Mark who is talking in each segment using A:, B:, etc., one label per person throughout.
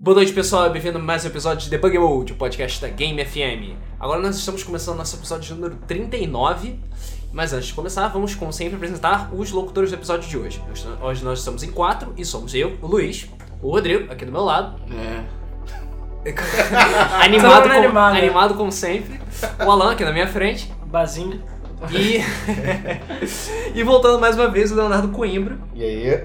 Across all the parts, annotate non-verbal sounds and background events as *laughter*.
A: Boa noite, pessoal. Bem-vindo a mais um episódio de Debug Mode, o podcast da Game FM. Agora nós estamos começando nosso episódio número 39. Mas antes de começar, vamos, como sempre, apresentar os locutores do episódio de hoje. Nós- Hoje nós estamos em quatro e somos eu, o Luiz, o Rodrigo, aqui do meu lado.
B: É.
A: *laughs* Animado,
C: Todo
A: como,
C: animado, né?
A: animado como sempre. O Alan, aqui na minha frente.
C: Bazinga.
A: E, *laughs* e voltando mais uma vez, o Leonardo Coimbra.
B: E aí?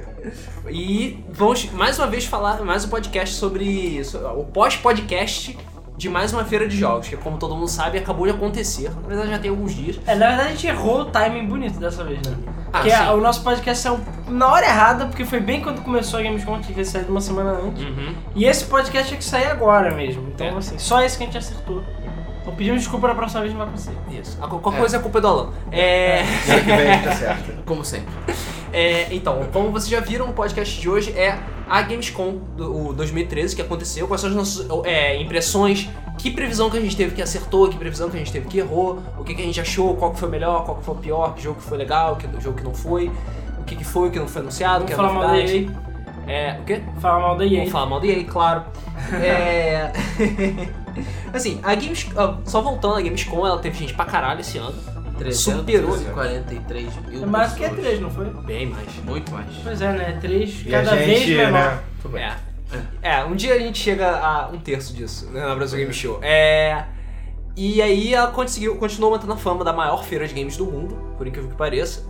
A: E vamos mais uma vez falar mais um podcast sobre so- o pós-podcast de mais uma feira de jogos, que como todo mundo sabe, acabou de acontecer. Na verdade já tem alguns dias.
C: É, na verdade a gente errou o timing bonito dessa vez, né?
A: Ah,
C: Porque
A: sim.
C: a- o nosso podcast saiu na hora errada, porque foi bem quando começou a Gamescom, que devia sair uma semana antes.
A: Uhum.
C: E esse podcast é que sair agora mesmo. Então,
A: É.
C: assim, só esse que a gente acertou. Então pedimos desculpa na próxima vez não vai acontecer.
A: Isso. A, qualquer coisa é culpa do Alan. É,
D: Ano que vem tá certo.
B: Como sempre.
A: é, então, como vocês já viram, o podcast de hoje é a Gamescom do o 2013, que aconteceu, quais são as nossas é, impressões, que previsão que a gente teve que acertou, que previsão que a gente teve que errou, o que, que a gente achou, qual que foi melhor, qual que foi o pior, que jogo que foi legal, que jogo que não foi, o que, que foi, o que não foi anunciado, o que
C: Vamos
A: é
C: falar mal da
A: novidade.
C: EA.
A: É, o quê?
C: Falar mal da EA.
A: Vamos falar mal do EA,
C: *laughs*
A: claro. É. *laughs* assim, a Games. ah, Só voltando, a Gamescom, ela teve gente pra caralho esse ano. Superou.
B: 43 mil
C: É mais do que
B: pessoas.
C: três, não foi?
A: Bem mais.
B: Muito mais.
C: Pois é, né? Três
D: E
C: cada
D: a gente,
C: vez menor.
D: né? Tudo bem.
A: É. É, um dia a gente chega a um terço disso, né, na Brasil Game Show. É. E aí ela conseguiu, continuou mantendo a fama da maior feira de games do mundo, por incrível que pareça.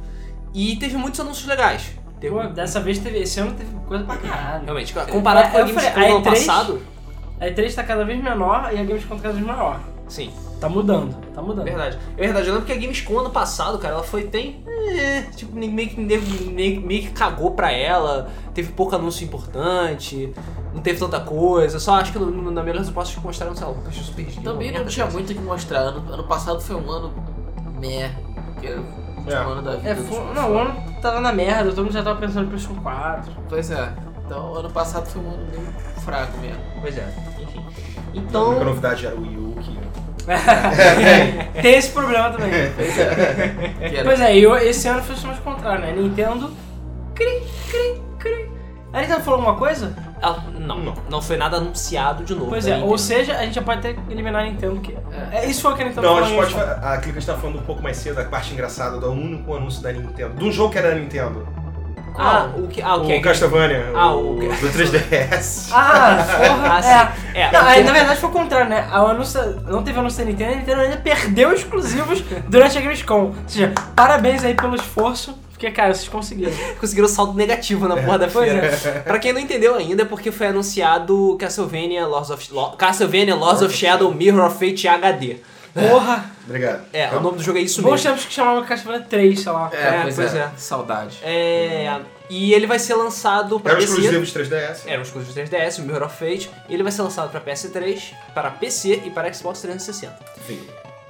A: E teve muitos anúncios legais. Teve,
C: Pô, dessa vez teve. Esse ano teve coisa pra caralho.
A: realmente, comparado com a
C: é, Eu falei,
A: Gamescom
C: a
A: do ano
C: E3?
A: passado.
C: A E3 tá cada vez menor e a Gamescom tá cada vez maior.
A: Sim.
C: Tá mudando, tá mudando.
A: Verdade. É verdade, eu lembro que a Gamescom ano passado, cara, ela foi tem. É, tipo, nem- meio que, nem- meio, meio que cagou pra ela, teve pouco anúncio importante, não teve tanta coisa, só acho que no, no, na melhor resposta que mostraram, sei lá, um caixa super Giro,
B: Também não
A: merda,
B: tinha
A: assim.
B: muito o que mostrar. Ano, ano passado foi um ano meh. Que era o último
D: É.
B: ano da vida.
C: É,
B: do
C: foi,
B: console.
C: não, o ano tava na merda, todo mundo já tava pensando em PlayStation 4.
B: Pois é. Então, ano passado foi um ano meio fraco mesmo.
A: Pois é, enfim.
D: A única
A: Então.
D: novidade era o Wii U, que
A: É,
C: *laughs* Tem esse problema também.
B: Que era
C: pois é, e eu- esse ano foi mais contrário, né? Nintendo. Cri, cri, cri. A Nintendo falou alguma coisa?
A: ela- ah, não, não, não foi nada anunciado de novo. tá
C: Pois
A: da
C: é, ou
A: Nintendo.
C: seja, a gente já pode até eliminar a Nintendo. Que... É, isso foi o que a Nintendo
D: Não, Então, a
C: falou.
D: gente
C: em
D: pode.
C: Gamescom.
D: fa- Aquilo que a gente tá falando um pouco mais cedo, a parte engraçada do único anúncio da Nintendo. De um jogo que era da Nintendo.
A: Ah, o que. Ah, o que?
D: O Castlevania.
A: Ah, o-
D: o. Do 3DS.
C: Ah, porra,
A: Ah,
C: é.
A: sim. É,
C: Não, aí, na verdade foi o contrário, né? A anúncia, não teve anúncio da Nintendo, a Nintendo ainda perdeu exclusivos durante a Gamescom. Ou seja, parabéns aí pelo esforço, porque, cara, vocês conseguiram.
A: conseguiram saldo negativo na porra da
C: Pois
A: feira. pra quem não entendeu ainda, é porque foi anunciado Castlevania Lords of, Lo- Castlevania Lords of Shadow Mirror of Fate HD.
C: Porra!
D: Obrigado.
A: É, o nome do jogo é isso
C: Bons
A: mesmo.
C: tempos que chamava Castlevania 3, sei lá.
A: É, pois é.
B: Saudade.
A: É, e ele vai ser lançado pra
D: Era o
A: PC.
D: exclusivo de 3DS.
A: Era um exclusivo de 3DS, o Mirror of Fate. E ele vai ser lançado pra PS3, para PC e para Xbox 360.
D: Enfim.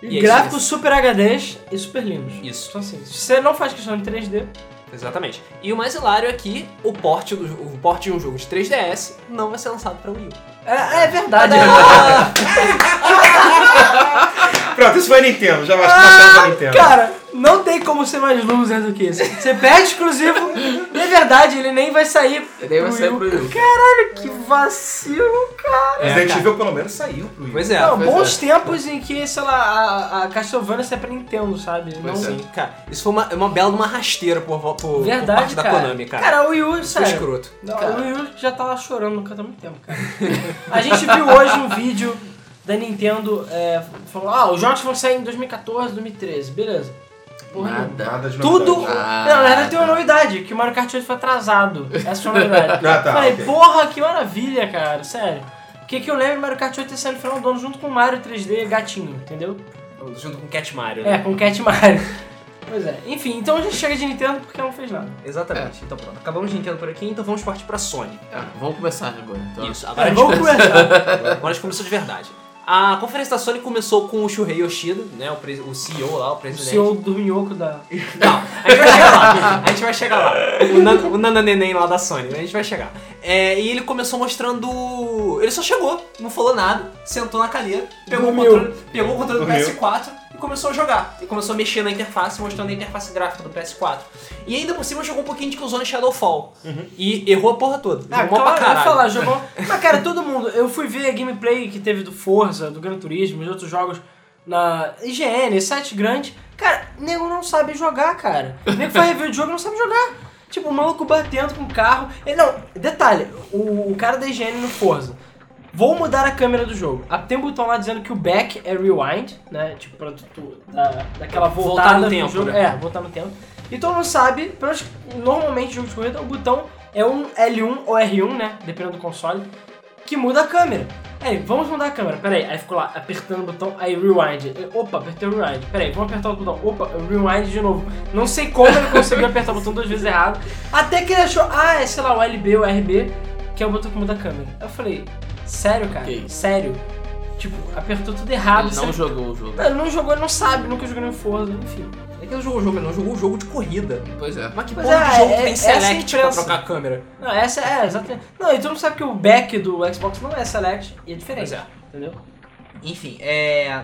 A: E é
C: Gráficos super HDs e super lindos.
A: Isso.
C: Então assim, se você não faz questão de 3D,
A: Exatamente. E o mais hilário é que o porte, do, o porte de um jogo de 3DS não vai ser lançado pra Wii U.
C: é, é verdade.
D: Pronto, isso foi Nintendo. Já
A: Ah,
D: passamos da Nintendo.
C: Cara, não tem como ser mais loser do que isso. Você perde exclusivo, e é verdade, ele nem vai sair.
B: E daí vai
C: pro
B: sair
C: Wii U.
B: pro Wii U.
C: Caralho, É. que vacilo, cara.
D: Resident
A: É, cara.
D: Evil pelo menos saiu pro Wii U.
A: Pois é.
C: não,
B: pois
C: bons tempos em que, sei lá, a, a Castlevania sai pra Nintendo, sabe? Não,
B: Pois é.
A: Sim, assim, cara, isso foi uma, uma bela de uma rasteira por, vo- por, por
C: Verdade,
A: parte
C: cara.
A: da Konami, cara.
C: Cara, o Wii U,
A: isso foi
C: sério.
A: escroto.
C: Não,
B: Cara.
C: O Wii U já tava chorando no canto há muito tempo, cara. A gente viu hoje um vídeo da Nintendo é, falando, ah, os jogos vão sair em 2014, 2013, beleza. Porra nenhuma.
D: Nada de
C: Tudo.
D: novidade.
B: Ah,
C: não, na verdade tem uma
B: tá.
C: novidade, que o Mario Kart 8 foi atrasado. Essa foi a novidade.
D: *laughs* Ah, tá,
C: Falei,
D: ok.
C: porra, que maravilha, cara, sério. Porque que eu lembro Mario Kart 8 saiu no final do ano um junto com o Mario 3D gatinho, entendeu?
A: Junto com o Cat Mario,
C: É,
A: né?
C: com o Cat Mario. *laughs* Pois é. Enfim, então a gente chega de Nintendo porque ela não fez nada.
A: Exatamente.
C: É.
A: Então pronto, acabamos de entender por aqui, então vamos partir pra Sony.
B: Ah, vamos começar agora, então.
A: Isso, agora
C: Cara,
A: a gente *laughs*
C: vamos começar.
A: Agora a gente começou de verdade. A conferência da Sony começou com o Shuhei Yoshida, né? O, pre- o CEO lá, o
C: O
A: presidente.
C: CEO do minhoco da...
A: Não, a gente vai chegar lá. A gente vai chegar lá. O, nan, o nananeném lá da Sony, né? A gente vai chegar. É, e ele começou mostrando. Ele só chegou, não falou nada, sentou na cadeira, pegou, o
C: Dormiu.
A: controle, pegou o controle do
D: Dormiu.
A: PS4 e começou a jogar. E começou a mexer na interface, mostrando a interface gráfica do PS4. E ainda por cima jogou um pouquinho de Killzone Shadowfall. E errou a porra toda.
C: Ah,
A: Jogou
C: claro,
A: pra
C: eu ia
A: caralho.
C: falar, jogou. Mas, cara, todo mundo. Eu fui ver a gameplay que teve do Forza, do Gran Turismo, de outros jogos na IGN, site grande. Cara, nego não sabe jogar, cara. Nego faz review de jogo e não sabe jogar. Tipo, o maluco batendo com o carro. Ele, não, detalhe, o, o cara da IGN no Forza. Vou mudar a câmera do jogo. Ah, Tem um botão lá dizendo que o back é rewind, né? Tipo, pra tu, tu- da, daquela
A: Voltar
C: voltada
A: no
C: do
A: tempo,
C: jogo.
A: né?
C: É, voltar no tempo. E todo mundo sabe, pelo menos normalmente jogo de corrida, o botão é um L1 ou R1, né? Dependendo do console, que muda a câmera. Aí, vamos mudar a câmera, peraí. Aí ficou lá apertando o botão, aí rewind. Ele, Opa, apertei o rewind. Peraí, vamos apertar o botão. Opa, rewind de novo. Não sei como ele conseguiu apertar o botão duas vezes errado. Até que ele achou, ah, é sei lá, o LB ou RB, que é o botão que muda a câmera. Eu falei, sério, cara?
B: Que isso?
C: Sério. Tipo, apertou tudo errado.
B: Ele
C: sério.
B: não jogou o jogo.
C: Não, ele não jogou, ele não sabe, nunca jogou no Forza, enfim.
A: É que ele não jogou o jogo, ele não jogou o jogo de corrida. Ah,
B: Pois é.
A: Mas que
C: Mas
A: porra de
C: é,
A: jogo
C: é-
A: tem
C: essa é a
A: select pra
C: imprensa.
A: trocar a câmera?
C: Não, essa é, exatamente. Não, e tu não sabe que o back do Xbox não é select e é diferente.
A: Pois é.
C: Entendeu?
A: Enfim, é.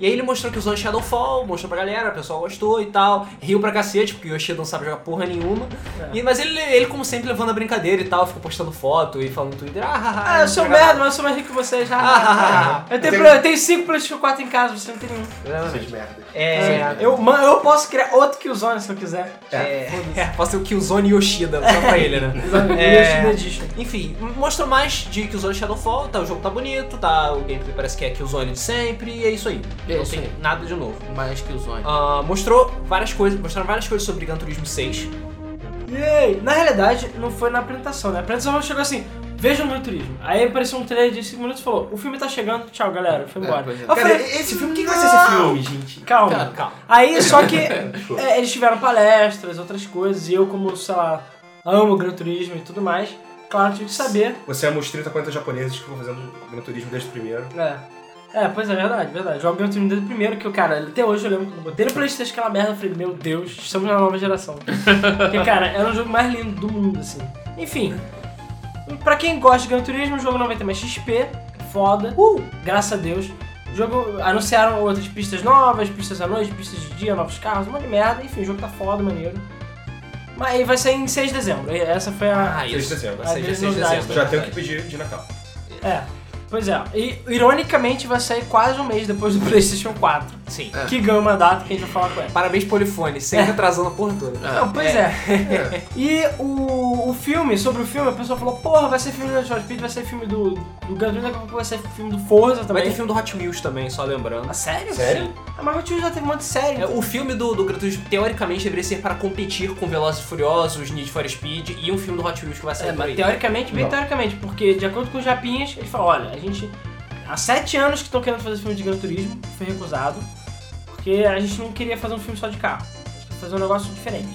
A: E aí ele mostrou que usou Shadowfall, mostrou pra galera, o pessoal gostou e tal. Riu pra cacete, porque o Yoshi não sabe jogar porra nenhuma.
C: É.
A: E- mas ele, ele, como sempre, levando a brincadeira e tal, ficou postando foto e falando no Twitter. Ah, haha,
C: Ah,
A: não
C: eu sou
A: joga nada."
C: merda, mas eu sou mais rico que vocês. Ah,
A: Ah,
C: eu, tenho,
D: tem-
C: pro- eu tenho cinco PlayStation 4 em casa, você não tem nenhum.
D: Essas merdas.
A: né? É,
C: Eu, mano, eu posso criar outro Killzone se eu quiser.
A: é, é, *laughs* pode ser o Killzone Yoshida, só pra ele, né?
C: É. Yoshida Edition.
A: Enfim, mostrou mais de Killzone Shadowfall, tá, o jogo tá bonito, tá, o gameplay parece que é Killzone de sempre, e é isso aí.
B: É
A: não
B: isso
A: tem
B: aí.
A: nada de novo.
C: é?
B: Mais que o Zone.
A: Ah, mostrou várias coisas, mostraram várias coisas sobre Gran Turismo 6.
C: Yay! Na realidade, não foi na apresentação, né? A apresentação chegou assim, veja o meu turismo. Aí apareceu um trailer de 5 minutos e falou, o filme tá chegando, tau galera, foi
B: É,
C: embora.
B: pois é.
C: Eu
D: Cara,
C: falei,
D: esse filme, o que que vai ser
A: "Ah!"
D: esse filme, gente?
C: calma.
B: Cara,
A: Calma.
C: Aí, só que é, eles tiveram palestras, outras coisas, e eu como, sei lá, amo Gran Turismo e tudo mais, claro, tive que saber.
D: Você é uns 30, 40 japoneses que vão fazendo Gran Turismo desde o primeiro.
C: É. É, pois é, verdade, verdade. Jogo Gran Turismo desde o primeiro, que eu, cara, até hoje eu lembro quando eu botei no Playstation aquela merda, eu falei, meu Deus, estamos na nova geração. Porque, cara, era o jogo mais lindo do mundo, assim. Enfim, pra quem gosta de Gran Turismo, o jogo não vai ter mais XP, foda, uh, graças a Deus. O Jogo, anunciaram outras pistas novas, pistas à noite, pistas de dia, novos carros, um monte de merda, enfim, o jogo tá foda, maneiro. Mas aí vai sair em 6 de dezembro, e essa foi a,
A: Ah,
D: Seis
A: isso.
D: de dezembro.
A: Vai ser dia 6
C: Às
A: de
C: vezes não dá,
A: dezembro.
D: Já tenho que pedir de Natal.
C: É, pois é. E ironicamente vai sair quase um mês depois do *laughs* PlayStation 4,
A: Sim.
B: É.
C: que ganha uma data que a gente vai falar com ela.
A: Parabéns, Polifone, sempre atrasando a porra toda.
B: É.
C: Não, pois é. *laughs* E o, o filme, sobre o filme, a pessoa falou: porra, vai ser filme do Need Speed, vai ser filme do, do Gran Turismo, daqui a pouco vai ser filme do Forza
A: Vai
C: também.
A: ter filme do Hot Wheels também, só lembrando.
C: Ah, sério?
D: Sério?
C: Ah, mas o Tio já teve um monte de série.
A: É, o filme do, do Gran Turismo, teoricamente, deveria ser para competir com Velozes e Furiosos, Need for Speed e um filme do Hot Wheels que vai sair
C: É,
A: por aí.
C: mas teoricamente, bem
D: Não.
C: teoricamente, porque de acordo com os japinhas, eles falam, olha, a gente. Há sete anos que estão querendo fazer filme de Gran Turismo, foi recusado, porque a gente não queria fazer um filme só de carro. A gente queria fazer um negócio diferente.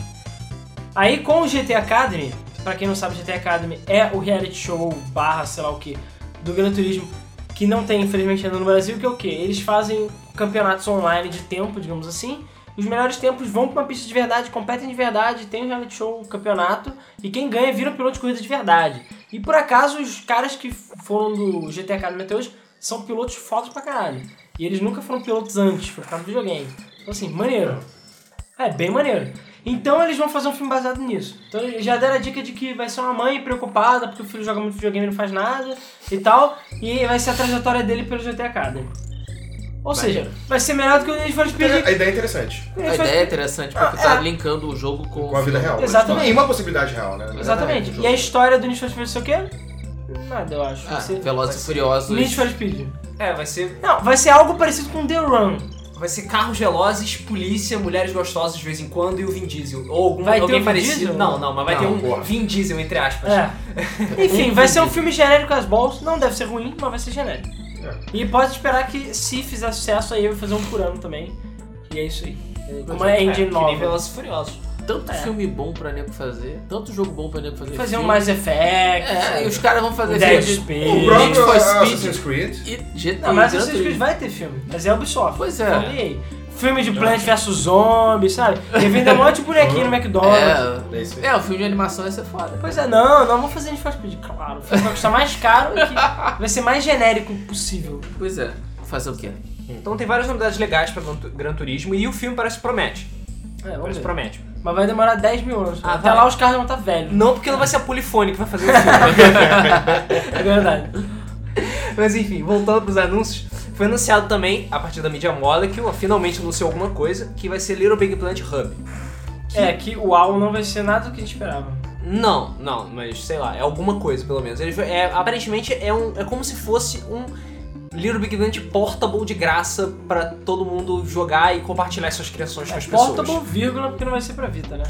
C: Aí com o GT Academy, pra quem não sabe, GT Academy é o reality show barra, sei lá o que, do Gran Turismo, que não tem, infelizmente, ainda no Brasil, que é o quê? Eles fazem campeonatos online de tempo, digamos assim. Os melhores tempos vão pra uma pista de verdade, competem de verdade, tem um reality show, um campeonato, e quem ganha vira um piloto de corrida de verdade. E por acaso, os caras que foram do GT Academy até hoje são pilotos fodas pra caralho. E eles nunca foram pilotos antes, foi ficar no videogame. Então assim, maneiro. É, bem maneiro. Então eles vão fazer um filme baseado nisso. Então eles já deram a dica de que vai ser uma mãe preocupada porque o filho joga muito videogame e não faz nada e tal. E vai ser a trajetória dele pelo GT Academy. Ou seja, vai ser melhor do que o Need for Speed.
D: A ideia é interessante.
C: Need
B: Então, A
C: for
B: ideia é interessante porque
C: Ah,
B: tá
C: é.
B: linkando o jogo com,
D: Com a vida
B: o filme.
D: real.
C: Exatamente.
D: E uma possibilidade real, né?
C: Exatamente. E a história do Need for Speed vai ser o quê? Nada, eu acho. Vai
B: Ah,
C: ser...
B: Velozes e Furiosos.
C: Need for Speed.
A: É, vai ser,
C: Não, vai ser algo parecido com The Run.
A: vai ser carros velozes, polícia, mulheres gostosas de vez em quando e o Vin Diesel. Ou algum,
C: Vai ter
A: alguém
C: o Vin
A: parecido.
C: Diesel?
A: Não, não, mas vai
B: Não,
A: ter um
D: porra.
A: Vin Diesel, entre aspas.
C: É. Enfim, vai ser um filme genérico às balls. Não deve ser ruim, mas vai ser genérico. E pode esperar que se fizer sucesso aí eu vou fazer um por ano também. E é isso aí. Como é
A: que
C: engine
A: nem
C: nova.
A: Velozes e Furiosos.
B: tanto
C: É.
B: filme bom pra nego fazer, tanto jogo bom pra nego fazer.
C: Fazer um
B: filme.
C: Mass Effect.
B: É, e os caras vão fazer
C: Dead
B: filme
C: Space.
D: O
B: Need
D: próprio
B: for
D: Assassin's Creed.
B: de... e GTA.
C: Não, mas
B: Gran
C: Assassin's Creed
B: Turismo.
C: vai ter filme, mas é Ubisoft.
B: Pois é.
C: Falei. Filme de Plant vs Zombie, sabe? E vende um monte de bonequinho no McDonald's.
B: É,
D: É isso *laughs* aí.
B: é, o filme de animação ia ser foda.
C: Pois é, não, não vamos fazer Need for Speed, claro. O filme vai custar mais caro e que vai ser mais genérico possível.
B: Pois é. Fazer o quê?
A: Então tem várias novidades legais pra Gran- Gran Turismo e o filme parece que promete.
C: É,
A: Parece
C: vamos
A: que
C: ver.
A: promete.
C: Mas vai demorar 10 mil anos.
A: Ah,
C: Até
A: vai.
C: lá os caras vão tá estar velhos.
A: Não porque não vai ser a Polifone que vai fazer o filme.
C: É verdade.
A: *laughs* Mas enfim, voltando pros anúncios, foi anunciado também, a partir da mídia Molecule, finalmente anunciou alguma coisa, que vai ser Little Big Planet Hub.
C: É, que o AU não vai ser nada do que a gente esperava.
A: Não, não, mas sei lá, é alguma coisa pelo menos. Ele, é, aparentemente é, um, é como se fosse um Little Big Planet portable de graça pra todo mundo jogar e compartilhar suas criações com
C: É
A: as
C: portable,
A: pessoas.
C: vírgula, porque não vai ser pra vida, né?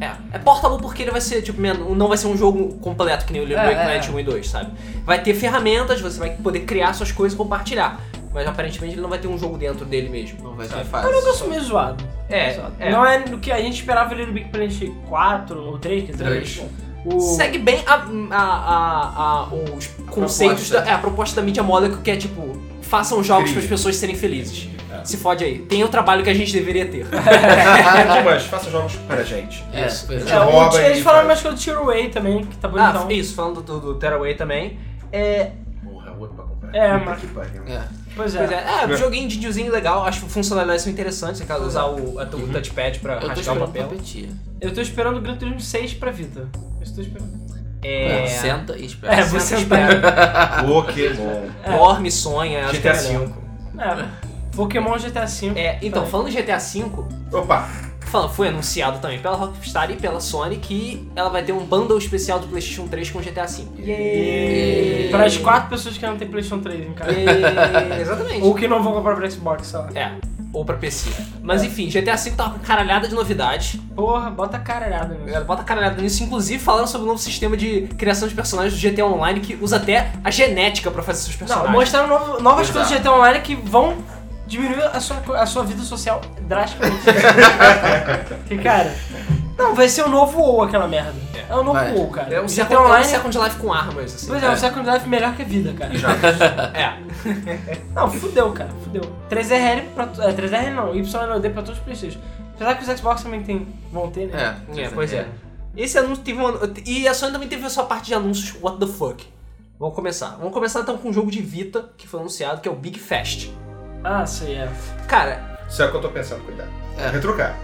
A: É, é portable porque ele vai ser, tipo, men- não vai ser um jogo completo que nem o Little
B: É,
A: Big
B: é,
A: Planet
B: é.
A: 1 e 2, sabe? Vai ter ferramentas, você vai poder criar suas coisas e compartilhar. Mas aparentemente ele não vai ter um jogo dentro dele mesmo.
B: Não vai
A: sabe?
B: ser
C: É um
B: fácil.
C: negócio meio zoado.
A: É,
C: Zoado.
A: é.
C: Não é do que a gente esperava ele no Big Planet 4 ou 3, quer dizer,
B: Três.
C: o...
A: Segue bem a, a, a,
B: É,
A: a- os conceitos, da, é, a proposta da mídia moda que é tipo, façam jogos para as
D: Incrível.
A: pessoas serem felizes.
D: É.
A: Se fode aí. Tem o trabalho que a gente deveria *laughs* ter.
D: É, mas faça jogos pra gente.
B: É, pois
C: É,
B: é.
C: o-
D: Rouba
C: eles
D: e
C: falaram
D: faz.
C: mais que o Tearaway também, que
A: ah,
C: tá bonitão.
A: isso, falando do, do Tearaway também. É,
D: Porra, outro pra comprar.
C: É,
D: Puta
C: mas-
D: que pariu.
B: É.
C: pois é.
A: pois é, é, um joguinho de diozinho legal, acho que funcionalidades são interessantes, você quer usar o, a- o touchpad pra
B: Uhum. Eu tô
A: rasgar o
B: esperando pra
A: papel.
B: competir.
C: Eu tô esperando o Gran Turismo 6 pra vida. Isso eu tô esperando.
A: *laughs* É, um
B: Senta e espera.
C: É,
B: Senta
C: você
B: e
C: espera.
D: É. Pokémon.
A: dorme, sonha, acho que é
D: GTA
A: legal.
D: V.
C: É, Pokémon GTA V.
A: É, então,
C: Tá.
A: falando de GTA V,
D: Opa,
A: Fala, foi anunciado também pela Rockstar e pela Sony que ela vai ter um bundle especial do PlayStation 3 com GTA V.
C: Yay. Para as quatro pessoas que não têm PlayStation 3 em casa.
B: *laughs*
A: Yay. Exatamente.
C: Ou que não vão comprar pra Xbox, sei lá.
A: É, ou pra PC. Mas enfim, GTA V tá com caralhada de novidades.
C: Porra, bota caralhada nisso.
A: Ela bota caralhada nisso, inclusive falando sobre o novo sistema de criação de personagens do GTA Online que usa até a genética pra fazer seus
C: Não,
A: personagens.
C: mostraram novo- novas
B: Exato.
C: coisas de GTA Online que vão diminuir a sua, co- a sua vida social drasticamente. que cara. Não, vai ser o novo WoW aquela merda. É, o novo
B: Vai.
C: WoW, cara.
A: É um
C: GTA
A: second, é um
C: Online.
A: second life com armas, assim.
C: Pois é, um Second Life melhor que a vida, cara.
A: É.
C: Não, fudeu, cara, fudeu. 3RL pra. tu- É, 3RL não, YLD pra todos os PlayStation. Apesar que os Xbox também tem, vão ter, né?
B: É,
A: É, pois é. Esse anúncio teve um. E a Sony também teve a sua parte de anúncios What the fuck. Vamos começar. Vamos começar então com um jogo de Vita que foi anunciado, que é o Big Fest.
C: Ah, sei, é. *laughs*
A: Cara,
D: isso é o que eu tô pensando, cuidado.
B: É.
D: Retrucar.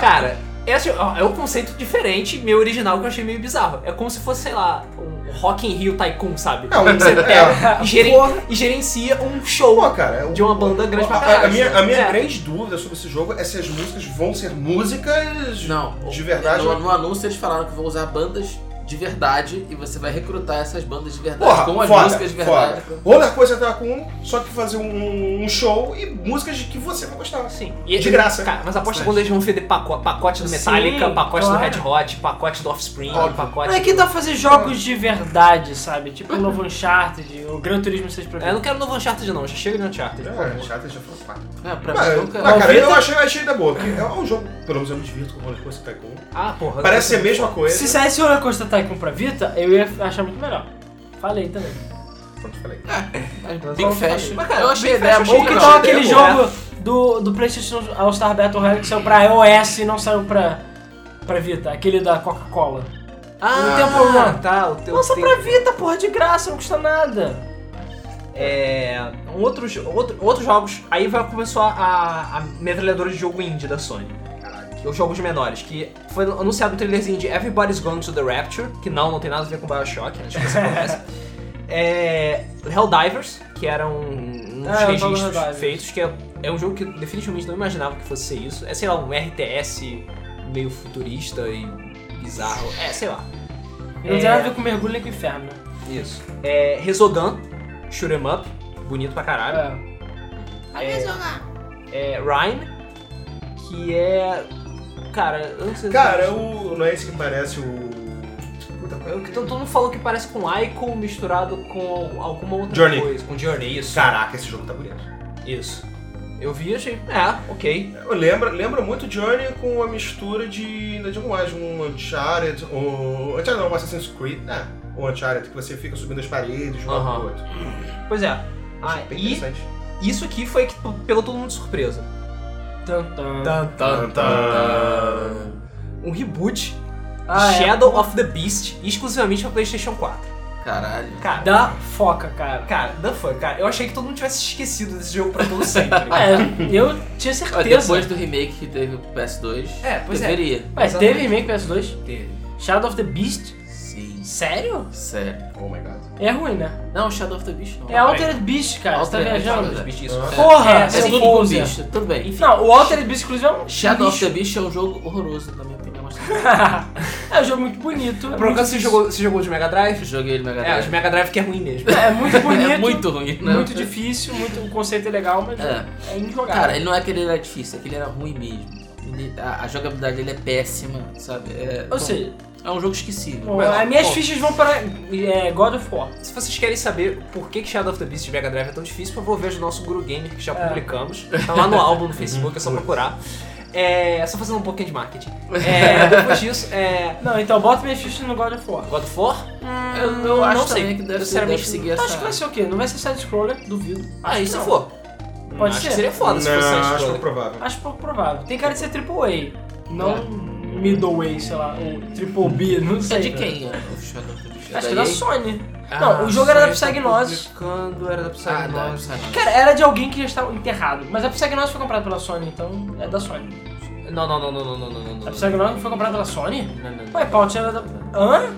A: cara, esse é um conceito diferente, meio original, que eu achei meio bizarro. É como se fosse, sei lá, um Rock in Rio Tycoon, sabe?
C: *laughs*
D: Não,
C: é.
A: Você pega e, geren-
D: Porra.
A: e gerencia um show.
D: Pô, cara, o-
A: De uma banda grande pra
D: a- a- A
A: caralho.
D: minha, a minha
A: É.
D: grande dúvida sobre esse jogo é se as músicas vão ser músicas
B: Não,
D: de verdade. né?
B: No, no anúncio eles falaram que vão usar bandas de verdade e você vai recrutar essas bandas de verdade
D: Porra,
B: com as
D: foda,
B: músicas de verdade.
D: foda. Roller Coaster tá com um, só que fazer um, um show e músicas de que você vai gostar.
A: Sim. E- é
D: De graça.
A: Cara, mas aposta quando eles vão vender pacote, pacote do
C: Sim,
A: Metallica, pacote
C: claro.
A: do Red Hot, pacote do Offspring,
D: Óbvio.
A: pacote.
C: Não é que dá pra fazer jogos de verdade, sabe? Tipo o novo Uncharted, o Gran Turismo 6 pra
A: Eu não
C: mim.
A: quero novo Uncharted, não. Já chega de Uncharted. por favor.
D: É, chato, já falou quatro.
B: É, pra
D: Mas,
B: mim
D: mas,
B: nunca.
D: cara, eu
C: Vita-
D: achei, achei da boa. porque É um jogo, pelo menos eu me divirto com o Roller Coaster Tycoon.
A: Ah, porra.
D: Parece ser
B: é
D: a mesma coisa.
C: Se saísse o Roller Coaster Tycoon pra Vita, eu ia achar muito melhor. Falei também.
D: Pronto, falei.
A: Ah,
B: Mas
A: um
B: Big Fest.
A: Mas, cara,
B: Eu achei a
A: Big
B: ideia
A: Fest,
B: boa.
C: Ou que
D: Não,
C: tal
D: não,
C: aquele
D: tem
C: jogo do, do PlayStation All-Star Battle Royale que saiu pra iOS e não saiu pra, pra Vita? Aquele da Coca-Cola.
A: Ah,
B: Ah,
A: não tem problema. Tá, o teu
C: Lança
A: tem-
C: pra Vita, porra, de graça, não custa nada.
A: É. Outros, outro, outros jogos. Aí vai começar a, a metralhadora de jogo indie da Sony.
D: Caralho.
A: que é Os jogos menores, que foi anunciado um trailerzinho de Everybody's Gone to the Rapture, que não, não tem nada a ver com Bioshock, né, acho que você
C: *laughs*
A: conhece. É, Helldivers, que era um, uns
C: É, eu tava no
A: registros
C: Helldivers.
A: feitos, que é, é um jogo que eu definitivamente não imaginava que fosse ser isso. É, sei lá, um RTS meio futurista e bizarro. É, sei lá.
C: E Não
A: É.
C: tem nada a ver com mergulho nem com inferno.
A: Isso. É, Resogun, Shoot 'em Up, bonito pra caralho.
C: É.
A: É, Rhyme, que é. Cara, eu não sei
D: Cara, o, não é esse que parece o. Puta,
A: Eu- Então todo mundo falou que parece com Icon misturado com alguma outra
D: Journey.
A: coisa. Com Journey, isso.
D: Caraca, esse jogo tá bonito.
A: Isso. Eu vi e achei, é, ok.
D: Lembra, lembra muito Journey com uma mistura de. Não digo mais, um Uncharted, ou. Uncharted não, um Assassin's Creed, né? Ou Uncharted, que você fica subindo as paredes, um
A: Aham.
D: pro outro.
A: Pois é. Ah,
D: Achei bem
A: e
D: interessante.
A: isso aqui foi que pegou todo mundo de surpresa.
C: Tantan.
D: tan, tan.
A: Um reboot
C: Ah, é.
A: Shadow of the Beast exclusivamente pra PlayStation 4.
B: Caralho.
A: Cara,
C: Da foca, cara.
A: cara, da fã, cara, eu achei que todo mundo tivesse esquecido desse jogo pra todo
D: *laughs*
A: sempre.
C: Ah, é, eu tinha
B: Olha,
C: certeza.
B: Depois do remake que teve pro PS2,
A: É, pois é.
B: deveria.
C: Mas teve remake PS2?
A: Teve.
C: Shadow of the Beast?
B: Sim,
C: Sério?
B: sério.
D: Oh my god.
C: É ruim, né?
B: Não, Shadow of the Beast não.
C: É Altered Beast, cara. Você tá
B: Altered Beast,
C: viajando?
B: Altered
A: Bicho, isso.
D: Ah.
C: Porra,
B: é, é
C: seu
B: tudo com
C: Pousa.
B: bicho, tudo bem.
C: Não, o Altered Beast inclusive é um *laughs*
B: Shadow
C: lixo.
B: of the Beast é um jogo horroroso, na minha opinião. Mas
C: É um jogo muito bonito. é
A: Por
C: muito
A: acaso você jogou, você jogou de Mega
B: *laughs* eu
A: Drive?
B: joguei ele no Mega
A: É, de
B: *laughs* Drive.
A: Mega Drive que é ruim mesmo.
C: É muito bonito.
B: É muito ruim, né?
C: muito difícil, muito, o conceito é legal, mas
B: É.
C: é, injogável.
B: Cara, ele não é que ele era difícil, é que ele era ruim mesmo. Ele- a, a jogabilidade dele é péssima, sabe? É,
C: Ou seja,
B: é um jogo esquecível.
C: bom,
B: Mas-
C: as minhas
B: bom,
C: fichas vão para é, God of War.
A: Se vocês querem saber por que que Shadow of the Beast de Mega Drive é tão difícil, por favor, veja o nosso Guru Gamer que já
C: É. Uhum.
A: publicamos. Tá lá no álbum no Facebook, é só procurar. É, só fazendo um pouquinho de marketing. É,
C: *laughs*
A: depois disso, é.
C: Não, então bota minhas fichas no God of War.
A: God of War?
B: Eu, eu acho
A: não sei.
B: também que deve,
A: Sinceramente,
B: deve seguir essa... Hum,
C: Acho que vai ser o quê? Não vai ser side-scroller, duvido.
A: Ah,
C: Acho
A: e
C: que
A: se
C: não.
A: for?
C: Pode
A: acho
C: ser.
A: que seria foda se fosse essa
D: Não, acho
A: escolha.
D: pouco provável.
C: Acho pouco provável. Tem cara de ser AAA, não
A: É.
C: middleway, sei lá, ou triple B, não sei.
B: É de quem? ó, o Shadow of the Beast?
C: Acho
B: É
C: que
B: da
C: da
B: EA?
C: Sony. Não, o jogo era da Psygnosis.
A: Quando era da
B: Ah, da
A: Psygnosis.
B: Psygnosis.
C: Cara, era de alguém que já estava enterrado. Mas a Psygnosis foi comprada pela Sony, então é da Sony.
A: Não, não, não, não, não, não, não, não,
C: A
A: não.
C: Psygnosis não foi comprada pela Sony?
A: Não, não, não.
C: Ué, Paut era da... Hã?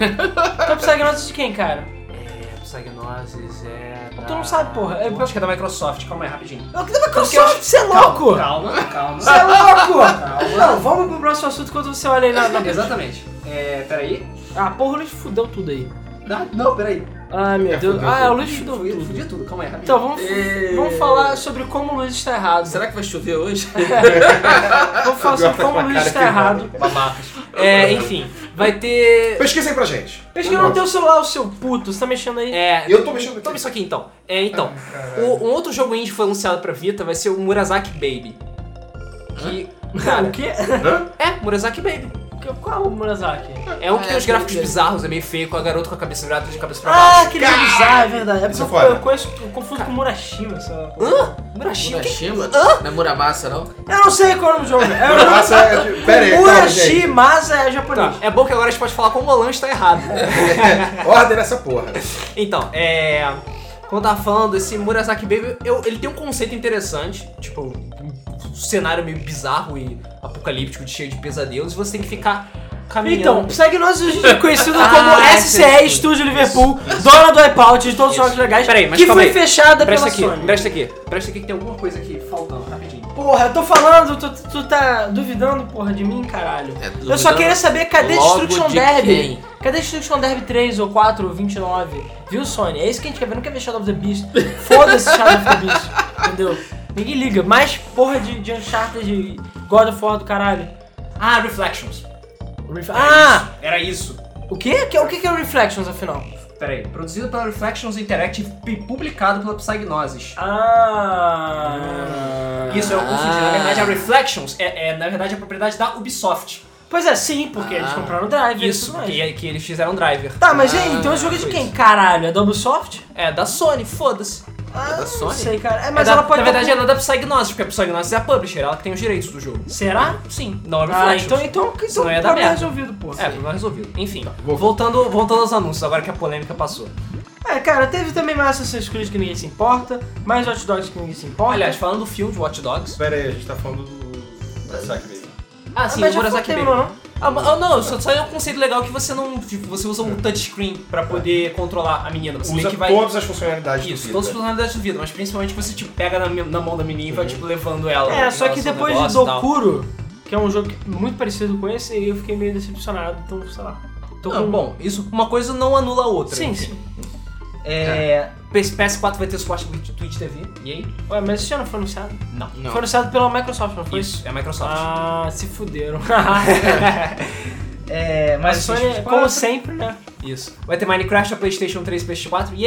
C: então a Psygnosis de quem, cara?
A: É, Psygnosis é. da-
C: Tu não sabe, porra. É-
A: Eu acho que é da Microsoft, calma aí, rapidinho.
C: Eu que da Microsoft, você é louco!
A: Calma, calma.
C: Você é louco! Não, vamos pro próximo assunto enquanto você olha aí na... na...
A: Exatamente. É, peraí.
C: Ah, porra, o Luiz fudeu tudo aí.
A: Não, não, peraí.
C: Ai, meu
D: É,
C: Deus.
D: fudeu
C: Ah,
D: tudo.
C: o Luiz fudeu
A: Fudia,
C: tudo.
A: tudo, calma aí, rapidinho.
C: Então, vamos, vamos falar sobre como o Luiz está errado.
B: Será que vai chover hoje?
C: Vamos falar sobre como o Luiz está errado.
A: babacas. É, enfim, vai ter.
D: Pesquisem pra gente.
C: Pesquisa no teu celular, o seu puto. Você tá mexendo aí?
A: É,
D: Eu tô mexendo aqui.
A: Toma isso aqui então. É, então.
D: Caralho.
A: o- um outro jogo indie foi anunciado pra Vita vai ser o Murasaki Baby. Que.
C: o
A: Cara,
C: quê?
D: Hã?
A: é, Murasaki Baby.
C: Qual é o Murasaki?
A: É um que
B: Ah,
A: tem
B: é,
A: os gráficos
B: entendi.
A: bizarros, é meio feio, com a garota com a cabeça virada de cabeça pra
C: Ah,
A: baixo.
C: aquele jogo bizarro, é verdade. É porque
D: Isso é
C: eu,
D: foda.
C: eu conheço, eu confundo com Murashima, sei lá.
A: Murashima. que-
B: Murashima? Não é Muramasa, não?
C: Eu não sei qual é o nome do jogo. É
D: *laughs*
C: o
D: Nossa, é de- Pera aí, calma, gente.
C: Murashimasa é japonês.
A: Tá, é bom que agora a gente pode falar como o Alan está errado. *laughs*
D: É, Ordem nessa porra.
A: Então, é. Como eu tava falando, esse Murasaki Baby, eu- ele tem um conceito interessante, tipo, um cenário meio bizarro e apocalíptico, de cheio de pesadelos, e você tem que ficar caminhando.
C: Então, Psygnosis hoje é
A: *laughs*
C: conhecido
A: Ah,
C: como
A: é,
C: SCE
A: isso,
C: Studio Liverpool, dona do iPod de todos os
A: Isso.
C: jogos legais,
A: Peraí, mas
C: que
A: calma
C: foi
A: aí.
C: fechada
A: presta
C: Tá pela
A: aqui,
C: Sony.
A: presta aqui, presta aqui que tem alguma coisa aqui faltando, rapidinho.
C: Porra, eu tô falando, tu, tu tá duvidando, porra, de mim, caralho.
B: É,
C: Eu só
B: duvidando.
C: queria saber cadê
B: Logo
C: Destruction
B: de
C: Derby?
B: quem?
C: Cadê Destruction Derby 3 ou 4 ou 29? Viu, Sony? É isso que a gente quer ver, não quer ver Shadow of the
B: *laughs*
C: Beast. Foda-se Shadow of the Beast, entendeu? Ninguém liga, mais porra de, de Uncharted de God of War do caralho.
A: Ah, Reflections.
C: Ah,
A: Era isso.
C: o quê? Que- O que que é o Reflections, afinal?
A: Peraí, produzido pela Reflections Interactive e publicado pela Psygnosis.
C: Ah...
A: Isso, eu confundi. Na
B: Ah.
A: verdade, a Reflections é, é, na verdade, a propriedade da Ubisoft.
C: Pois é, sim, porque eles
B: Ah,
C: compraram o Drive e
A: Isso,
C: tudo mais.
A: que, que eles fizeram um driver.
C: Tá, mas e aí,
B: Ah,
C: então esse jogo é de
A: foi
C: quem, caralho? É da Ubisoft?
A: É, da Sony, foda-se.
C: Ah,
B: da
C: não
B: Sony?
C: sei, cara. É, mas
A: É da-
C: ela pode...
A: Na verdade,
C: ter-
A: ela é da Psygnosis, porque a Psygnosis é a publisher, ela que tem os direitos do jogo.
C: Será?
A: Sim. Não é
C: Ah,
A: Reflections.
C: então, então, então
A: Não é da
C: problema
A: merda.
C: resolvido, pô.
A: É, problema resolvido. Enfim,
D: vou-
A: voltando, voltando aos anúncios, agora que a polêmica passou.
C: É, cara, teve também mais Assassin's Creed que ninguém se importa, mais Hot Dogs que ninguém se importa.
A: Aliás, falando do filme de Watch Dogs.
D: Pera aí, a gente tá falando do. da Saque Baby.
A: Ah,
C: Ah,
A: sim,
C: mas
A: o
C: já foi,
A: Murasaki Baby.
C: terminou, não?
A: Ah, ma- ah, não, só, só é um conceito legal que você não. tipo, você usa um touchscreen pra poder controlar a menina. Você meio
D: Usa
A: que vai.
D: todas as funcionalidades do
A: Isso,
D: Vita.
A: todas as funcionalidades do vidro, mas principalmente você tipo, pega na, me- na mão da menina e
D: Uhum.
A: vai tipo levando ela.
C: É, só
A: ela
C: que
A: seu
C: depois de
A: negócio e tal.
C: Dokuro, que é um jogo que- muito parecido com esse, eu fiquei meio decepcionado, então, sei lá. Tô
A: Não,
C: com-
A: bom, isso uma coisa não anula a outra.
C: Sim,
A: enfim.
C: sim.
A: É, PS- PS4 vai ter suporte do Twitch TV. E aí?
C: Ué, mas esse ano foi anunciado?
A: Não.
B: Não.
C: Foi anunciado pela Microsoft, não foi?
A: Isso, é a Microsoft.
C: Ah, se fuderam.
A: é,
C: mas a Sony, como sempre, né?
A: Isso. Vai ter Minecraft pra PlayStation 3 e PS4.
C: Ei,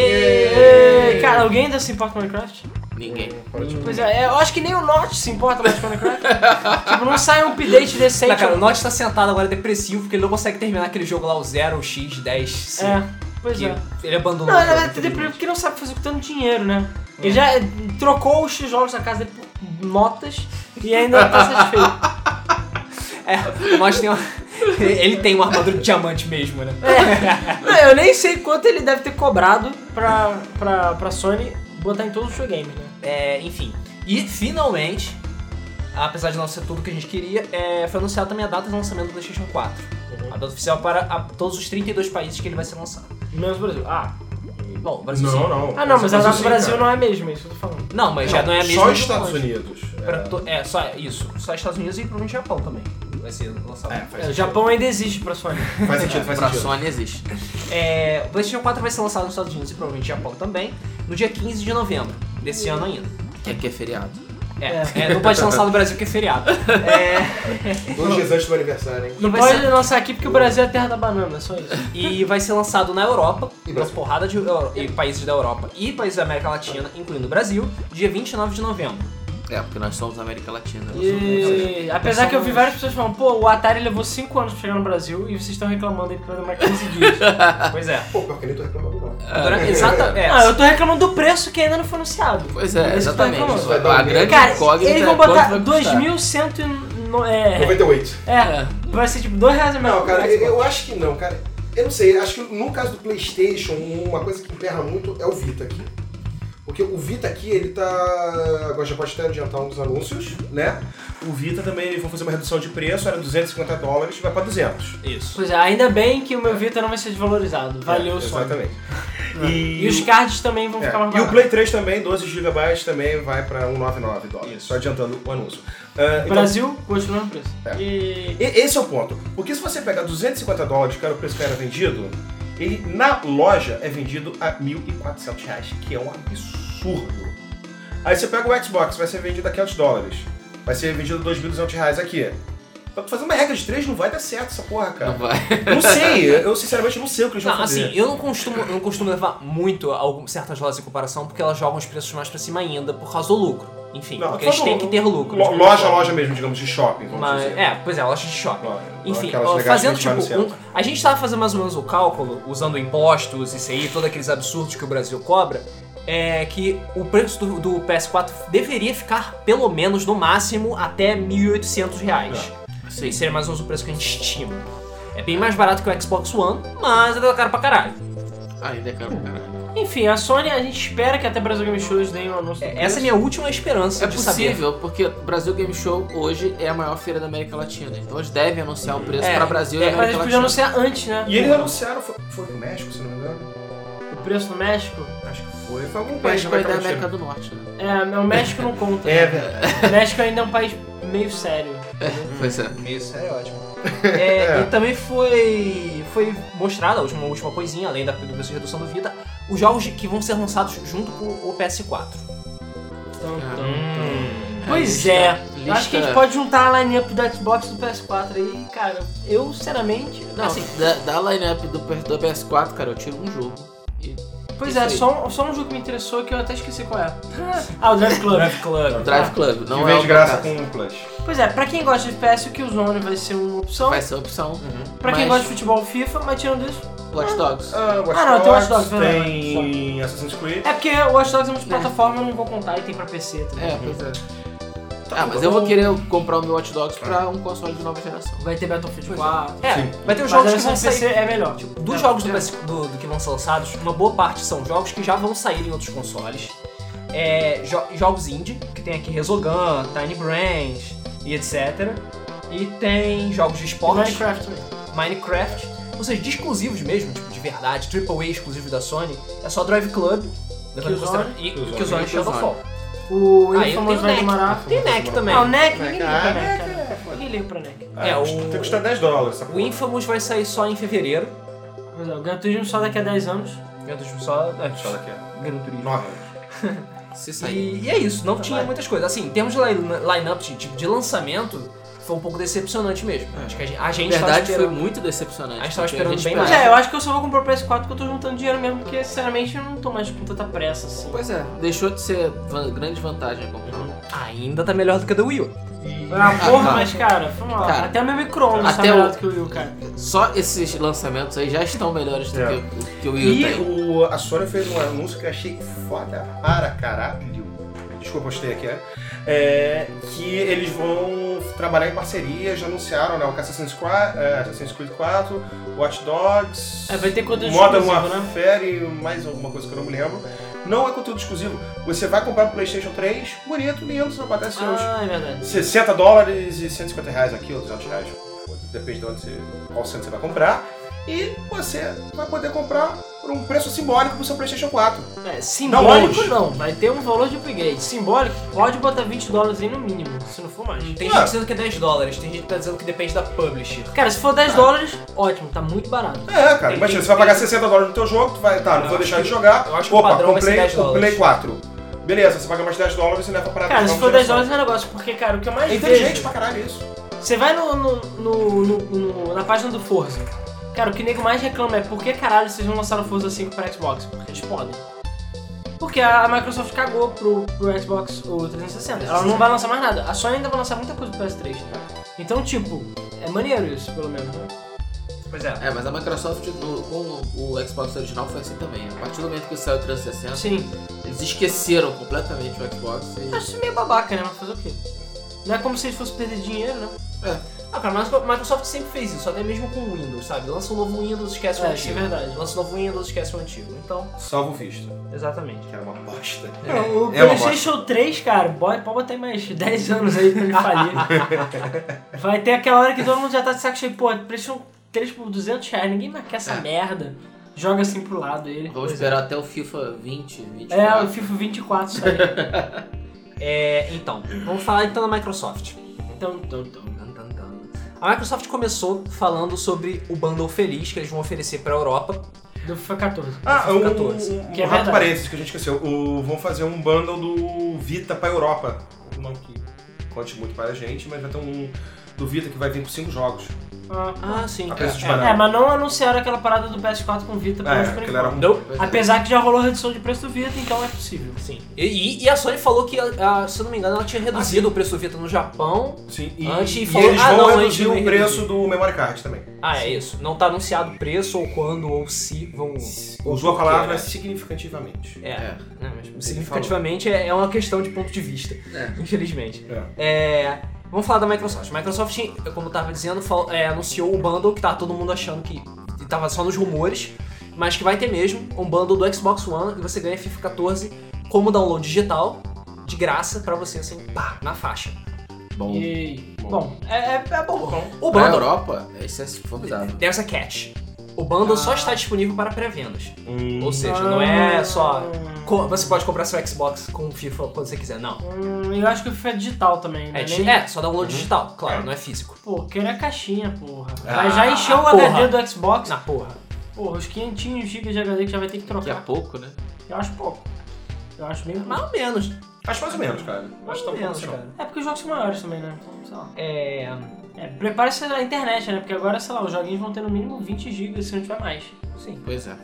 A: Yay!
C: Cara, alguém ainda se importa com Minecraft?
B: Ninguém.
D: Hum,
C: Pois é, eu acho que nem o Notch se importa mais com o Minecraft. tipo, não sai um update decente.
A: Não, cara, o Notch tá sentado agora depressivo porque ele não consegue terminar aquele jogo lá, o 0x10.
C: É, pois
A: que
C: é.
A: Ele abandonou.
C: Não,
A: o
C: ele
A: jogo,
C: é deprimido
A: infelizmente.
C: porque não sabe fazer com tanto dinheiro, né? Ele já trocou os tijolos da casa dele por notas e ainda tá satisfeito.
A: É, o Notch tem uma... *laughs* Ele tem uma armadura de diamante mesmo, né?
D: É.
C: Não, eu nem sei quanto ele deve ter cobrado pra, pra, pra Sony botar em todos os showgames, né?
A: É, enfim. E finalmente, apesar de não ser tudo que a gente queria, é, foi anunciada também a data de lançamento do PlayStation 4.
D: Uhum.
A: A data oficial para a- todos os 32 países que ele vai ser lançado.
C: Menos o Brasil. Ah,
A: Bom, o Brasil
D: Não,
A: sim.
D: não.
C: ah não, mas a
D: Brasil
C: data do
D: sim,
C: Brasil
D: cara.
C: não é mesmo, é isso que eu tô falando.
A: Não, mas já não é a mesma.
D: Só
A: de
D: Estados
A: longe.
D: Unidos.
A: Pra to- É, só isso. Só Estados Unidos e provavelmente Japão também. Vai ser lançado.
D: É, faz
C: É, o
D: sentido.
C: Japão ainda existe pra Sony.
D: É, Faz sentido, faz
B: Pra
D: sentido.
B: Sony existe.
A: É, o PlayStation 4 vai ser lançado nos Estados Unidos e provavelmente no Japão também, no dia 15 de novembro desse ano ainda.
B: Que é que é feriado.
A: É, é, não pode ser lançado no Brasil que é feriado. É,
D: Dois dias antes do aniversário, hein?
C: Não
A: vai
C: pode
A: ser-
C: lançar aqui porque o Brasil é a terra da banana, é só isso.
A: e vai ser lançado na Europa,
D: E
A: uma
D: Brasil.
A: porrada de euro- e países da Europa e países da América Latina, incluindo o Brasil, dia 29 de novembro.
B: É, porque nós somos América Latina. nós somos-
C: E apesar que eu vi várias pessoas falando, pô, o Atari levou 5 anos pra chegar no Brasil e vocês estão reclamando aí que vai demorar 15 *laughs* dias.
A: Pois é.
D: Pô, pior que ele tô reclamando não.
A: Agora, exata, é,
C: Ah, eu tô reclamando do preço que ainda não foi anunciado.
B: Pois é,
C: Isso tá
B: exatamente.
C: reclamando.
D: vai dar
B: a
D: um
B: grande
C: Cara,
B: incógnita
C: eles vão
B: é quanto
C: botar
B: vai custar.
C: 2.100 e no- é,
D: 98.
C: é, vai ser tipo 2 reais a menos.
D: Não, cara, eu, eu acho que não, cara. Eu não sei, acho que no caso do PlayStation, uma coisa que emperra muito é o Vita aqui. Porque o Vita aqui, ele tá. Agora já pode até adiantar um dos anúncios, né? O Vita também, eles vão fazer uma redução de preço, era 250 dólares, vai pra 200.
A: isso.
C: Pois é, ainda bem que o meu Vita não vai ser desvalorizado. Valeu,
D: é,
C: Sony. *laughs*
D: Exatamente.
C: E os cards também vão
D: É,
C: ficar mais
D: E o
C: baratos.
D: Play 3 também, 12 GB também vai pra 199 dólares. Só adiantando o anúncio. Ah, então,
C: Brasil continua no preço.
D: É.
C: E...
D: e- esse é o ponto. Porque se você pegar 250 dólares, que era o preço que era vendido, ele na loja é vendido a 1.400 reais, que é um absurdo. Aí você pega o Xbox, vai ser vendido a 500 dólares. Vai ser vendido a 2.200 reais aqui. Então, tu fazer uma regra de 3 não vai dar certo essa porra,
B: Não
D: cara.
B: vai.
D: Não sei, eu sinceramente não sei o que eles vão
A: Não, assim,
D: fazer.
A: eu não costumo, eu não costumo levar muito algum, certas lojas em comparação porque elas jogam os preços mais pra cima ainda por causa do lucro. Enfim,
D: Não,
A: porque
D: eu
A: eles
D: falo-
A: têm que ter lucro.
D: Lo- Loja a loja mesmo, digamos, de shopping, vamos
A: Mas,
D: dizer.
A: é, pois é, loja de shopping.
D: Loja,
A: Enfim,
D: aquelas
A: ó,
D: legais que a
A: fazendo
D: gente vai
A: tipo.
D: no centro.
A: um- a gente tava fazendo mais ou menos o cálculo, usando impostos, isso aí, todos aqueles absurdos que o Brasil cobra. É que o preço do, do PS4 deveria ficar, pelo menos, no máximo, até 1.800 reais.
D: É.
B: Sim.
A: Seria mais ou menos o preço que a gente estima. É bem mais barato que o Xbox One, mas ainda é caro pra caralho.
B: Ainda é caro pra caralho.
C: Enfim, a Sony, a gente espera que até Brasil Game Shows deem um anúncio. do
A: É,
C: preço.
A: Essa é a minha última esperança
B: É
A: de saber.
B: possível, porque o Brasil Game Show hoje é a maior feira da América Latina. Então eles devem anunciar o preço
A: É,
B: pra Brasil e
C: É, mas
B: América
C: eles podiam
B: Latina.
C: anunciar antes, né?
D: E eles anunciaram, foi, foi no México, se não me engano?
C: O preço no México?
D: Acho que foi. Foi algum país
B: Mas
D: da
B: vai da
D: América
B: América
D: Latina.
B: do Norte, né?
C: É, o México não conta. né?
D: É, velho.
C: O México ainda é um país meio sério. Hum.
B: Pois é.
A: Isso é ótimo. *laughs* É, E também foi, foi mostrada a última, última coisinha, além da do preço de redução do Vita, os jogos de- que vão ser lançados junto com o PS4.
C: Então,
B: Ah.
C: então.
B: É,
C: Pois
B: lista-
C: é.
B: lista-
C: Eu acho que a gente pode juntar a line-up do Xbox e do PS4 aí, cara. Eu, sinceramente.
B: Não,
C: assim,
B: da, da lineup do, P- do PS4, cara, eu tiro um jogo. E
C: Pois
B: isso
C: é,
B: aí.
C: só, um- só um jogo que me interessou que eu até esqueci qual é. *laughs* Ah, o Drive Club. Ah.
A: Club.
B: Drive Club, não
D: que
B: é
D: vem
B: o
D: de graça
B: Dreamcast.
D: com um plus.
C: Pois é, pra quem gosta de FPS, o Killzone vai ser uma opção.
B: Vai ser a opção.
C: Pra quem
B: Então, Uhum. mas-
C: gosta de futebol, FIFA, mas tirando isso.
B: Watch Dogs.
D: Ah, Watch
C: Ah, não, tem Watch Dogs, verdade,
D: Tem Assassin's Creed.
C: É porque o Watch Dogs é multiplataforma, eu não vou contar, e tem pra PC também.
B: É, pois é. Ah, mas eu vou querer comprar o meu Watch Dogs pra um console de nova geração.
C: Vai ter Battlefield 4.
A: É,
D: Sim.
A: vai ter
C: Os
A: os
C: jogos
A: jogos
C: mas
A: que
C: a versão
A: vão sair.
C: PC é melhor.
A: Dos jogos do, PS, do, do que vão ser lançados, uma boa parte são jogos que já vão sair em outros consoles. É, jo- jogos indie, que tem aqui Resogun, Tiny Brains e etc. E tem jogos de
C: E
A: esporte.
C: Minecraft também.
A: Ah, Minecraft, ou seja, de exclusivos mesmo, tipo, de verdade, AAA exclusivos da Sony, é só Drive Club, levando em
C: Killzone.
A: consideração- e
D: Killzone.
A: Killzone e Shadowfall.
C: O
A: Ah, e tem
C: Infamous
A: o
C: vai
A: Neck.
C: demorar.
A: Tem NEC também.
C: Ah, o Neck,
B: É
C: ninguém liga pra
D: Ah,
C: Neck, cara. Ninguém liga pra Neck.
D: Ah,
A: É, o-
D: custa- Tem que custar 10 dólares, essa
A: O Infamous vai sair só em fevereiro.
C: Pois é, o Gran Turismo só daqui a 10 anos.
A: Meu Deus, só... É,
D: Só daqui.
A: Gran Turismo.
D: 9.
B: Se sair.
A: E, e é isso, não tinha muitas coisas. Assim, em termos de line- line-up, de, tipo, de lançamento, foi um pouco decepcionante mesmo.
B: É.
A: Acho que a gente, a
B: Na
A: gente tava
B: verdade, foi
A: esperando-
B: muito decepcionante.
A: A gente tava
B: porque
A: esperando bem
C: Mas
A: mais.
C: é, eu acho que eu só vou comprar o PS4 porque eu tô juntando dinheiro mesmo, porque sinceramente eu não tô mais com tanta pressa assim.
B: Pois é, deixou de ser van- grande vantagem a comprar. um.
A: Ainda tá melhor do que a do Wii U.
C: Ah, porra,
B: tá.
C: mas cara, vamos lá.
B: Cara,
C: até o meu micro-ondas tá
B: até
C: melhor
B: o-
C: do que o Wii U, cara.
B: Só esses lançamentos aí já estão melhores do
D: É.
B: que, o- que o Wii U
D: E
B: tem.
D: o- a Sony fez um anúncio que eu achei foda para caralho. Desculpa, eu postei aqui, é. É, que eles vão trabalhar em parceria, já anunciaram, né? O Assassin's Creed, é, Assassin's Creed 4, Watch Dogs,
C: É, vai ter conteúdo
D: Modern
C: exclusivo, né?
D: Warfare e mais alguma coisa que eu não me lembro. Não é conteúdo exclusivo. Você vai comprar pro PlayStation 3, bonito, lindo, você vai pagar seus
C: Ah, é verdade.
D: 60 dólares e 150 reais aqui, ou 200 reais, foda-se, depende de onde você, qual centro você vai comprar. E você vai poder comprar por um preço simbólico pro seu PlayStation 4.
C: É, simbólico
D: hoje.
C: não, vai ter um valor de upgrade. Simbólico, pode botar 20 dólares aí no mínimo, se não for mais.
A: Tem
D: Ah.
A: gente dizendo que é 10 dólares, tem gente que tá dizendo que depende da publisher.
C: Cara, se for 10 dólares, ótimo, tá muito barato.
D: É, cara,
A: Tem-
D: imagina,
A: tem-
D: você vai pagar 60 dólares no teu jogo, tu vai, tá,
A: Eu
D: não vou
A: acho
D: deixar
A: que-
D: de jogar.
A: eu acho que o
D: Opa,
A: padrão vai ser
D: comprei
A: 10
D: o Play
A: dólares.
D: 4. Beleza, você paga mais 10 dólares e leva pra
C: Cara, se
D: próxima
C: for 10
D: geração.
C: dólares é um negócio, porque, cara, o que eu mais
D: É inteligente
C: vejo...
D: pra caralho isso.
C: Você vai no, no- no- no- no- na página do Forza. Cara, o que o nego mais reclama é por que caralho vocês não lançaram o Forza 5 pra Xbox? Porque eles podem. Porque a a Microsoft cagou pro, pro Xbox o 360. Ela não vai lançar mais nada. A Sony ainda vai lançar muita coisa pro PS3. Então, tipo, é maneiro isso, pelo menos. né?
A: Pois é.
B: É, mas a Microsoft do- com o Xbox original foi assim também. A partir do momento que saiu o 360,
C: Sim.
B: eles esqueceram completamente o Xbox
C: Eu
B: e...
C: acho isso meio babaca, né? Mas fazer o quê? Não é como se eles fossem perder dinheiro, né?
A: Ah, cara, mas a Microsoft sempre fez isso, até mesmo com o Windows, sabe? Lança um novo Windows, esquece o
C: É, isso é
A: antigo.
C: verdade.
A: Lança um novo Windows, esquece o antigo. Então,
D: Salvo o visto.
A: exatamente.
D: Que era uma bosta.
C: Não, o
D: É uma
C: PlayStation 3, cara, bora- pode botar aí mais 10 anos aí pra ele
D: *laughs*
C: falir. Vai ter aquela hora que todo mundo já tá de saco cheio. Pô, PlayStation 3 por 200 reais, ninguém mais quer essa
B: É.
C: merda. Joga assim pro lado ele.
B: Vamos esperar até o FIFA 20, 24.
C: É, o FIFA 24 sai.
A: É, então, vamos falar então da Microsoft.
C: então, então, então.
A: A Microsoft começou falando sobre o bundle feliz que eles vão oferecer pra Europa.
C: Do FIFA 14.
D: Ah, um,
A: 14,
D: um, um,
C: que é
D: rápido
C: verdade.
D: parênteses que a gente esqueceu. O, vão fazer um bundle do Vita pra Europa. Um nome que conte muito para a gente, mas vai ter um do Vita que vai vir com cinco jogos.
C: Ah.
A: Ah, sim.
D: A preço de
C: É,
D: banana.
C: mas não anunciaram aquela parada do PS4 com
A: Tá
C: Vita pra
D: É,
C: nós por
D: aquilo era
C: enquanto.
A: Não.
B: Pois é.
C: Apesar que já rolou redução de preço do Vita, então é possível.
A: Sim. E, e- e a Sony falou que, a- a- se eu não me engano, ela tinha reduzido o preço do Vita no Japão.
D: Sim, e,
A: Antes
D: e
A: falou-
D: eles
A: ah,
D: vão
A: não, antes
D: reduzir
A: não
D: o
A: ia
D: preço
A: reduzir.
D: do memory card também.
A: Ah, é isso. Não tá anunciado o preço, ou quando, ou se vão.
D: Usou a
B: porque,
D: palavra
B: né?
D: significativamente.
A: É.
B: É.
A: Não, mas significativamente é é uma questão de ponto de vista, *laughs*
B: É.
A: infelizmente.
D: É.
A: É, vamos falar da Microsoft. Microsoft, como eu tava dizendo, fal- é, anunciou um bundle que tá todo mundo achando que que tava só nos rumores, mas que vai ter mesmo um bundle do Xbox One e você ganha FIFA 14 como download digital, de graça, pra você assim, pá, na faixa.
B: Bom,
C: E.
D: Bom.
C: Bom, é, é, é bom.
A: O
B: pra
A: bundle,
B: Europa, isso é formidável.
A: there's a catch. O bundle só
B: Ah.
A: está disponível para pré-vendas.
D: Hum,
A: Ou seja, não
C: Ah.
A: é só. co- Você pode comprar seu Xbox com FIFA quando você quiser, não.
C: Hum, eu acho que o FIFA é digital também, né?
A: É,
C: Nem-
A: di- é, só download
D: Uhum.
A: digital, claro,
D: É.
A: não é físico.
C: Pô, quero a caixinha, porra.
D: Ah,
C: Mas já encheu o
A: porra.
C: HD do Xbox.
A: Na porra.
C: Porra, os 500 GB de HD que já vai ter um que
B: Daqui a
C: trocar.
B: pouco, né?
C: Eu acho pouco. Eu acho bem
A: Mais
C: pouco.
A: ou menos.
D: Acho mais ou menos, cara.
A: Mais
D: Acho
A: ou
D: tão assim,
A: menos,
D: pouco,
A: cara.
C: É porque os jogos são maiores também, né? Então, sei lá.
A: É.
C: É, prepare-se na internet, né? Porque agora, sei lá, os joguinhos vão ter no mínimo 20 GB, se não tiver mais.
A: Sim.
B: Pois é.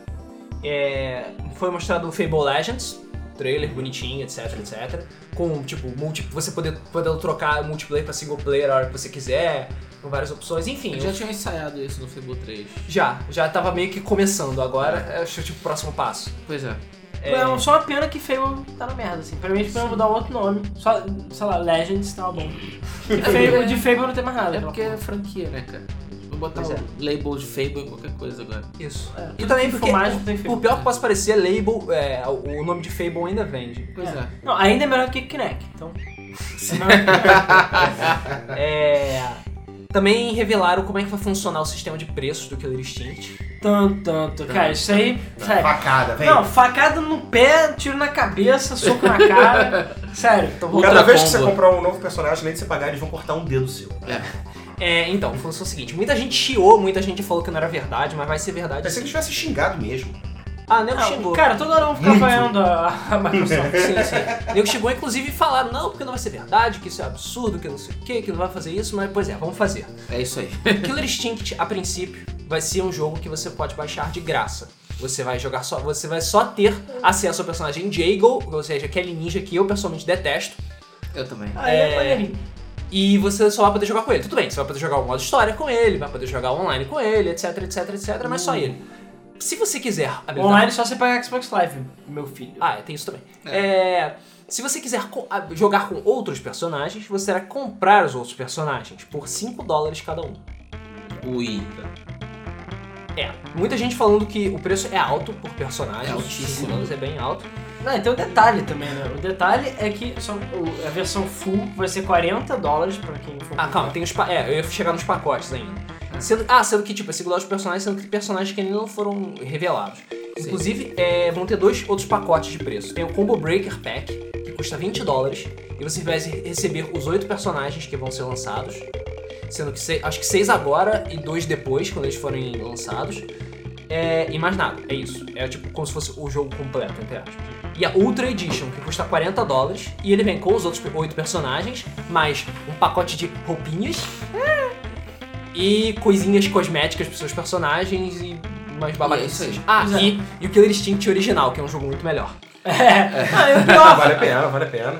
A: É, foi mostrado o Fable Legends, trailer bonitinho, etc, etc. Com, tipo, multi, você poder, poder trocar multiplayer pra single player a hora que você quiser, com várias opções, enfim.
C: um
B: Eu já tinha ensaiado isso no Fable 3.
A: já, já tava meio que começando, agora é, acho tipo o próximo passo.
B: Pois é.
A: É,
C: É só uma pena que Fable tá na merda, assim. Pra mim, eles podiam mudar outro nome. Só, sei lá, Legends tava bom. De Fable, de Fable não tem mais nada.
B: É
C: aquela
B: porque é franquia, né, cara? Vou botar
A: Pois é.
B: um label de Fable em qualquer coisa agora.
A: isso.
C: porra. É,
A: E
C: tudo
A: também
C: que for
A: porque,
C: mágico tem Fable.
A: por pior que possa parecer, Label, é, o nome de Fable ainda vende.
B: Pois
C: É.
B: é.
C: Não, ainda é melhor que Kinect, então. É melhor que Kinect.
A: É, também revelaram como é que vai funcionar o sistema de preços do Killer Instinct.
C: Tanto, tanto. Cara, isso aí.
A: É.
D: Cara.
C: Sério.
D: Tá Facada, velho.
C: Não, facada no pé, tiro na cabeça, soco na cara. Sério, então vou.
B: Outra
D: Cada vez que
B: combo.
D: você comprar um novo personagem, além de você pagar, eles vão cortar um dedo seu.
B: É.
A: É, então, funciona o seguinte: muita gente chiou, muita gente falou que não era verdade, mas vai ser verdade.
D: Pensei que ele tivesse xingado mesmo.
A: Ah, nem
C: Não,
A: xingou.
C: Cara, toda hora vão ficar
D: Muito.
C: vaiando a, a Microsoft.
A: *laughs* Sim, sim. Nego chegou, inclusive, e falaram, não, porque não vai ser verdade, que isso é absurdo, que não sei o que, que não vai fazer isso, mas pois é, vamos fazer.
B: É isso aí. *laughs*
A: Killer Instinct, a princípio, vai ser um jogo que você pode baixar de graça. Você vai jogar só, você vai só ter acesso ao personagem Jago, ou seja, aquele ninja que eu pessoalmente detesto,
B: Eu também.
C: Aí é maneirinho.
A: e você só vai poder jogar com ele. Tudo bem, você vai poder jogar o modo história com ele, vai poder jogar online com ele, etc, etc, etc, mas só ele. Se você quiser habilitar
C: Online é só você paga Xbox Live, meu filho.
A: Ah, é, tem isso também. É, se você quiser co- a- jogar com outros personagens, você terá que comprar os outros personagens por 5 dólares cada um.
B: Ui.
A: É. Muita gente falando que o preço é alto por personagem.
B: É
A: os
B: altíssimo.
A: 5 dólares é bem alto.
C: Não, e tem um detalhe também, né? O detalhe é que só- o- a versão full vai ser 40 dólares pra quem for.
A: Ah,
C: *laughs*
A: calma, tem os pa É, eu ia chegar nos pacotes ainda. Sendo, ah, sendo que, tipo, é segurar os personagens, sendo que personagens que ainda não foram revelados. Inclusive, é, vão ter dois outros pacotes de preço. Tem o Combo Breaker Pack, que custa 20 dólares, e você vai re- receber os oito personagens que vão ser lançados. Sendo que sei- acho que seis agora e dois depois, quando eles forem lançados. É, e mais nada, é isso. É tipo como se fosse o jogo completo, entre aspas. E a Ultra Edition, que custa 40 dólares, e ele vem com os outros oito personagens, mais um pacote de roupinhas
B: É.
A: e coisinhas cosméticas pros seus personagens e umas
B: E é
A: babaquices.
B: isso aí.
A: ah,
C: Pois é.
A: e, e o Killer Instinct original, que é um jogo muito melhor.
C: Ah, e o pior,
D: Vale a pena, vale a pena.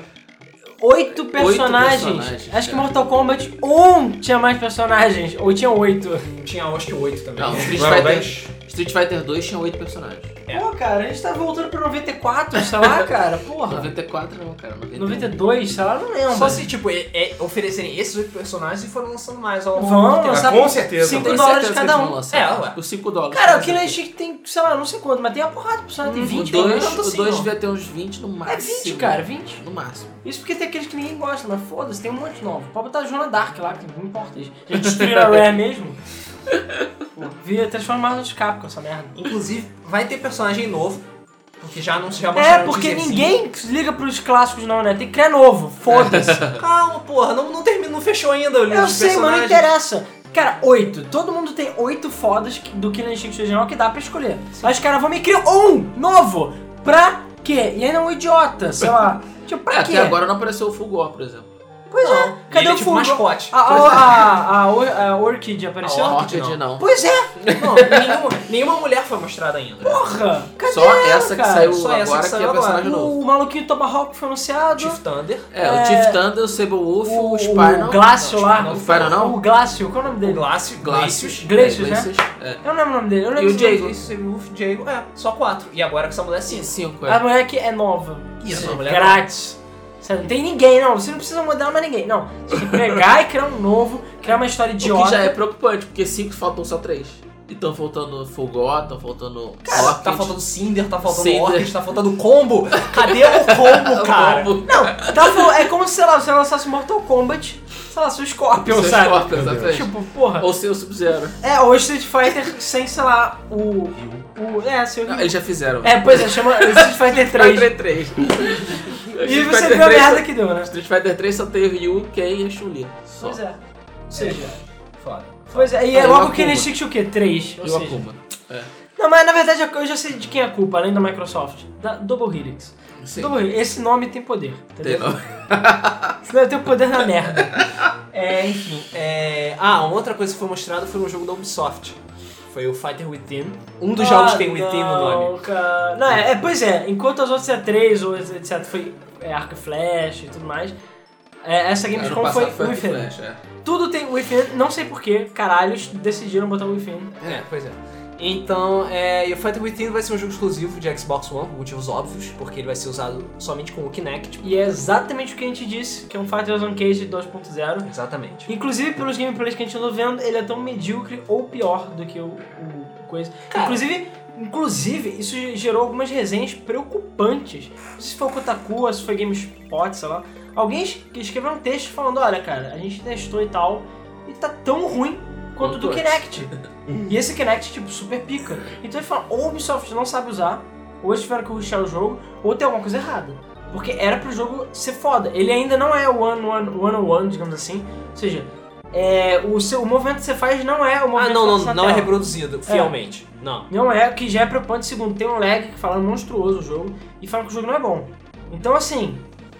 C: oito personagens.
B: personagens,
C: Acho que
B: é.
C: Mortal Kombat 1 tinha mais personagens, ou tinha oito.
A: Tinha acho que oito também.
B: Não, Street
D: Não era
B: Fighter,
D: 10?
B: Street Fighter 2 tinha 8 personagens.
C: Pô, cara, a gente tá voltando pra 94, sei lá, cara, porra.
B: 94 não, cara. 91.
C: 92, sei lá, não lembro.
A: Só se, tipo, é- é oferecerem esses oito personagens e foram lançando mais ao longo
C: Vão
A: do tempo.
C: lançar
D: Ah, com certeza.
C: cinco
B: Tem
D: mano.
C: dólares
B: certeza que
C: cada
B: eles vão
C: um.
B: lançar.
A: É, ué.
B: Os 5 dólares.
C: Cara, o Killer Instinct tem, sei lá, não sei quanto, mas tem a porrada de personagem, tem 20,
B: Uhum. O
C: pelo menos,
B: 2
C: tanto assim, não.
B: devia ter uns 20 no
C: É
B: máximo.
C: 20, cara, 20.
B: No máximo.
C: Isso porque tem aqueles que ninguém gosta, mas foda-se, tem um monte novo. Pode botar a Joana Dark lá, que não importa. Já destruíram a *laughs* Rare mesmo. Pô, Via transformar no escape com essa merda.
A: Inclusive, vai ter personagem novo, porque já não se já
C: É,
A: mostraram
C: porque
A: teaserzinho.
C: ninguém liga pros clássicos não, né? Tem que criar novo, *laughs* foda-se.
A: Calma, porra, não, não termina, não fechou ainda o livro
C: Eu
A: de
C: sei, mas não
A: personagens.
C: interessa. Cara, oito. Todo mundo tem oito fodas que- do Killer Instinct original que dá pra escolher. Mas, cara, vão me criar um novo. Pra quê? E ainda é um idiota, sei
B: *laughs*
C: lá. Tipo,
B: É,
C: pra quê?
B: até agora não apareceu o Fulgor, por exemplo.
C: Pois é.
A: E
C: Cadê
A: ele é
C: o
A: tipo
C: Fulgor?
A: mascote.
C: *laughs* A, a, a, a, Or- a Orchid apareceu?
A: A Or-
B: Orchid
A: não.
B: não.
C: Pois é.
A: Não, nenhuma, nenhuma mulher foi mostrada ainda.
C: Porra. Cadê
B: Só essa que
C: cara?
B: saiu
A: Só essa
B: agora
A: que
B: que,
A: saiu
B: é personagem
A: agora.
B: novo.
C: O maluquinho Tomahawk foi anunciado.
A: Chief Thunder.
B: É, o Chief Thunder, o Sablewolf, o,
C: o,
B: o Spinal.
C: o Glacio
A: Não,
C: lá.
B: o Spinal não?
C: O Glacio, qual é o nome
A: O
C: dele?
A: Glacio,
B: Glacius.
A: Glacius.
C: Glacius, né?
B: né?
C: Eu não lembro o nome dele. Eu lembro
B: E o
C: esse
B: Jago.
C: nome.
A: Isso, Wolf, Jago. É, só quatro. E agora com essa mulher é
B: Sim,
A: cinco.
B: cinco,
C: A
B: é.
C: mulher que é nova.
A: Isso,
C: é,
A: a mulher
C: grátis. Você não tem ninguém, não. Você não precisa mudar mais ninguém. Não. Você tem que pegar e criar um novo, criar uma história
B: O
C: idiota.
B: que já é preocupante, porque cinco faltam só três. E tão faltando Fulgor, tão faltando Orchid.
A: Tá faltando Cinder, tá faltando
B: Cinder.
A: Orchid, tá faltando combo. Cadê o
B: É
C: *laughs*
B: um
A: combo, cara?
B: Não,
C: Tá bom, é como se, sei lá, você lançasse Mortal Kombat, sei lá, seu Scorpion,
B: Seu
C: sabe?
B: Scorpion, exatamente.
C: Tipo, porra.
B: Ou seu Sub-Zero.
C: É, ou Street Fighter sem, sei lá, o. o é, seu.
B: Não, eles já fizeram.
C: É, pois é,
B: *laughs*
C: chama Street Fighter 3.
B: 3.
C: e você viu a merda que deu, né?
B: Street Fighter 3 só tem o Ryu, Ken e a Chun-Li. Só.
C: Pois é. Ou seja.
A: Foda.
C: Pois é, e
B: Ah,
C: é
B: e o
C: logo
B: Akuma.
C: que ele estica o quê? 3. Ou
B: E o
C: seja,
B: Akuma.
C: Não, mas na verdade eu já sei de quem é a culpa, além da Microsoft. Da Double Helix.
B: Sim.
C: Double Helix, esse nome tem poder,
B: Tem
C: entendeu?
B: não.
C: Senão eu tenho poder na merda.
A: É, enfim. é, Ah, uma outra coisa que foi mostrada foi um jogo da Ubisoft. Foi o Fighter Within. Um dos jogos tem Within no nome.
C: Ah, Não, cara. Não, é, é, pois é, enquanto as outras é 3 ou etc, foi é, Arco e Flash e tudo mais. é, essa
B: Ano
C: Gamescom foi
B: passado
C: o
B: foi
C: Within.
B: Flash, é.
C: Tudo tem Within, não sei porquê, caralhos, decidiram botar o Within.
A: É, pois é. Então, é, e o Fighter Within vai ser um jogo exclusivo de Xbox One, por motivos óbvios, porque ele vai ser usado somente com o Kinect.
C: E é exatamente o que a gente disse, que é um Fighters on Case 2.0.
A: Exatamente.
C: Inclusive, pelos gameplays que a gente andou vendo, ele é tão medíocre ou pior do que o, o coisa.
A: Cara.
C: Inclusive, inclusive, isso gerou algumas resenhas preocupantes. Se foi o Kotaku, se foi GameSpot, sei lá. Alguém es- que escreveu um texto falando, olha, cara, a gente testou e tal, e tá tão ruim quanto o do
B: Quanto
C: Kinect. e esse Kinect, tipo, super pica. Então ele fala, ou o Ubisoft não sabe usar, ou eles tiveram que rushar o jogo, ou tem alguma coisa errada. Porque era pro jogo ser foda. Ele ainda não é o one, one, one on one, digamos assim. Ou seja, é, o, seu, o movimento que você faz não é o
A: Ah,
C: movimento
A: não,
C: que
A: não,
C: você faz na
A: não é
C: tela.
A: reproduzido, fielmente. Não.
C: Não é, o que já é preocupante. Segundo, tem um lag que fala monstruoso o jogo e fala que o jogo não é bom. Então, assim,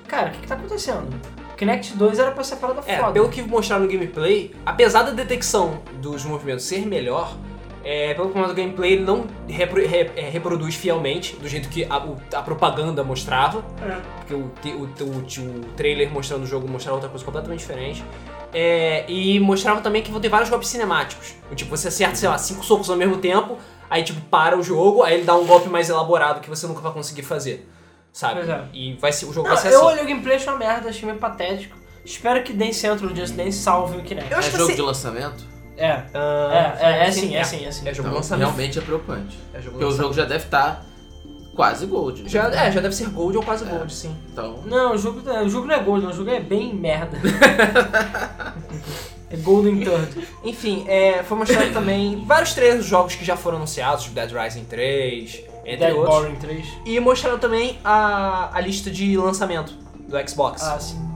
C: cara, o que, que tá acontecendo? O Kinect 2 era pra ser a parada
A: É,
C: foda.
A: pelo que mostraram no gameplay, apesar da detecção dos movimentos ser melhor, é, pelo que mostra o gameplay, ele não repro- re- é, reproduz fielmente, do jeito que a, o- a propaganda mostrava.
C: É.
A: Porque o, te- o, te- o, te- o trailer mostrando o jogo mostrava outra coisa completamente diferente. É, e mostrava também que vão ter vários golpes cinemáticos. Tipo, você acerta, sei lá, cinco socos ao mesmo tempo, aí tipo, para o jogo, aí ele dá um golpe mais elaborado que você nunca vai conseguir fazer. Sabe?
C: Pois é.
A: E vai ser, o jogo
C: Não,
A: vai ser
C: eu
A: assim.
C: olhei o gameplay, achei uma merda, achei meio patético. Espero que Dance Central Just Dance salve o Kinect.
A: Eu acho
B: é
A: que
B: jogo
A: você-
B: de lançamento?
C: É,
A: Ah,
C: é, é, é assim, é assim, é assim.
A: É jogo
B: Então,
A: lançamento.
B: realmente é preocupante.
A: É jogo
B: Porque o
A: lançamento.
B: jogo já deve estar quase gold. né?
A: Já, é, já deve ser gold ou quase gold, sim.
B: Então,
C: Não, o jogo, o jogo não é gold, não, o jogo é bem merda. *laughs* é Golden Turd.
A: Enfim, é, foi mostrado também vários trailers dos jogos que já foram anunciados, tipo Dead Rising 3, entre
C: Dead
A: outros.
C: Boring 3.
A: E mostraram também a, a lista de lançamento do Xbox.
C: Ah, sim.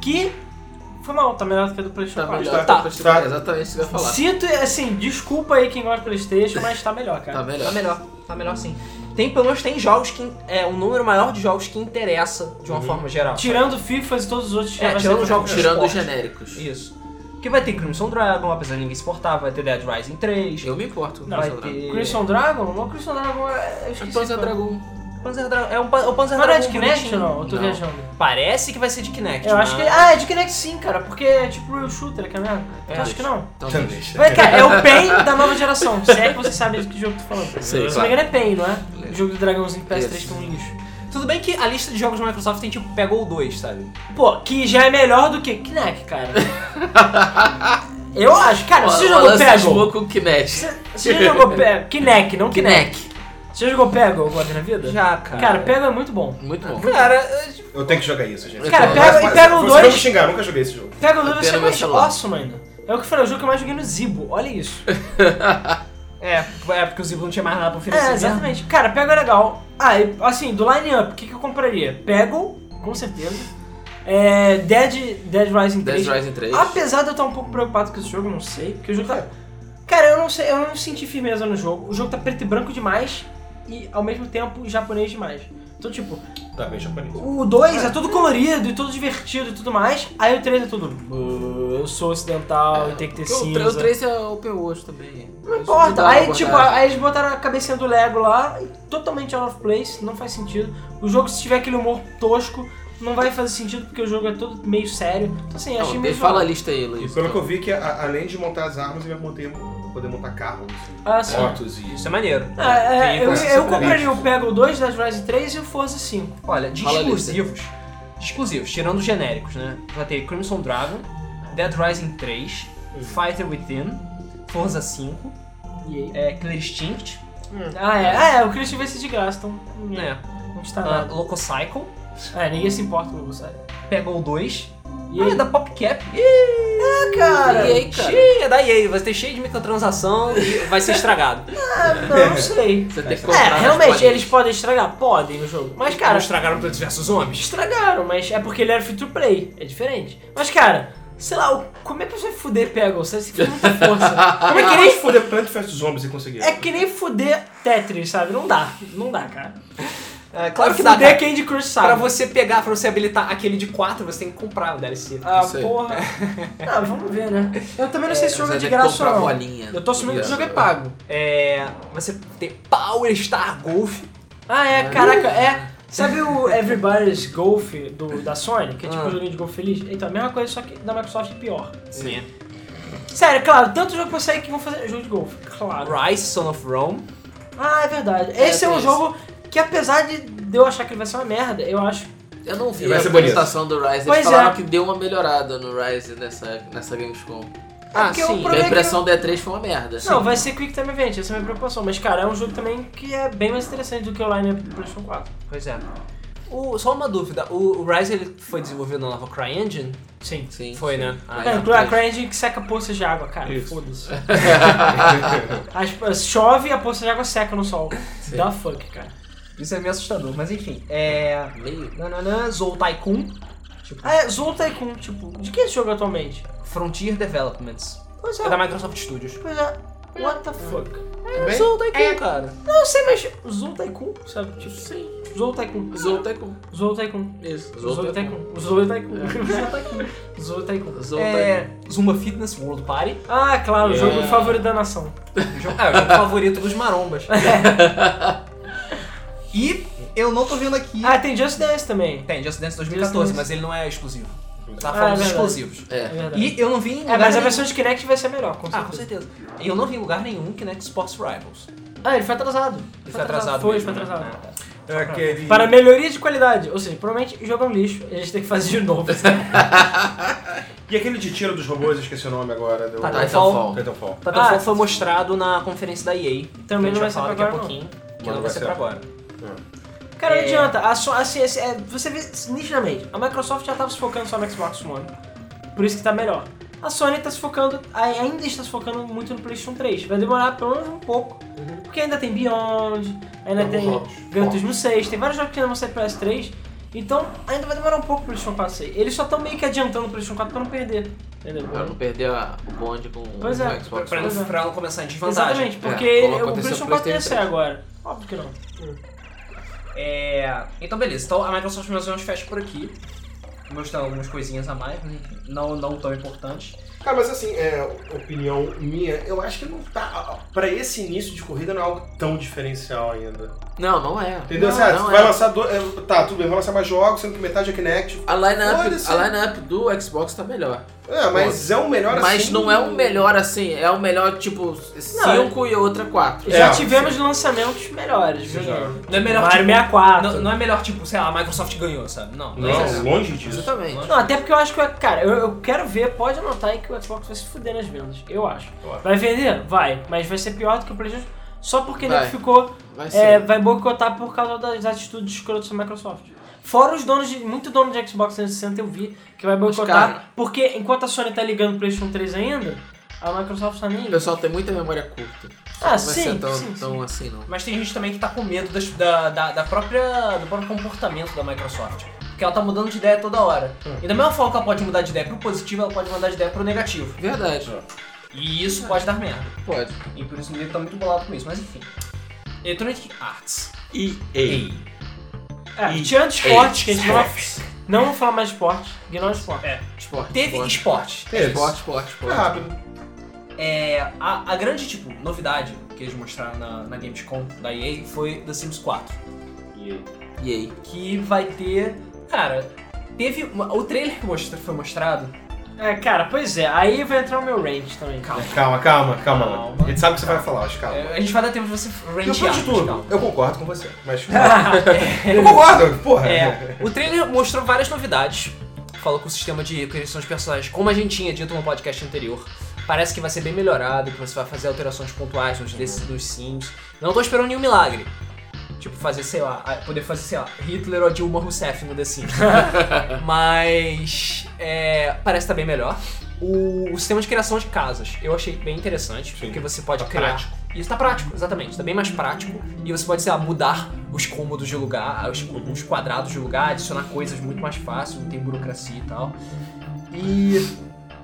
C: Que foi mal, tá melhor do que a do PlayStation
B: tá
C: 4.
B: melhor.
A: tá,
B: Tá, tá,
D: tá.
B: Exatamente isso que eu ia falar.
C: Sinto, assim, desculpa aí quem gosta de Playstation, mas tá melhor,
B: Tá
C: cara.
A: Tá
B: melhor.
A: melhor, tá melhor sim. Tem, pelo menos tem jogos que. É um número maior de jogos que interessa de uma
C: Uhum.
A: forma geral.
C: Tirando Fifas e todos os outros.
A: É,
C: vai ser
A: tirando os
C: melhor.
A: jogos-
B: Tirando os
A: Esporte.
B: genéricos.
A: Isso. Porque vai ter Crimson Dragon, apesar de ninguém se portar, vai ter Dead Rising 3.
B: Eu me importo.
C: Não,
B: com
A: vai
B: o Dragon.
A: ter.
C: Crimson Dragon? O Crimson Dragon é. Eu esqueci.
B: Então, Zé
C: qual é.
B: Dragon.
A: Panzer Dragon. É um, pa- é um Panzer
C: Não
A: Dragon.
C: é de Kinect
A: bonitinho.
C: ou não? Eu tô
B: Não.
C: viajando.
A: Parece que vai ser de Kinect.
C: Eu acho que.
A: mas-
C: Ah, é de Kinect sim, cara, porque é tipo real shooter, que é merda.
A: É,
C: Eu acho que não.
B: Então,
D: Então
B: deixa.
D: deixa.
C: Vai, cara, é o PEN da nova geração. Se é que você sabe de que jogo eu tô falando.
B: Sei,
C: Se não me
B: claro.
C: engano é PEN, não é? O
B: Beleza.
C: jogo do dragãozinho PS3
B: Isso.
C: que é um lixo.
A: Tudo bem que a lista de jogos da Microsoft tem tipo Pegou 2, sabe?
C: Pô, que já é melhor do que Kinect,
B: *laughs*
C: cara. Eu acho, cara, você
B: Olha,
C: jogou
B: olha, cismou
C: Peggle.
B: com o Kinect.
C: Você você já jogou Peggle. Kinect, não Kinect.
B: Kinect.
C: Você já jogou Peggle agora na vida?
A: Já, cara.
C: Cara, Peggle é muito bom.
B: Muito bom.
A: Cara, eu-
D: Eu tenho que jogar isso, gente.
B: Cara,
D: Não,
B: pega-
D: mas-
C: e
D: mas-
C: pega o
D: Você vai
C: dois.
D: me xingar, eu nunca joguei esse jogo.
C: Peggle
B: Eu
C: vai
B: tenho
C: ser
B: no meu
C: mais
B: celular.
C: awesome ainda. É o que eu falei, é o jogo que eu mais joguei no Zibo. Olha isso.
A: é, é porque o Zibo não tinha mais nada pra oferecer.
C: É,
A: né?
C: exatamente. Cara, Peggle é legal. Ah, e, assim, do line-up, o que, que eu compraria? Peggle, com certeza. É, Dead, Dead Rising 3.
B: Dead Rising 3.
C: Apesar de eu estar um pouco preocupado com esse jogo, não sei, porque o jogo tá... Cara, eu não sei, eu não senti firmeza no jogo. O jogo tá preto e branco demais e, ao mesmo tempo, japonês demais. Então, tipo,
D: Tá bem japonês.
C: o 2 é todo colorido e todo divertido e tudo mais, aí o 3 é todo... "Uh, Eu sou ocidental, eu tenho que ter
B: Porque o
C: cinza.
B: tre- o 3 é open world também.
C: Não importa. Aí, tipo, aí eles botaram a cabecinha do Lego lá, e totalmente out of place, não faz sentido. O jogo, se tiver aquele humor tosco, não vai fazer sentido porque o jogo é todo meio sério. Então, assim, achei
B: Não,
C: meio.
B: fala a lista aí,
D: E
B: Luiz.
D: pelo que eu vi, que a- além de montar as armas, ele vai montar- um- poder montar carros, assim,
C: Ah, sim.
D: motos e...
A: Isso é maneiro.
C: É, é,
A: Tem
C: eu,
A: coisas
C: eu
A: sobre
C: compraria o Peggle 2, Dead Rising 3 e o Forza 5.
A: isso. Olha, de
B: Fala a lista.
A: exclusivos. de exclusivos, tirando os genéricos, né? Vai ter Crimson Dragon, Dead Rising 3,
C: Hum.
A: Fighter Within, Forza 5, é, Clear Instinct,
C: Ah, é. Ah, é, o Christian vai ser de graça, então.
A: né?
C: Não está
A: Ah,
C: nada.
A: Loco Cycle,
C: É, ninguém se importa com você.
A: Pegou 2,
C: E
A: e
C: aí?
A: da PopCap. Ih, cara!
B: E aí, cara?
A: Cheia é da EA, vai ter cheio de microtransação e vai ser estragado.
C: Não, não sei.
B: Você tem que comprar
C: É,
B: nas
C: realmente,
B: bolinhas.
C: eles podem estragar? Podem no jogo. *laughs* Mas, cara,
A: Não estragaram Plants vs Zombies?
C: Estragaram, mas é porque ele era free to play, é diferente. Mas cara, sei lá, o- como é que você vai fuder Peggle? Você se fez muita força. Como é que
D: Queria
C: nem
D: foder Plant vs Zombies e conseguir.
C: é que nem fuder Tetris, sabe? Não dá, não dá, cara.
A: É, claro que dá,
C: fuder
A: cara.
C: Candy Crush, sabe?
A: Pra você pegar, pra você habilitar aquele de 4, você tem que comprar o DLC.
C: Ah,
B: Isso aí.
C: porra. *laughs* Ah, vamos ver, né? Eu também não sei se o jogo é
B: Você
C: de
B: tem que
C: graça
B: comprar
C: ou não.
B: bolinha.
C: Eu tô assumindo que o jogo é
B: Isso.
C: pago.
A: É, você tem Power Star Golf.
C: Ah, é, caraca, é. *laughs* Sabe o Everybody's Golf do, da Sony, que é tipo
A: Ah.
C: um joguinho de golfe feliz? Então, a mesma coisa, só que da Microsoft é pior.
A: Sim.
C: Sério, claro, tanto jogo que eu sei que vão fazer jogo de golfe, claro.
A: Rise, Son of Rome.
C: Ah, é verdade. Esse é,
B: tem
C: um
B: isso.
C: jogo que, apesar de de eu achar que ele vai ser uma merda, eu acho.
B: Eu não vi
D: Vai
B: a
D: ser bonito.
B: apresentação do Rise. Eles
C: Pois
B: falaram
C: é.
B: que deu uma melhorada no Rise nessa, nessa Gamescom.
A: Ah, sim.
C: porque o
B: Porque
C: problema é
B: a impressão da E3 foi uma merda. assim.
C: Não, vai ser Quick Time Event, essa é a minha preocupação. Mas, cara, é um jogo também que é bem mais interessante do que o Line do PlayStation 4.
A: Pois é. O- só uma dúvida, o, o Rise ele foi desenvolvido na nova CryEngine?
C: Sim.
B: Sim.
A: Foi,
B: sim.
A: né? Ah,
C: É,
B: Sim.
C: inclui a CryEngine que seca poças de água, cara.
D: Isso.
C: Foda-se. *laughs* As- Chove e a poça de água seca no sol. Da fuck, cara.
A: Isso é meio assustador, mas enfim. É.
B: Meio.
A: Nananã, Zou Tycoon. Tipo,
C: Ah, é, Zou Tycoon, tipo, de que é esse jogo atualmente?
A: Frontier Developments.
C: Pois
A: É da Microsoft Studios.
C: Pois é. What the fuck?
A: É
D: Bem,
A: Zou Tycoon, É, cara.
C: Não, eu sei, mas Zou Tycoon, sabe? Tipo,
B: Sim.
C: Zou Tycoon.
B: Zou Tycoon.
C: Zou Tycoon.
B: Isso.
C: Zou Tycoon. Zou Tycoon. Zou Tycoon.
B: Zou
C: É,
A: Zumba Fitness World Party.
C: Ah, claro, o
B: Yeah.
C: jogo favorito da nação.
A: O jogo- É, o jogo favorito dos
C: *laughs*
A: marombas.
E: E eu não tô vendo aqui.
C: Ah, tem Just Dance também.
A: Tem Just Dance 2014,
C: Just Dance.
A: mas ele não é exclusivo. Tá
C: Ah,
A: falando
C: é
A: dos
C: verdade.
A: exclusivos.
B: É.
C: É verdade.
A: E eu não vi em
C: É,
A: lugar
C: mas a
A: nenhum-
C: versão de Kinect vai ser melhor, com
A: Ah, com
C: certeza.
A: certeza. E eu não vi em lugar nenhum Kinect Sports Rivals.
C: Ah, ele foi atrasado.
A: Ele foi atrasado
C: Foi,
A: mesmo,
C: foi
A: né?
C: atrasado.
D: é aquele...
C: Para melhoria de qualidade, ou seja, provavelmente o jogo é um lixo, a gente tem que fazer de novo.
D: E aquele de tiro dos robôs, eu esqueci o nome agora. Do...
A: Tá,
B: Titanfall.
D: Titanfall.
A: Titanfall
C: Ah,
A: foi mostrado na conferência da EA.
C: Também
A: que
C: não
A: a gente
C: vai ser
A: falar
C: pra
A: daqui a
C: agora,
A: pouquinho. Que
D: Mas
A: não vai ser pra agora.
C: Cara, não
A: É.
C: adianta, a Sony- assim, assim, é, você vê nitidamente, a Microsoft já tava se focando só no Xbox One, por isso que tá melhor. A Sony tá se focando, a- ainda está se focando muito no PlayStation 3, vai demorar pelo menos um pouco, porque ainda tem Beyond, ainda
B: Alguns
C: tem
B: jogos.
C: Gran Turismo 6, tem vários jogos que ainda vão sair PS3, então ainda vai demorar um pouco pro PlayStation 4 sair. Eles só estão meio que adiantando o PlayStation 4 pra não perder, entendeu?
B: Pra não perder a- o bonde com
C: Pois
B: o
C: é,
B: Xbox.
A: Pra
C: Pois é.
A: não, pra não começar em desvantagem.
C: Exatamente, porque
B: É, como
C: o
B: aconteceu
C: PlayStation
B: com o
C: 4 ia sair
B: PlayStation
C: agora. Óbvio que não.
A: É, Então, beleza. Então, a Microsoft mais ou menos fecha por aqui. Mostrando algumas coisinhas a mais, né? não, não tão importantes.
D: Cara, mas assim, é, opinião minha, eu acho que não tá. Pra esse início de corrida não é algo tão diferencial ainda.
B: Não, não é.
D: Entendeu?
B: Não,
D: Certo?
B: não
D: vai
B: é.
D: lançar do, é, Tá, tudo bem, vai lançar mais jogos, sendo que metade é Kinect.
B: A lineup,
D: Foda-se.
B: a lineup do Xbox tá melhor.
D: É, mas é um melhor assim.
B: Mas não é o melhor assim, é o melhor tipo 5 e a outra 4.
D: É,
C: Já tivemos lançamentos melhores, viu?
D: Já.
A: Não é melhor
C: Mario
A: tipo,
C: 64.
A: não, não é melhor tipo, sei lá, a Microsoft ganhou, sabe? Não, não, é
D: Não,
A: isso.
D: longe disso.
B: Exatamente.
C: Não, até porque eu acho que, cara, eu, eu quero ver, pode anotar aí que o Xbox vai se fuder nas vendas, eu acho.
D: Claro.
C: Vai vender? Vai, mas vai ser pior do que o PlayStation só porque ele
B: Vai.
C: ficou,
B: Vai ser.
C: é, vai boicotar por causa das atitudes escrotas da Microsoft. Fora os donos de, muito dono de Xbox 360 eu vi que vai
B: Mas,
C: boicotar,
B: cara-
C: porque enquanto a Sony tá ligando o PlayStation 3 ainda, a Microsoft tá nem
B: O
C: aí.
B: pessoal tem muita memória curta.
C: Ah,
B: não vai
C: sim,
B: ser tão,
C: sim,
B: tão assim, não.
A: Mas tem gente também que tá com medo das- da, da, da própria, do próprio comportamento da Microsoft. Porque ela tá mudando de ideia toda hora.
C: Hum.
A: E da mesma forma que ela pode mudar de ideia pro positivo, ela pode mudar de ideia pro negativo.
B: Verdade,
A: E isso pode dar merda.
B: pode.
A: E por isso o nego tá muito bolado com isso, mas enfim. Electronic Arts.
B: E
A: Ei.
C: É, tirando esportes, que a gente não vai, não vou falar mais de esportes, ignora esportes.
B: esporte.
A: Teve
B: esporte,
A: esporte.
D: Teve.
B: esporte, esporte, esporte.
D: É rápido.
A: É, a, a grande, tipo, novidade que eles mostraram na, na Gamescom da EA foi The Sims 4.
B: E aí?
A: Que vai ter... Cara, teve... uma- o trailer que mostra, foi mostrado...
C: É, cara, pois é, aí vai entrar o meu range também.
A: Calma.
D: Calma, calma, calma.
A: Calma.
D: A gente sabe o que você vai falar, acho, calma.
A: É, a gente vai dar tempo de você tá?
D: Depois
A: rangear.
D: de
A: mas
D: tudo,
A: calma.
D: eu concordo com você. Mas. eu concordo, porra.
A: É, o trailer mostrou várias novidades. Falou que o sistema de criação de personagens, como a gente tinha dito no podcast anterior, parece que vai ser bem melhorado, que você vai fazer alterações pontuais nos, desse- nos Sims. Não tô esperando nenhum milagre. Tipo, fazer, sei lá, a- poder fazer, sei lá, Hitler ou Dilma Rousseff no The Sims. Mas é, parece estar bem melhor. O, o sistema de criação de casas eu achei bem interessante,
D: Sim.
A: porque você pode
D: Tá
A: criar.
D: prático.
A: Isso tá prático, exatamente. Tá bem mais prático. E você pode, sei lá, mudar os cômodos de lugar, os, os quadrados de lugar, adicionar coisas muito mais fácil, não tem burocracia e tal. E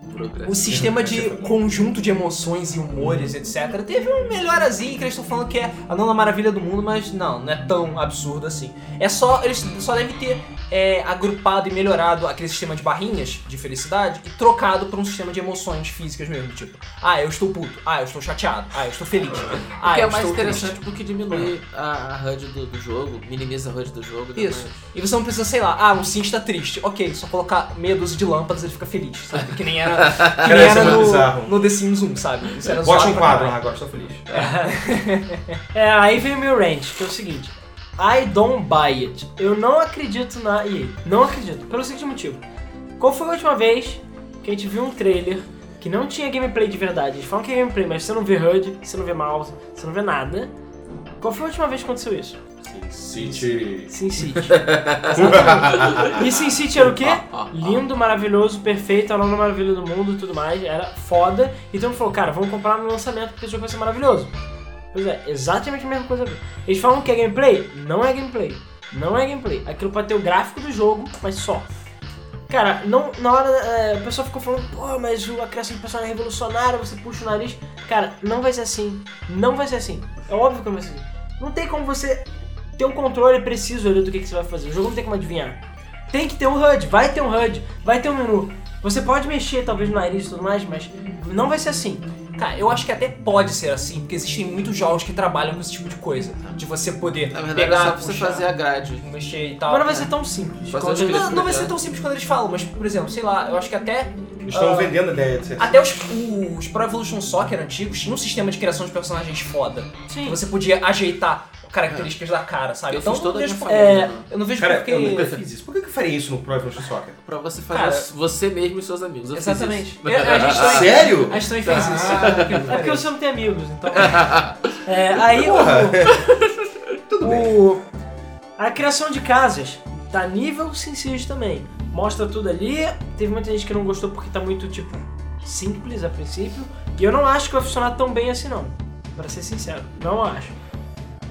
B: Burocracia.
A: o sistema de conjunto de emoções e humores, etc., teve uma melhorazinha que eles estão falando que é a nona maravilha do mundo, mas não, não é tão absurdo assim. É só, eles só devem ter é, agrupado e melhorado aquele sistema de barrinhas de felicidade e trocado por um sistema de emoções físicas mesmo, tipo, ah, eu estou puto, ah, eu estou chateado, ah, eu estou feliz,
B: *laughs* O
A: ah,
B: que
A: eu
B: é mais
A: estou
B: interessante
A: triste.
B: porque diminui a, a HUD do, do jogo, minimiza a HUD do jogo. né?
A: Isso. E você não precisa, sei lá, ah, um sim está triste. Ok, só colocar meia dúzia de lâmpadas ele fica feliz, sabe? Que nem era, que
D: Cara,
A: nem
D: isso é
A: era
D: muito
A: no,
D: bizarro.
A: no The Sims 1, sabe? Isso era
D: Bote
A: zoado
D: um
A: pra
D: quadro,
A: caralho.
D: ah, agora estou feliz.
C: É, aí vem o meu rant, que é o seguinte. I don't buy it. Eu não acredito na EA. Não acredito. Pelo seguinte motivo. Qual foi a última vez que a gente viu um trailer que não tinha gameplay de verdade? Eles falam que é gameplay, mas você não vê HUD, você não vê mouse, você não vê nada. Qual foi a última vez que aconteceu isso?
D: City. Ah,
C: Sin City. Exatamente. e Sin City era o quê? Lindo, maravilhoso, perfeito, a nona maravilha do mundo e tudo mais. Era foda. Então ele falou, cara, vamos comprar no lançamento porque esse jogo vai ser maravilhoso. Pois é, exatamente a mesma coisa. Eles falam que é gameplay? Não é gameplay. Não é gameplay. Aquilo pode ter o gráfico do jogo, mas só. Cara, não, na hora é, o pessoal ficou falando, pô, mas o- a criação do personagem é revolucionária, você puxa o nariz. Cara, não vai ser assim. Não vai ser assim. É óbvio que não vai ser assim. Não tem como você ter um controle preciso ali do que, que você vai fazer. O jogo não tem como adivinhar. Tem que ter um HUD, vai ter um HUD, vai ter um menu. Você pode mexer talvez no nariz e tudo mais, mas não vai ser assim.
A: Cara, eu acho que até pode ser assim, porque existem muitos jogos que trabalham com esse tipo de coisa. De você poder
B: Na verdade, é
A: pegar,
B: só pra você
A: puxar,
B: fazer a grade.
A: mexer
D: Ah,
A: e tal.
D: é.
C: Mas não vai ser tão simples.
B: Fazer né?
C: Como-
B: as coisas
A: Não, não vai ser
B: melhor.
A: tão simples quando eles falam, mas, por exemplo, sei lá, eu acho que até.
D: Estão
A: ah,
D: vendendo a ideia de ser
A: Até os, os Pro Evolution Soccer antigos tinham um sistema de criação de personagens foda. Que
C: Sim.
A: você podia ajeitar características da cara, sabe?
B: É. Eu
A: então,
B: fiz toda a
A: eu,
B: minha
A: vejo-
B: família.
A: é, eu não vejo
D: Cara,
A: porque...
D: eu nunca fiz isso. Por que que eu faria isso no Pro Evolution Soccer?
B: Pra você fazer
A: É. Cara,
B: você mesmo e seus amigos. Eu fiz
A: Exatamente.
B: isso.
A: Eu-
D: *laughs*
A: a gente
C: tá Ah.
A: também-
D: Sério? Tá.
A: A gente também fez
D: Ah.
A: isso.
C: É porque você não tem amigos, então. É, aí o-
D: *laughs* Tudo bem.
C: o- a criação de casas tá nível Sincide também. Mostra tudo ali. Teve muita gente que não gostou porque tá muito, tipo, simples a princípio. E eu não acho que vai funcionar tão bem assim, não. Pra ser sincero, não acho.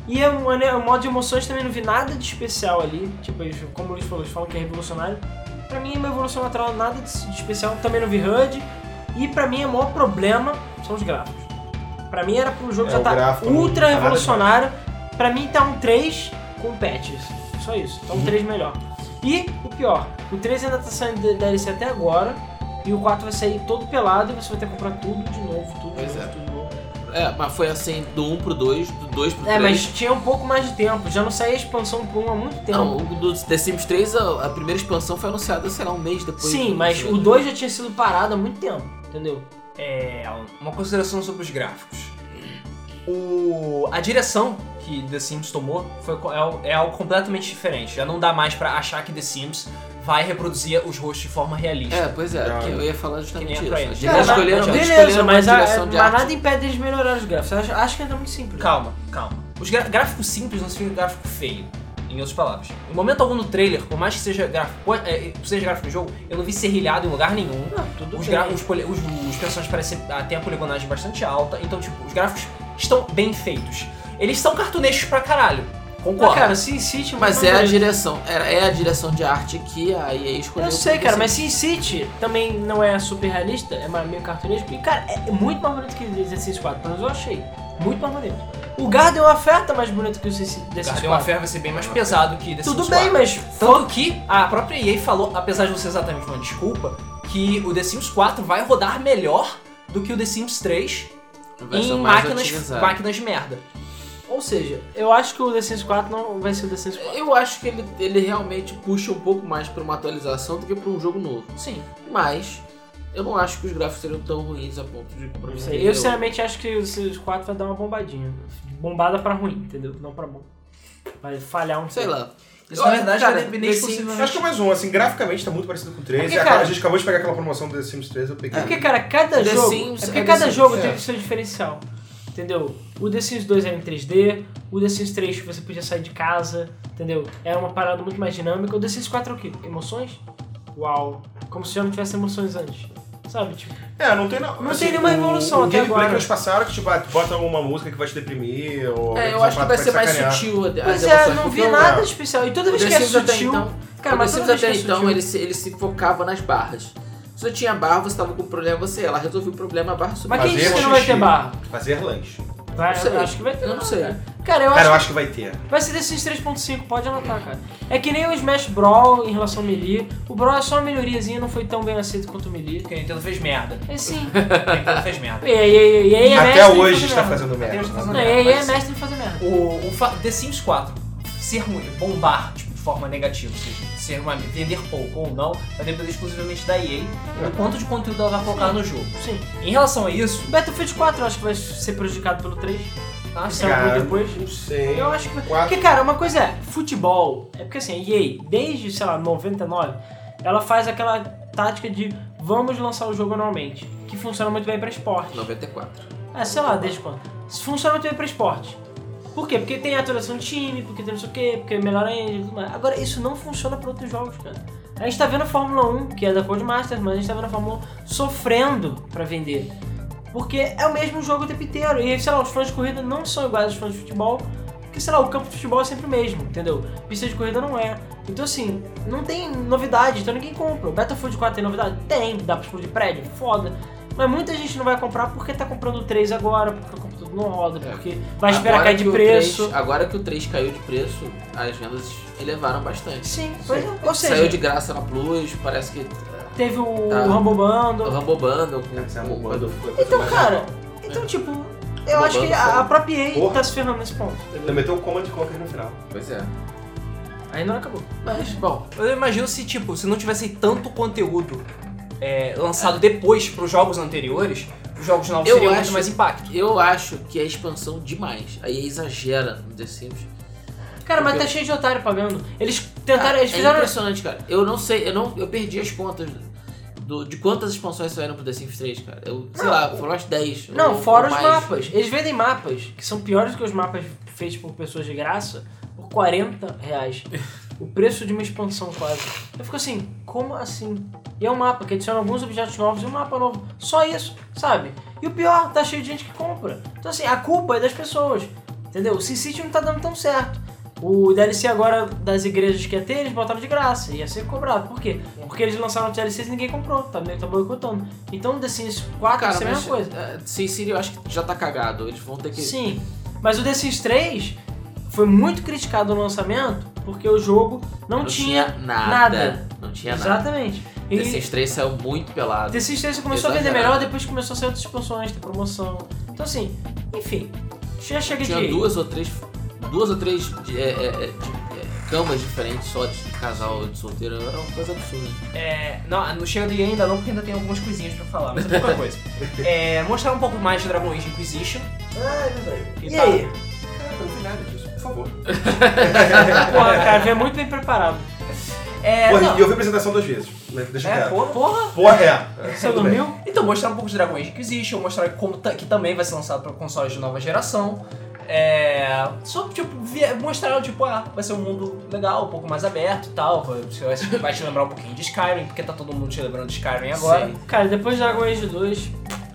C: E é um- né, o modo de emoções também não vi nada de especial ali. Tipo, eles- como o Luiz falou, eles falam que é revolucionário. Pra mim é uma evolução natural, nada de de especial. Também não vi HUD. E pra mim é o maior problema são os gráficos. Pra mim era pro jogo
D: É,
C: já
D: o
C: tá
D: gráfico não
C: ultra
D: tá nada
C: revolucionário. Pra mim tá um 3 com patches. Só isso.
D: Uhum.
C: Tá um 3 melhor. E o pior, o 3 ainda tá saindo da DLC até agora. E o 4 vai sair todo pelado e você vai ter que comprar tudo de novo, tudo de
B: Pois
C: novo,
B: é.
C: tudo de novo.
B: É, mas foi assim, do 1 pro 2, do 2 pro 3.
C: É, mas tinha um pouco mais de tempo. Já não saía expansão pro 1 há muito tempo.
A: um
B: Não, o do The Sims 3, a, a primeira expansão foi anunciada, sei lá, um mês depois.
C: Sim,
B: do-
C: mas o 2 já tinha sido parado há muito tempo, entendeu?
A: É, uma consideração sobre os gráficos. O, a direção que The Sims tomou foi, co- é, al- é algo completamente diferente. Já não dá mais pra achar que The Sims vai reproduzir os rostos de forma realista.
B: É, pois é,
D: Cara.
B: que eu ia falar justamente
A: Que nem a
B: isso.
A: Pride.
B: Eles
A: Cara, mas-
B: escolheram,
A: mas-
B: eles
C: Beleza,
B: escolheram
C: mas,
B: uma
C: a,
B: direção
C: mas
B: de arte.
C: nada impede eles melhorarem os gráficos. Acho, acho que ainda é muito simples.
A: Calma, calma. Os gra- gráficos simples não significa gráfico feio, em outras palavras. Em momento algum no trailer, por mais que seja gráfico, po- é, é, seja gráfico de jogo, eu não vi serrilhado em lugar nenhum.
C: Não, Ah, tudo
A: Os,
C: bem.
A: gra- os, poli- os, os personagens parecem ah, têm a poligonagem bastante alta, então, tipo, os gráficos estão bem feitos. Eles são cartunescos pra caralho,
C: Mas,
A: concordo.
C: cara, Sin City...
B: Mas
C: não
B: é a
C: vejo.
B: direção, era- é a direção de arte que a EA escolheu.
C: Eu sei,
B: pro
C: cara,
B: The
C: mas Sin City também não é super realista, é mais meio cartunesco. E, cara, é muito mais bonito que o Exercício 4, pelo menos eu achei. Muito mais bonito. O Garden of Affair tá mais bonito que o Sin
A: o
C: City
B: é
C: Exercício
A: Guardião
C: 4.
A: of Fé vai ser bem mais pesado que The
C: Tudo
A: Sims
C: bem,
A: 4.
C: mas...
A: Tanto que a própria EA falou, apesar de não ser exatamente uma desculpa, que o The Sims 4 vai rodar melhor do que o The Sims 3
B: Sims. Vai ser
A: em
B: o é mais
A: máquinas,
B: otimizado.
A: máquinas de merda.
C: Ou seja, eu acho que o The Sims 4 não vai ser o The Sims 4.
B: Eu acho que ele, ele realmente puxa um pouco mais pra uma atualização do que pra um jogo novo.
A: Sim.
B: Mas eu não acho que os gráficos seriam tão ruins a ponto de pra
C: Eu,
B: você
C: sei. é
B: ver
C: eu
B: o-
C: sinceramente acho que o Sims 4 vai dar uma bombadinha. Bombada pra ruim, entendeu? Não pra bom. Vai falhar um
B: Sei
C: pouco.
B: lá.
A: Isso, na verdade,
B: cara,
A: vai depender
B: The
A: exclusivamente-
D: Eu Acho que é mais um, assim, graficamente tá muito parecido com o 3.
C: Porque,
D: E a-
C: cara-
D: a gente acabou de pegar aquela promoção do The Sims 3, eu peguei.
C: É porque, cara, cada
B: The
C: jogo.
B: Sims
C: é porque
B: é The
C: cada
B: Sims,
C: jogo
B: é.
C: teve seu diferencial. Entendeu? O The Sims 2 era em 3D, o The Sims 3 você podia sair de casa, entendeu? Era uma parada muito mais dinâmica. O The Sims 4 é o quê? Emoções? Uau! Como se já não tivesse emoções antes. Sabe, tipo.
D: É, não tem não.
C: Não tem nenhuma evolução
D: o,
C: até
D: o gameplay
C: agora.
D: que eles passaram que, tipo, ah, tu bota uma música que vai te deprimir, ou...
B: É, eu
D: um
B: acho que vai
D: sapato
B: ser mais
D: sacanear.
B: sutil a, as
C: Pois é,
B: emoções,
C: não
B: porque
C: vi
B: o-
C: nada de especial. E toda
B: O
C: vez
B: The
C: que é
B: Sims até
C: sutil.
B: então,
C: Cara,
B: o The
C: mas toda vez
B: Sims
C: que
B: até
C: é
B: então
C: sutil.
B: ele se, ele se focava nas barras. Se você tinha barra, você tava com problema, você ia lá, resolvia o problema, a barra subiu.
C: Mas quem
D: Fazer
C: disse que não vai
D: xixi.
C: ter barra?
D: Fazer lanche.
C: Vai,
B: Não sei.
C: eu acho que vai ter. né?
B: Eu não sei.
C: Cara, Cara, eu
D: Cara, eu
C: acho.
D: acho que vai ter.
C: Vai ser The Sims 3.5, pode anotar, cara. É que nem o Smash Brawl em relação ao Melee. O Brawl é só uma melhoriazinha, não foi tão bem aceito quanto o Melee.
A: Porque a Nintendo fez merda.
C: É sim.
A: A Nintendo fez merda.
C: E aí, e aí, e aí, é
D: Até
C: mestre em
D: hoje
C: fazer
D: está
C: merda.
D: fazendo merda.
A: Até hoje tá fazendo
C: Não, e aí, é
A: Mas-
C: mestre em fazer merda.
A: O, o fa- The Sims 4 ser ruim, bombar tipo, de forma negativa, ou seja, ser uma, vender pouco ou não, vai depender exclusivamente da EA e do quanto de conteúdo ela vai colocar no jogo.
C: Sim.
A: Em relação a isso,
C: Battlefield 4 eu acho que vai ser prejudicado pelo 3.
A: tá?
C: Isso é um pouco
D: Cara,
C: depois.
D: Não sei.
C: Eu acho que.
D: Quatro.
C: Porque, cara, uma coisa é, futebol. É porque assim, a EA, desde, sei lá, 99, ela faz aquela tática de vamos lançar o jogo anualmente. Que funciona muito bem pra esporte.
B: 94.
C: É, sei lá, desde quando. Isso Funciona muito bem pra esporte. Por quê? Porque tem atualização de time, porque tem não sei o quê, porque é melhor ainda e tudo mais. Agora, isso não funciona pra outros jogos, cara. A gente tá vendo a Fórmula 1, que é da Codemasters, mas a gente tá vendo a Fórmula 1 sofrendo pra vender. Porque é o mesmo jogo o tempo inteiro. E, sei lá, os fãs de corrida não são iguais aos fãs de futebol. Porque, sei lá, o campo de futebol é sempre o mesmo, entendeu? Pista de corrida não é. Então assim, não tem novidade, então ninguém compra. O Battlefield 4 tem novidade? Tem, dá pra explodir prédio? Foda. Mas muita gente não vai comprar porque tá comprando o 3 agora, porque tá o computador não roda,
B: É.
C: porque vai esperar
B: Agora
C: cair
B: que
C: de
B: o
C: preço.
B: 3 agora que o 3 caiu de preço, as vendas elevaram bastante.
C: Sim, pois é. Ou seja,
B: Saiu de graça na Plus, parece que
C: teve o
B: Tá.
C: Rumble
B: o
C: Bundle.
B: Rambo Bundle com,
D: Essa
B: com-
D: roubando foi a coisa
C: Então,
D: mais
C: cara,
D: legal.
C: então tipo, eu
B: Rumble
C: acho que
B: Bundle,
C: a, a
B: sabe?
C: própria EA
D: Porra.
C: tá se ferrando nesse ponto.
D: Ainda meteu o Command Conquer no final.
B: Pois é.
C: Ainda não acabou.
B: Mas, bom,
A: Eu imagino se, tipo, se não tivesse tanto conteúdo é, lançado depois pros jogos anteriores, os jogos novos
B: Eu
A: teriam muito
B: acho-
A: mais impacto.
B: eu acho que é expansão demais. Aí exagera no The Sims.
C: Cara, mas
B: Porque-
C: tá cheio de otário pagando. Eles tentaram,
B: Cara,
C: eles fizeram.
B: É impressionante, cara. Eu não sei, eu não, eu perdi as contas do- de quantas expansões saíram pro The Sims 3, cara. Eu, sei lá, foram umas 10.
C: Não,
B: ou-
C: fora os
B: ou mais. né?
C: mapas. Eles vendem mapas que são piores que os mapas feitos por pessoas de graça por 40 reais. O preço de uma expansão quase. Eu fico assim, como assim? E é um mapa que adiciona alguns objetos novos e um mapa novo. Só isso, sabe? E o pior, tá cheio de gente que compra. Então assim, a culpa é das pessoas. Entendeu? O SimCity não tá dando tão certo. O DLC agora das igrejas que ia ter, eles botaram de graça, ia ser cobrado. Por quê? Porque eles lançaram os DLCs e ninguém comprou, tá, tá boicotando. Então, The Sims 4
B: Cara,
C: vai ser a
B: mas,
C: mesma coisa.
B: é, Sim, Siri, eu acho que já tá cagado. Eles vão ter que.
C: Sim, mas o The Sims 3 foi muito criticado no lançamento porque o jogo não, tinha,
B: nada.
C: nada.
B: Não tinha nada.
C: Exatamente.
B: The
C: E
B: Sims 3 saiu muito pelado.
C: The Sims 3 começou a vender
B: Exagerado.
C: melhor, depois começou a sair outras expansões, tem promoção. Então assim, enfim, já chega de
B: Tinha
C: EA.
B: duas ou três. Duas ou três de- é, é, é, de- é, camas diferentes só de casal ou de solteiro. Era uma coisa absurda.
A: É, não, não chega de EA ainda não, porque ainda tem algumas coisinhas pra falar, mas é pouca
B: *laughs*
A: coisa. É, mostrar um pouco mais de Dragon Age Inquisition.
D: Ah, é verdade.
C: E
A: tá-
C: aí?
A: *laughs*
D: Cara, eu não vi nada disso. Por favor.
C: Porra, cara, veio muito bem preparado.
A: É,
D: Porra,
B: então.
A: não,
D: e eu vi a apresentação duas vezes. né? Deixa
A: é,
D: quieto.
A: porra, porra.
D: Porra, é.
C: Você
D: Tudo bem.
C: dormiu?
A: Então, mostrar um pouco de Dragon Age Inquisition, mostrar como ta- que também vai ser lançado para consoles de nova geração. É, só, tipo, vi- mostrar, tipo, ah, vai ser um mundo legal, um pouco mais aberto e tal. vai- Você vai, vai te lembrar um pouquinho de Skyrim, porque tá todo mundo te lembrando de Skyrim agora.
B: Sim.
C: Cara, depois de Dragon Age 2,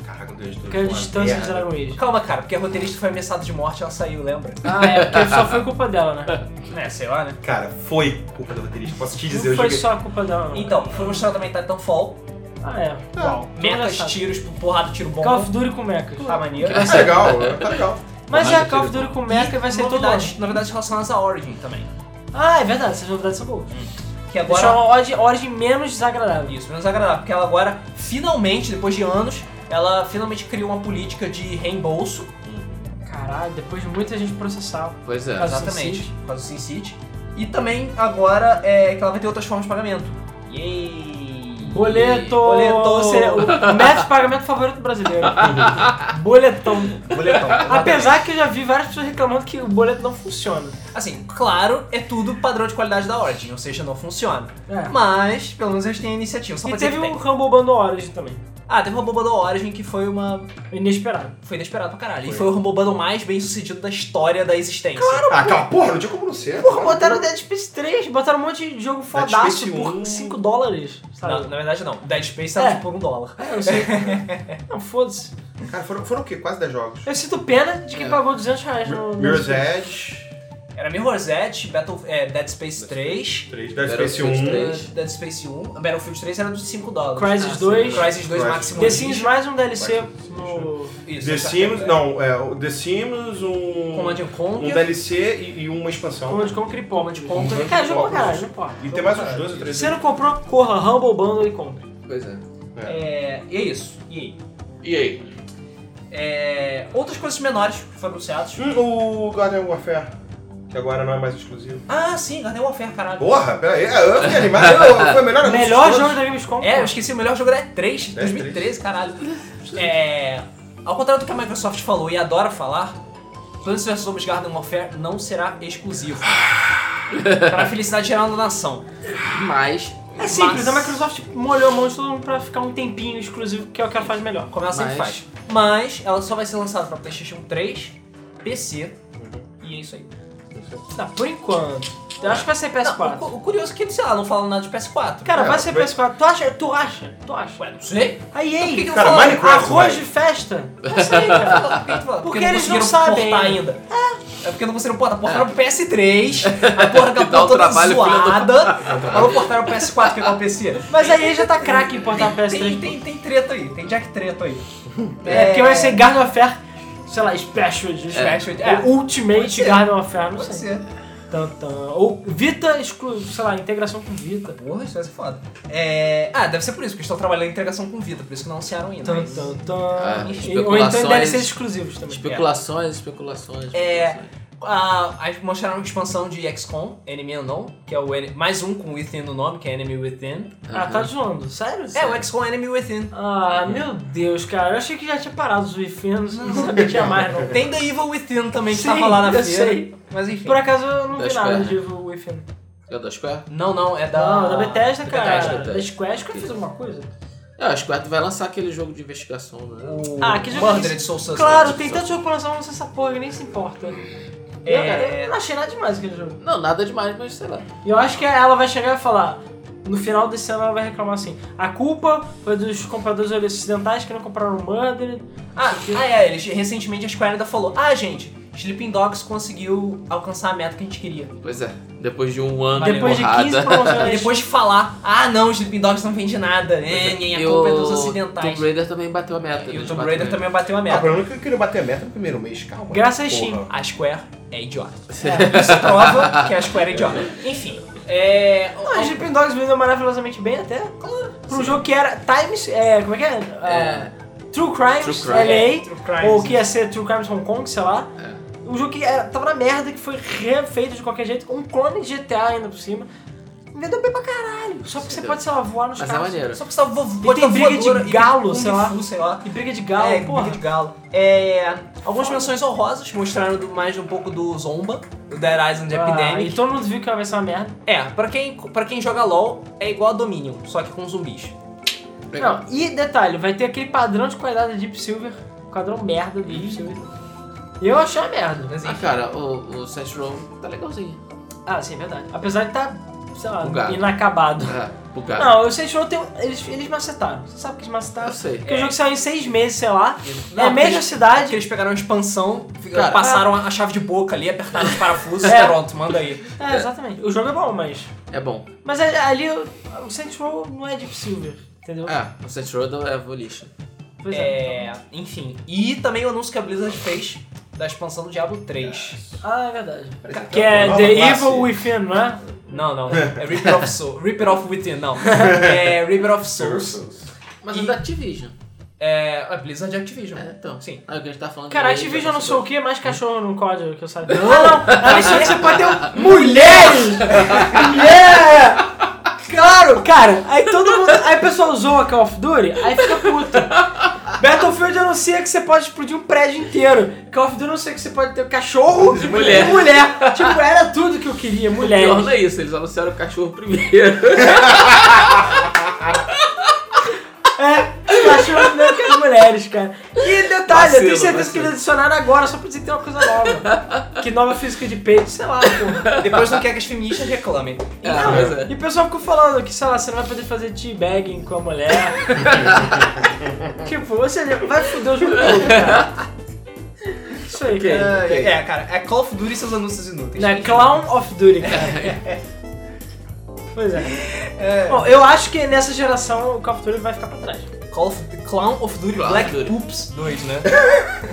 D: Caraca, um Deus do
C: eu quero distância de Dragon Age.
A: Calma, cara, porque a roteirista foi ameaçada de morte, ela saiu, lembra?
C: Ah, é, porque só foi culpa dela, né?
A: É, sei lá, né?
D: Cara, foi culpa da baterista. Posso te dizer,
C: Não
D: eu
C: foi
D: joguei.
C: só culpa dela, não.
A: Então, foi mostrar também Titanfall.
C: Ah, é.
D: Não,
A: Metas,
C: Engraçado.
A: tiros, porrada, tiro bom.
C: Call of Duty com mechas.
A: Tá maneiro.
D: Tá legal, tá legal.
C: Mas
B: Porrada,
C: é, Call of
B: tiro.
C: Duty com mecha vai ser todo
A: novidades, novidades relacionadas à Origin também.
C: Ah, é verdade, essas novidades são boas.
A: Que agora.
C: Deixou a Origin, Origin menos desagradável.
A: Isso, menos agradável, porque ela agora, finalmente, depois de anos, ela finalmente criou uma política de reembolso.
C: Caralho, depois de muita gente processar.
B: Pois é.
C: Mas- do
A: exatamente,
C: SimCity.
A: por causa do SimCity. E também agora é que ela vai ter outras formas de pagamento. Yay!
C: Boleto!
A: Boleto seria
C: seria
A: o-
C: é o método de pagamento favorito *laughs* brasileiro. Boletão.
A: *laughs*
D: Boletão.
C: Apesar que eu já vi várias pessoas reclamando que o boleto não funciona.
A: Assim, claro, é tudo padrão de qualidade da Origin, ou seja, não funciona.
C: É.
A: Mas, pelo menos eles têm a iniciativa. Só pra
C: E
A: dizer
C: teve
A: que
C: um
A: tem.
C: Rumble Bundle Origin também.
A: Ah, teve uma boba da Origin que foi uma.
C: Inesperado.
A: Foi inesperado pra caralho. E
D: Foi.
A: foi o Rumble Bundle mais bem sucedido da história da existência.
D: Ah, aquela porra, não tinha como não ser.
C: Porra, botaram Dead Space 3, botaram um monte de jogo fodaço
D: Space um.
C: por 5 dólares. Sabe?
A: Não, na verdade não. Dead Space tava
C: É.
A: tipo por um dólar.
C: É, eu sei. não, foda-se.
D: Cara, foram, foram o quê? Quase 10 jogos.
C: Eu sinto pena de quem
B: É.
C: pagou 200 reais no. no
D: Mirror's Edge,
A: Era Mirror's Edge, Battle, é, Dead Space 3,
D: 3, Dead
B: Battlefield
D: Space 1.
B: 3.
A: Dead Space 1, Battlefield 3 era dos 5 dólares.
C: Crysis
A: Ah,
C: 2.
A: sim. Crysis 2
D: Crysis
A: Maximum
C: The Sims
A: Edition.
C: mais um DLC
D: Baixo.
C: no.
A: Isso,
D: The
A: essa
D: Sims,
A: carta.
D: não, é, o The Sims, um,
A: Command and
D: um
A: Conquer.
D: DLC e, e uma expansão.
C: Command Conquer e Command
D: Conquer.
C: Cara, jogo pra caralho, não importa.
D: E tem mais uns dois ou três.
C: Se não comprou, corra, Humble Bundle e compra.
B: Pois é.
D: É.
A: É, e é isso. E aí?
B: E aí?
A: É, outras coisas menores que foram anunciadas.
D: Hum, o Garden Warfare, que agora não é mais exclusivo.
A: Ah, sim, Garden Warfare, caralho.
D: Porra, peraí, eu fiquei animado, eu- foi o melhor anúncio
C: Melhor
D: de todos.
C: jogo da Gamescom.
A: É, eu esqueci, o melhor jogo era E3,
D: É,
A: 2013, caralho. É, ao contrário do que a Microsoft falou e adora falar, Plants vs Zombies Garden Warfare não será exclusivo.
D: Ah.
A: para a felicidade geral da nação.
B: Mas.
C: É simples,
A: Mas-
C: a Microsoft molhou a mão de todo mundo pra ficar um tempinho exclusivo, que é o que ela faz melhor.
A: Como ela sempre
B: Mas-
A: faz. Mas ela só vai ser lançada pra PlayStation 3, PC
B: Uhum.
A: e é isso aí.
C: Tá, por enquanto. Eu acho que vai ser PS4.
A: Não, o, cu- o curioso é que, sei lá, não falam nada de PS4.
C: Cara,
D: É,
C: vai ser
D: vai-
C: PS4. Tu acha? Tu acha? Tu acha?
A: ué, não sei. Por
C: Aí,
A: que
C: aí.
A: que não
D: Cara,
A: falaram?
D: Minecraft,
C: Arroz
D: vai.
C: de festa?
A: Não sei, cara. Por que que tu fala?
C: Porque eles não
A: conseguiram
C: sabem
A: portar
C: ainda.
A: ainda. É porque não conseguiram portar. Portaram o
B: *laughs*
A: PS3, a porra
B: É. Que
A: da
B: dá
A: porra
B: um
A: toda
B: trabalho, filha da-
A: zoada. Aí não portaram o PS4, que é o PC.
C: *laughs* Mas aí já tá craque em portar
A: Tem-
C: PS3.
A: Tem, tem, tem treta aí, tem Jack treta aí.
C: É, porque vai ser Garden of Fair, sei lá, Special, Special, é,
A: Pode
C: Ultimate
A: ser.
C: Garden of Fair, não
A: Pode
C: sei.
A: ser.
C: Tan, tan. Ou Vita, exclu... sei lá, integração com Vita.
A: Porra, isso vai ser foda. É... Ah, deve ser por isso, porque estão trabalhando em integração com vida, por isso que não anunciaram ainda.
C: Tan,
A: mas-
C: tan, tan.
B: Ah,
C: E- Ou então deve ser
B: especulações-
C: exclusivos também.
B: Especulações, especulações.
A: É.
B: especulações.
A: Ah, aí mostraram uma expansão de XCOM, Enemy Unknown, que é o en- mais um com Within no nome, que é Enemy Within.
C: Ah, tá zoando. Sério?
A: É,
C: Sério?
A: o XCOM Enemy Within.
C: Ah, meu Deus, cara. Eu achei que já tinha parado os wifinos, não sabia que tinha mais, não.
A: Tem The Evil Within também, que
C: Sim,
A: tava lá na
C: eu
A: feira.
C: sei.
A: Mas enfim.
C: Por acaso eu não
B: Da
C: vi nada
B: Square,
C: de Within.
B: É da Square?
A: Não, não, é da...
C: Não, da Bethesda, cara.
B: Bethesda.
C: Da Square, acho que eu fiz alguma coisa.
B: É, a Square vai lançar aquele jogo de investigação, né?
A: O
C: Ah, que jogo
A: Murdered
C: que-
A: Soul Suspect.
C: Claro, tem tanto jogo pra lançar, eu não sei essa porra, que nem se importa. Eu,
A: É.
C: eu não achei nada demais aquele jogo.
B: Não, nada demais, mas sei lá.
C: E eu acho que ela vai chegar e falar. No final desse ano ela vai reclamar assim: a culpa foi dos compradores ocidentais que não compraram o Murder.
A: Ah, ah, é, eles, recentemente a Square ainda falou, ah, gente, Sleeping Dogs conseguiu alcançar a meta que a gente queria.
B: Pois é, depois de um ano
C: Depois de
B: porrada.
C: 15
B: *laughs*
C: promoções.
A: Depois de falar, ah não, Sleeping Dogs não vende nada, é, nem a culpa é dos
B: O
A: ocidentais.
B: Tomb Raider também bateu a meta.
A: E
B: né,
A: o
B: de
A: Tomb
B: quatro
A: Raider
B: meses.
A: também bateu a
D: Ah, o
A: meta.
D: problema é que eu queria bater a meta no primeiro mês, calma.
C: Graças a
D: Porra.
C: é Steam.
A: A Square é idiota. Isso prova que a Square é idiota. Enfim, é...
C: Não, a Sleeping Dogs vendeu maravilhosamente bem até. Claro. Pra um jogo que era Times. É, como é que é? Ah,
B: É,
C: True Crimes
B: True Crime.
A: É, True
C: LA.
A: Crimes.
C: Ou que ia ser True Crimes Hong Kong, sei lá.
B: é.
C: Um jogo que era- tava na merda, que foi refeito de qualquer jeito, um clone de GTA ainda por cima. Vendeu bem pra caralho. Só porque você
B: Sim,
C: pode, sei lá, voar nos
B: Mas é
C: carros.
B: maneiro.
A: Só precisava vo-
C: E tem briga
A: voadora
C: de
A: e
C: galo,
A: kung
C: sei lá.
A: fu, sei lá.
C: E briga de galo,
A: é,
C: porra.
A: briga de galo. É, algumas menções honrosas mostraram do- mais um pouco do Zomba, do Dead Island
C: Ah,
A: Epidemic.
C: e todo mundo viu que vai ser uma merda.
A: É, pra quem, pra quem joga LoL, é igual a Dominion, só que com zumbis.
B: Legal.
C: Não, e detalhe, vai ter aquele padrão de qualidade da Deep Silver. um Padrão merda do Deep Silver. Eu achei uma merda.
A: Mas
B: Ah,
A: enfim.
B: cara, o, o Saints Row tá legalzinho.
C: Ah, sim, é verdade. Apesar de tá, sei lá,
B: Bugado.
C: inacabado.
B: É, bugado.
C: Não, o Saints Row tem. um, Eles, eles macetaram. Você sabe que eles macetaram?
B: Eu sei.
C: Porque o jogo saiu em seis meses, sei lá.
A: Não,
C: é a mesma
A: eles- Porque
C: cidade.
A: eles pegaram a expansão, ficaram-
B: Cara,
A: passaram a chave de boca ali, apertaram os parafusos,
C: *laughs* É.
A: pronto, manda aí.
C: É, exatamente. O jogo é bom, mas.
B: É bom.
C: Mas é- ali o o Saints Row não é Deep Silver, entendeu?
B: É, o Saints Row é volition.
C: Pois
A: É, enfim. E também o anúncio que a Blizzard fez da expansão do Diablo 3.
C: Ah, é verdade.
D: Parece que
C: Que
D: tá uma
C: é
D: nova
C: The
D: classe.
C: Evil Within, não é?
A: Não,
C: *laughs*
A: não. É Reaper of Souls. Reaper of Within, não. É Reaper of Souls.
B: Mas
A: E-
B: é da Activision.
A: É, a Blizzard e Activision.
B: É, então.
A: Sim.
B: Aí o que a gente tá falando.
C: Cara,
B: de-
C: Activision não sou
B: tá-
C: o que, mais cachorro no código que eu sabia.
A: Não!
C: Ah, isso aí você pode ter um...
A: Mulheres!
C: Yeah! Claro, cara. Aí todo mundo... Aí o pessoal zoa Call of Duty, aí fica puto. Battlefield anuncia que você pode explodir um prédio inteiro. Call of Duty anuncia é que você pode ter um cachorro e
B: mulher.
C: mulher. Tipo, era tudo que eu queria, mulher.
B: Pior não é isso, eles anunciaram o cachorro primeiro.
C: É, cachorro não quer mulheres, cara. E detalhe, eu
B: Vacilo,
C: tenho certeza que
B: vacilo.
C: eles adicionaram agora só pra dizer que tem uma coisa nova. Que nova física de peito, sei lá, pô.
A: Depois não quer que as feministas
B: *laughs*
A: reclamem.
B: Ah, mas é.
C: E o pessoal ficou falando que, sei lá, você não vai poder fazer teabagging com a mulher. tipo, você vai
B: *laughs*
C: foder o jogo todo, cara. Isso aí,
B: Ok.
C: cara.
A: É, é, cara, é Call of Duty e seus anúncios inúteis.
C: Não, é Clown of Duty, cara.
B: *laughs*
C: Pois é. Bom, eu acho que nessa geração o Call of Duty vai ficar pra trás.
A: Call of, Clown of Duty
B: Clown
A: Black
B: of Duty.
A: Poops 2, né?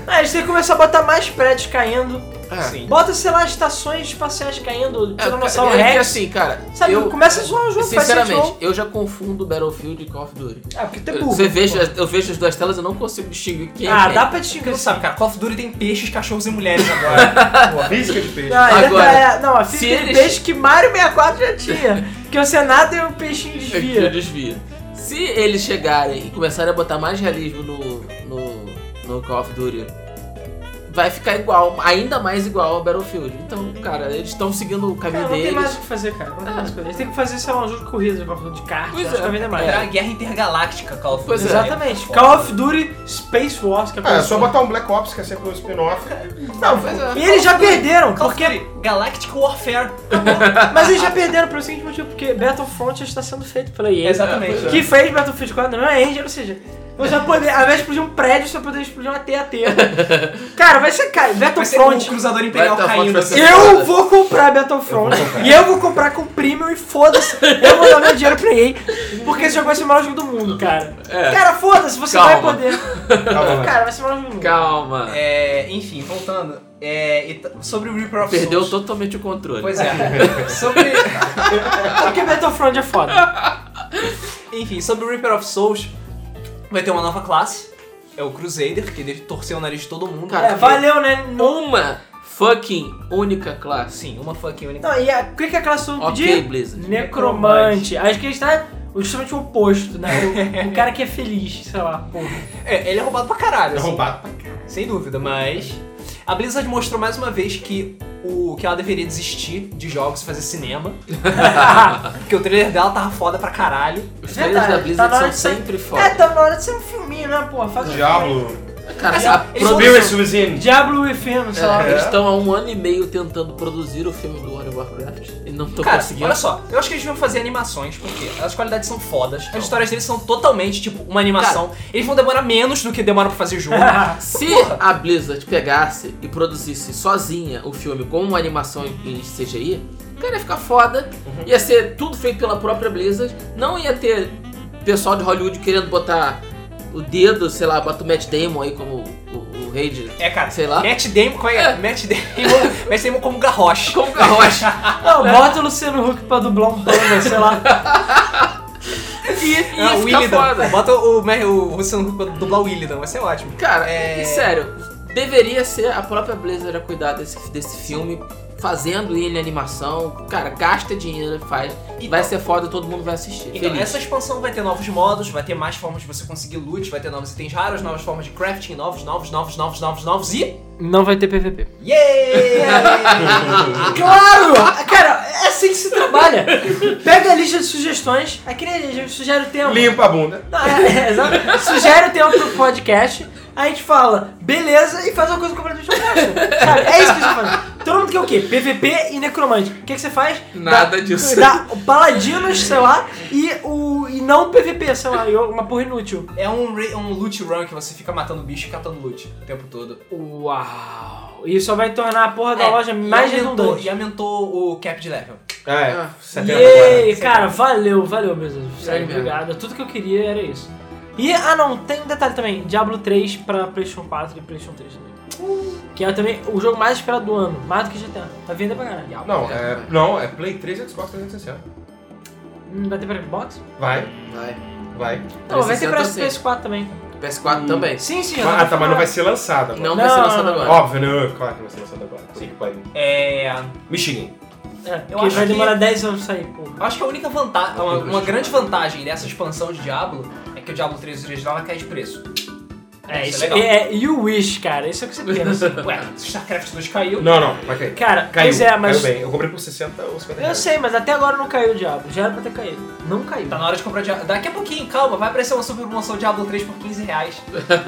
C: Ah, eles têm que começar a botar mais prédios caindo.
B: *laughs* É.
A: Sim.
C: Bota, sei lá, estações espaciais caindo,
B: É,
C: Tiranossauro
B: é que
C: Rex.
B: assim, cara.
C: sabe,
B: eu,
C: começa a zoar o jogo, faz
B: Sinceramente,
C: sentido.
B: eu já confundo Battlefield e Call of Duty.
C: Ah, porque tem
B: Eu,
C: burro.
B: você vejo, eu vejo as duas telas e não consigo distinguir quem é
C: Ah,
B: quem.
C: dá pra
A: Porque
C: distinguir.
A: tu sabe, cara, Call of Duty tem peixes, cachorros e mulheres agora. Porra.
D: Física de peixe.
C: Ah, ele
B: Agora,
C: tá- é, não, a física
B: se
C: de
B: eles-
C: peixe que Mario 64 já tinha. que você nada e o peixinho
B: Eu
C: desvia.
B: desvio. é Se eles chegarem e começarem a botar mais realismo no, no, no Call of Duty, vai ficar igual, ainda mais igual ao Battlefield. Então, cara, eles estão seguindo o
C: Cara,
B: caminho
C: não tem
B: deles. Ah.
C: mais o que fazer, cara. Não tem mais o que fazer. Eles têm que fazer, sei lá, um jogo de corrida, um jogo de kart.
B: Pois
C: acho
B: *laughs* é.
C: que vai vender mais.
A: Era uma guerra intergaláctica, Call of Duty.
B: Pois é.
C: Exatamente.
A: Foda.
C: Call of Duty Space Wars, que é
D: Ah, é
C: pra-
D: só botar um Black Ops, que é sempre um spin-off.
B: Não, pois é.
C: E eles já perderam,
A: Call of
C: porque
A: Duty Galactic Warfare.
C: Mas eles já perderam pelo seguinte motivo, porque Battlefront já está sendo feito pela EA.
B: É,
A: Exatamente.
C: Que fez Battlefield 4 na mesma é engine, ou seja, Você vai poder, ao invés de explodir um prédio, você vai poder explodir um AT-AT.
B: *laughs*
C: Cara, vai ser
A: Vai ser
C: caro.
A: um
C: Battlefront.
A: cruzador imperial
B: Vai ter uma
A: caindo.
B: foto pra
A: assim.
B: ser-
C: Eu vou comprar Battlefront. e eu vou comprar com Premium e foda-se. Eu vou dar meu dinheiro pra EA. Porque esse jogo vai ser o maior jogo do mundo, cara.
B: É.
C: Cara, foda-se, você vai
B: Calma.
C: poder. *laughs*
D: Calma.
C: Cara, vai ser o maior jogo do mundo.
B: Calma.
E: É, enfim, voltando. É, e t- sobre o Reaper of
B: Perdeu
E: Souls.
B: totalmente o controle.
E: Pois
A: *laughs*
E: é. sobre.
C: Porque Battlefront é foda.
A: Enfim, sobre o Reaper of Souls, vai ter uma nova classe. É o Crusader, que deve torcer o nariz de todo mundo.
B: Cara,
C: É, valeu, né? Não,
B: Uma fucking única classe.
A: Sim, uma fucking única.
C: não, e a, o que que aquela sua
B: Ok,
C: pedir?
B: Blizzard.
C: Necromante. Acho que a gente tá justamente o oposto, né? O, o cara que é feliz, sei lá, porra.
A: É, ele é roubado pra caralho.
D: É
A: assim.
D: roubado.
A: Sem dúvida, mas a Blizzard mostrou mais uma vez que o que ela deveria desistir de jogos e fazer cinema. Porque o trailer dela tava foda pra caralho.
B: Os
C: Verdade,
B: trailers da
C: tá
B: Blizzard
C: na hora
B: são
C: de sair.
B: sempre
C: É,
B: foda.
C: tá na hora de ser um filminho, né, porra? Faz um
D: Diablo.
B: Cara,
C: Assim,
B: a
C: eles vão-
B: produção-
D: Spirits Within.
C: Diablo Inferno, sei lá.
B: É, Eles estão há um ano e meio tentando produzir o filme do World of Warcraft e não estão
A: Cara,
B: conseguindo.
A: olha só, eu acho que eles vão fazer animações, porque as qualidades são fodas, as histórias deles são totalmente, tipo, uma animação. eles vão demorar menos do que demoram pra fazer o jogo.
C: *laughs*
B: Se a Blizzard pegasse e produzisse sozinha o filme com uma animação em CGI, cara, ia ficar foda.
C: Uhum.
B: Ia ser tudo feito pela própria Blizzard. Não ia ter pessoal de Hollywood querendo botar o dedo, sei lá, bota o Matt Damon aí como o, o rei de...
A: É, cara,
B: Sei lá.
A: Matt Damon, qual é?
B: É.
A: Matt Damon, *laughs* Matt Damon como Garrosh. É, *laughs*
B: Como garrote.
C: Não, bota o Luciano Huck pra dublar um panda, sei lá.
B: E ia
A: Ah, o
B: ficar foda.
A: Illidan. Bota o, Mer- o Luciano Huck pra dublar o Illidan, vai ser ótimo.
B: Cara,
A: É.
B: e sério, deveria ser a própria Blizzard a cuidar desse, desse filme, fazendo ele animação. Cara, gasta dinheiro, faz. vai ser foda, todo mundo vai assistir.
A: Então,
B: Feliz.
A: essa expansão vai ter novos modos, vai ter mais formas de você conseguir loot, vai ter novos itens raros, novas formas de crafting, novos, novos, novos, novos, novos, novos e.
C: Não vai ter PVP.
A: *laughs* Yeah!
C: Claro! Cara, é assim que se trabalha. Pega a lista de sugestões. Aqui nem a gente sugere o tema.
D: Limpa a bunda.
C: Não, é, é, exato. Sugere o tema pro podcast. A gente fala, beleza, e faz uma coisa completamente oposta. Sabe? É isso que a gente faz. Todo mundo quer o quê? PVP e necromante. O que, que você faz?
B: Nada
C: Dá-
B: disso.
C: Dá o paladinos, sei lá, e o. E não PVP, sei lá, e uma porra inútil.
A: é um, re- um loot run que você fica matando bicho e catando loot o tempo todo.
C: Uau! Isso só vai tornar a porra da É,
D: É,
C: loja mais
A: e aumentou,
C: redundante.
A: e aumentou o cap de level.
D: Ah, é.
B: Ah.
D: 70 agora. É
C: Yay, cara, valeu, valeu mesmo. Sério,
B: mesmo.
C: obrigado. Tudo que eu queria era isso. E, ah não, tem um detalhe também. Diablo 3 pra PlayStation 4 e PlayStation 3 também.
D: Uh.
C: Que é também o jogo mais esperado do ano. Mais do que GTA. Vai vender pra caralho.
D: Não, é, não, é Play 3 e Xbox 360.
C: Hum, Vai ter pra Xbox?
D: Vai,
B: Vai.
D: vai.
C: Não, vai ter pra
B: 360
C: PS4 também.
B: PS4 também.
C: Sim, sim. eu tô
D: Ah, tá, mas não
C: falando.
D: vai ser lançado agora.
B: Hum. Não, vai ser
C: Não,
B: lançado
C: não, não.
B: agora.
D: Óbvio, não, claro que vai ser lançado agora. Sim, vai.
A: É.
D: Me xinguem.
C: É, porque
A: Eu acho
C: vai
A: que-
C: demorar 10 anos pra sair, pô.
A: Eu acho que a única vantagem. Uma, uma grande vantagem dessa expansão de Diablo é que o Diablo 3 original vai cair de preço.
C: É,
A: Isso
C: isso
A: é legal.
C: é, You Wish, cara. Isso é o que você pensa.
D: *laughs*
A: Ué, se StarCraft 2 caiu.
D: Não, não, vai cair.
C: Cara,
D: Caiu,
C: pois é, mas.
D: caiu bem. Eu comprei por 60 ou 50
C: Eu
D: reais.
C: sei, mas até agora não caiu o diabo. Já era pra ter caído. Não caiu.
A: Tá na hora de comprar Diablo. Daqui a pouquinho, calma, vai aparecer uma super promoção Diablo 3 por 15 reais.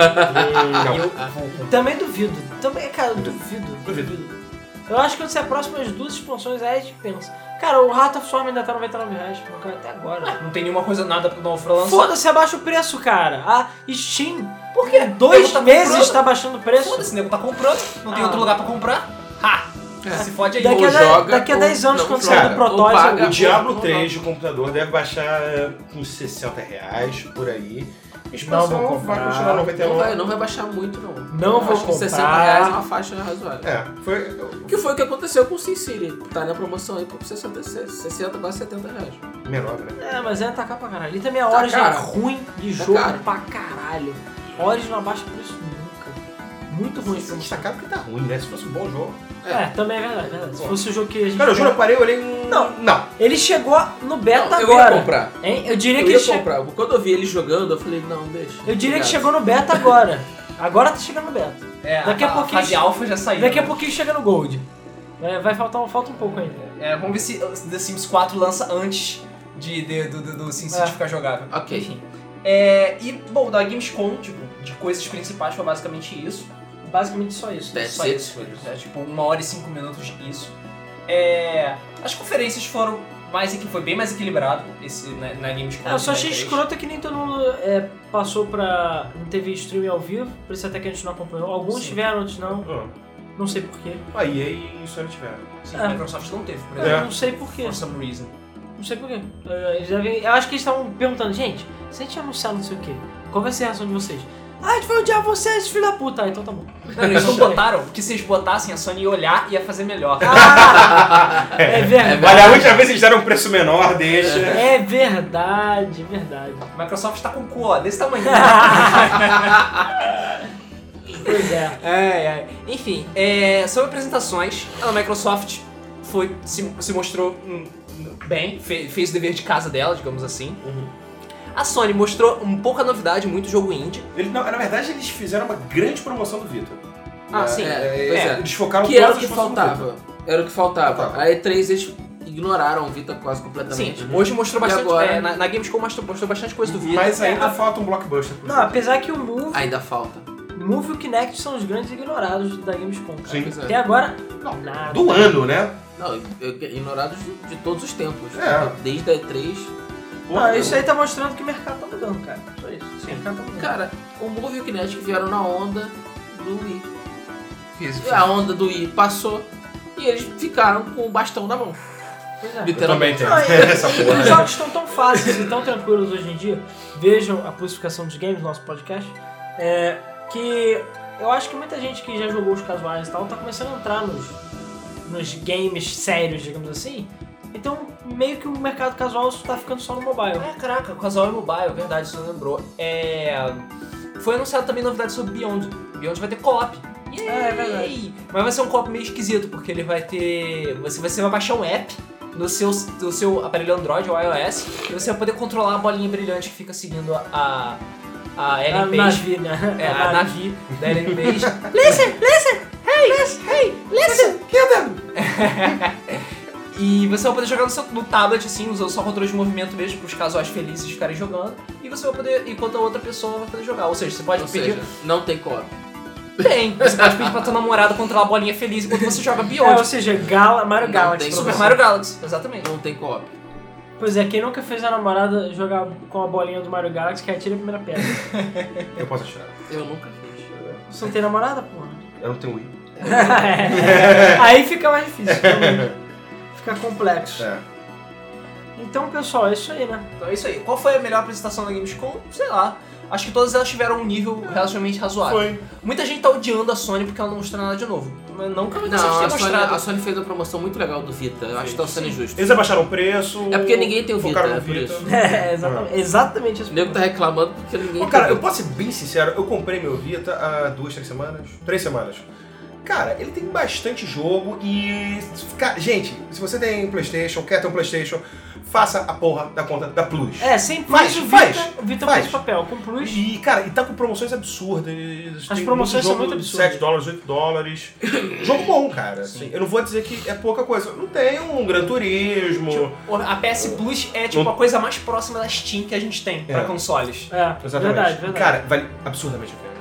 D: Não,
C: Também duvido. Também, cara, eu duvido.
D: duvido.
C: Eu acho que quando você aproxima as duas expansões, aí a gente pensa. Cara, o Heart of Storm ainda tá R$ 99 reais. Não caiu até agora.
A: Não tem nenhuma coisa, nada pro novo pra lançar.
C: Foda-se, abaixa o preço, cara. A Steam,
A: Por quê?
C: dois
A: Nego tá
C: meses,
A: comprando.
C: tá baixando o preço.
A: Foda-se, nego tá comprando, não tem
C: Ah.
A: outro lugar pra comprar. Ha! Se fode aí.
C: É. Daqui
B: Ou
C: a, dez-
B: joga,
C: daqui a
B: ou
C: 10 anos,
B: não
C: quando
B: joga.
C: sair do
B: Ou paga.
D: O
C: protótipo.
D: Diablo
B: Não,
D: 3 do computador deve baixar eh, uns 60 reais por aí. A
C: Não
D: expansão
C: vou
D: vai
C: comprar.
D: continuar
B: Não
D: 99.
B: vai, não vai baixar muito, não.
C: um- Não vou
B: Acho que 60
C: comprar.
B: reais é uma faixa razoável.
D: É, foi
B: Que foi o que aconteceu com o Sin City. Tá na promoção aí por 60, 60 quase 70 reais.
D: menor, né?
C: É, mas é tacar pra caralho. E também a Origin é
B: caro.
C: ruim de
B: Tá
C: jogo
B: caro.
C: pra caralho. Origin não abaixa o preço nunca. Muito ruim
D: Se
C: esse jogo.
D: destacar porque tá ruim, né? Se fosse um bom jogo.
C: É, também é verdade, é verdade. Se fosse o jogo que a gente.
D: Cara, eu juro, eu parei, eu olhei um.
C: Não.
D: não.
C: Ele chegou no beta
B: Não, eu ia
C: agora.
B: comprar.
C: Hein? Eu diria
B: Eu
C: que
B: ia
C: ele che-
B: comprar. Quando eu vi ele jogando, eu falei, não, deixa.
C: Eu diria que
B: Obrigado.
C: chegou no beta agora. Agora tá chegando no beta.
A: É,
C: Daqui a pouquinho-
A: fase alfa já saiu.
C: Daqui a
A: né?
C: pouquinho chega no Gold. É, vai faltar um, falta um pouco ainda.
A: É, vamos ver se The Sims 4 lança antes de, de- do, do, do SimCity
C: É.
A: ficar jogável.
B: Ok. *laughs*
A: Enfim. É, e, bom, da Gamescom, tipo, de coisas principais foi basicamente isso.
C: Basicamente só isso.
B: Deve
A: Só
B: ser.
A: isso. foi, É, tipo, uma hora e cinco minutos isso. É, as conferências foram mais equi- foi bem mais equilibrado esse, na, na Gamescom.
C: É, eu só
A: né,
C: achei
A: que eles-
C: escrota que nem todo mundo é, passou pra. Não teve streaming ao vivo, por isso até que a gente não acompanhou. Alguns
A: Sim.
C: tiveram, outros não.
D: Ah,
C: Não sei porquê.
D: a EA e Sony tiveram.
A: Sim,
C: É.
A: a Microsoft não teve, por
D: É.
A: exemplo.
C: Eu não sei porquê.
A: For some reason.
C: Não sei porquê. Eles devem- Eu acho que eles estavam perguntando, gente, se a gente anunciar não sei o quê, qual vai ser a reação de vocês? Ah, a gente vai odiar vocês, filho da puta. Ah, então tá bom.
A: Não, eles *laughs* não
C: *laughs*
A: botaram, porque se eles botassem a Sony ia olhar, ia fazer melhor.
C: É verdade.
D: Olha, a última vez eles deram um preço menor, deixa.
C: É verdade, é verdade.
A: Microsoft tá com o cu, ó, desse *laughs* tamanho.
C: Pois é.
A: ai, ai. Enfim, é, sobre apresentações, a Microsoft foi, se, se mostrou hum, bem, fe- fez o dever de casa dela, digamos assim.
B: Uhum.
A: A Sony mostrou um pouca novidade, muito jogo indie.
D: Ele, não, na verdade, eles fizeram uma grande promoção do Vitor.
A: Ah, sim.
B: É, pois é.
D: Eles focaram
B: Que
D: todas
B: era o
D: as
B: que
D: forças no Vita.
B: faltava. Era o que faltava.
D: Faltava.
B: A E3 eles ignoraram o Vita quase
A: Sim,
B: completamente.
A: hoje mostrou
B: E
A: bastante.
B: agora?
A: é, na, na Gamescom mostrou, mostrou bastante coisa do Vita.
D: Mas
C: É,
D: ainda
C: a-
D: falta um blockbuster. pro
C: Não,
D: Vita.
C: apesar que o Move,
B: Ainda falta.
C: Move e o Kinect são os grandes ignorados da Gamescom, cara.
D: Sim.
B: Pois é.
C: Até agora,
D: Não,
C: nada.
D: Do ano, né?
B: Não, ignorados de, de todos os tempos.
D: É.
B: Desde a E3.
C: Ah, isso aí tá mostrando que o mercado tá mudando, cara. Só isso.
A: Sim.
C: O mercado tá mudando.
B: Cara, o Move e o Kinetic vieram na onda do Wii.
E: Físico.
B: E a onda do Wii passou e eles ficaram com o bastão na mão.
C: Pois é.
B: Literalmente.
D: tem *laughs*
C: Não, e-
D: essa
C: e
D: porra. né?
C: os jogos estão tão fáceis e tão tranquilos hoje em dia. Vejam a classificação dos games, nosso podcast. É, que eu acho que muita gente que já jogou os casuais e tal tá começando a entrar nos, nos games sérios, digamos assim. Então, meio que o mercado casual tá ficando só no mobile.
A: Ah, caraca, Casual e Mobile, verdade, isso não lembrou. É. Foi anunciado também novidade sobre Beyond. Beyond vai ter co-op. Yay!
C: É, é verdade.
A: Mas vai ser um co-op meio esquisito, porque ele vai ter. Você, você vai baixar um app no seu, no seu aparelho Android ou iOS e você vai poder controlar a bolinha brilhante que fica seguindo a. a, a Ellen
C: A
A: Page.
C: Navi, né?
A: É,
C: A
A: a
C: Navi.
A: Navi da Ellen Page. *laughs* E você vai poder jogar no, seu, no tablet, assim, usando só controle de movimento mesmo, pros casuais felizes ficarem jogando. E você vai poder, enquanto a outra pessoa vai poder jogar. Ou seja, você pode
B: Ou
A: pedir.
B: seja, não tem co-op.
A: Tem. Você pode pedir pra tua namorada controlar a bolinha feliz enquanto você joga
C: É, ou
A: Beyond.
C: seja, Gala, Mario
B: Não
C: Galaxy.
B: tem
C: pra você.
A: Super Mario Galaxy, exatamente.
B: Não tem co-op.
C: Pois é, quem nunca fez a namorada jogar com a bolinha do Mario Galaxy, que atira a primeira *laughs* pedra.
D: Eu posso atirar.
B: Eu nunca fiz.
C: Você não tem namorada, *laughs* porra?
D: Eu não tenho Wii.
C: É. Aí fica mais difícil. realmente. fica complexo.
D: É.
C: Então, pessoal, é isso aí, né?
A: Então é isso aí. Qual foi a melhor apresentação da Gamescom? Sei lá. Acho que todas elas tiveram um nível relativamente razoável.
D: Foi.
A: Muita gente tá odiando a Sony porque ela não mostrou nada de novo. Mas não que a Microsoft
B: Não,
A: tenha
B: a Sony,
A: mostrado.
B: a Sony fez uma promoção muito legal do Vita. Eu acho que tá sendo injusto.
D: Eles abaixaram o preço.
B: É porque ninguém tem o
D: focaram no
B: Vita, é por
D: Vita.
B: isso.
C: *laughs*
B: *laughs*
C: É, exatamente, exatamente isso.
B: O nego tá reclamando porque ninguém.
D: Pô, cara, eu
B: entendeu.
D: posso ser bem sincero, eu comprei meu Vita há duas, três semanas. Três semanas. Cara, ele tem bastante jogo e. ca- Gente, se você tem Playstation, quer ter um Playstation, faça a porra da conta da Plus.
C: É, sem plus,
D: Faz,
C: o Vita,
D: faz,
C: o Vita
D: faz.
C: faz papel. Com plus,
D: E, cara, e tá com promoções absurdas.
C: As
D: Tem
C: promoções são
D: jogo
C: muito
D: de
C: absurdas.
D: 7 dólares, 8 dólares. jogo bom, cara. assim. Eu não vou dizer que é pouca coisa. Não tem um Gran Turismo.
C: Tipo,
A: A PS Plus é tipo
D: Não-
A: a coisa mais próxima da Steam que a gente tem pra
D: É.
A: consoles.
C: É, verdade, verdade.
D: Cara, vale absurdamente a pena.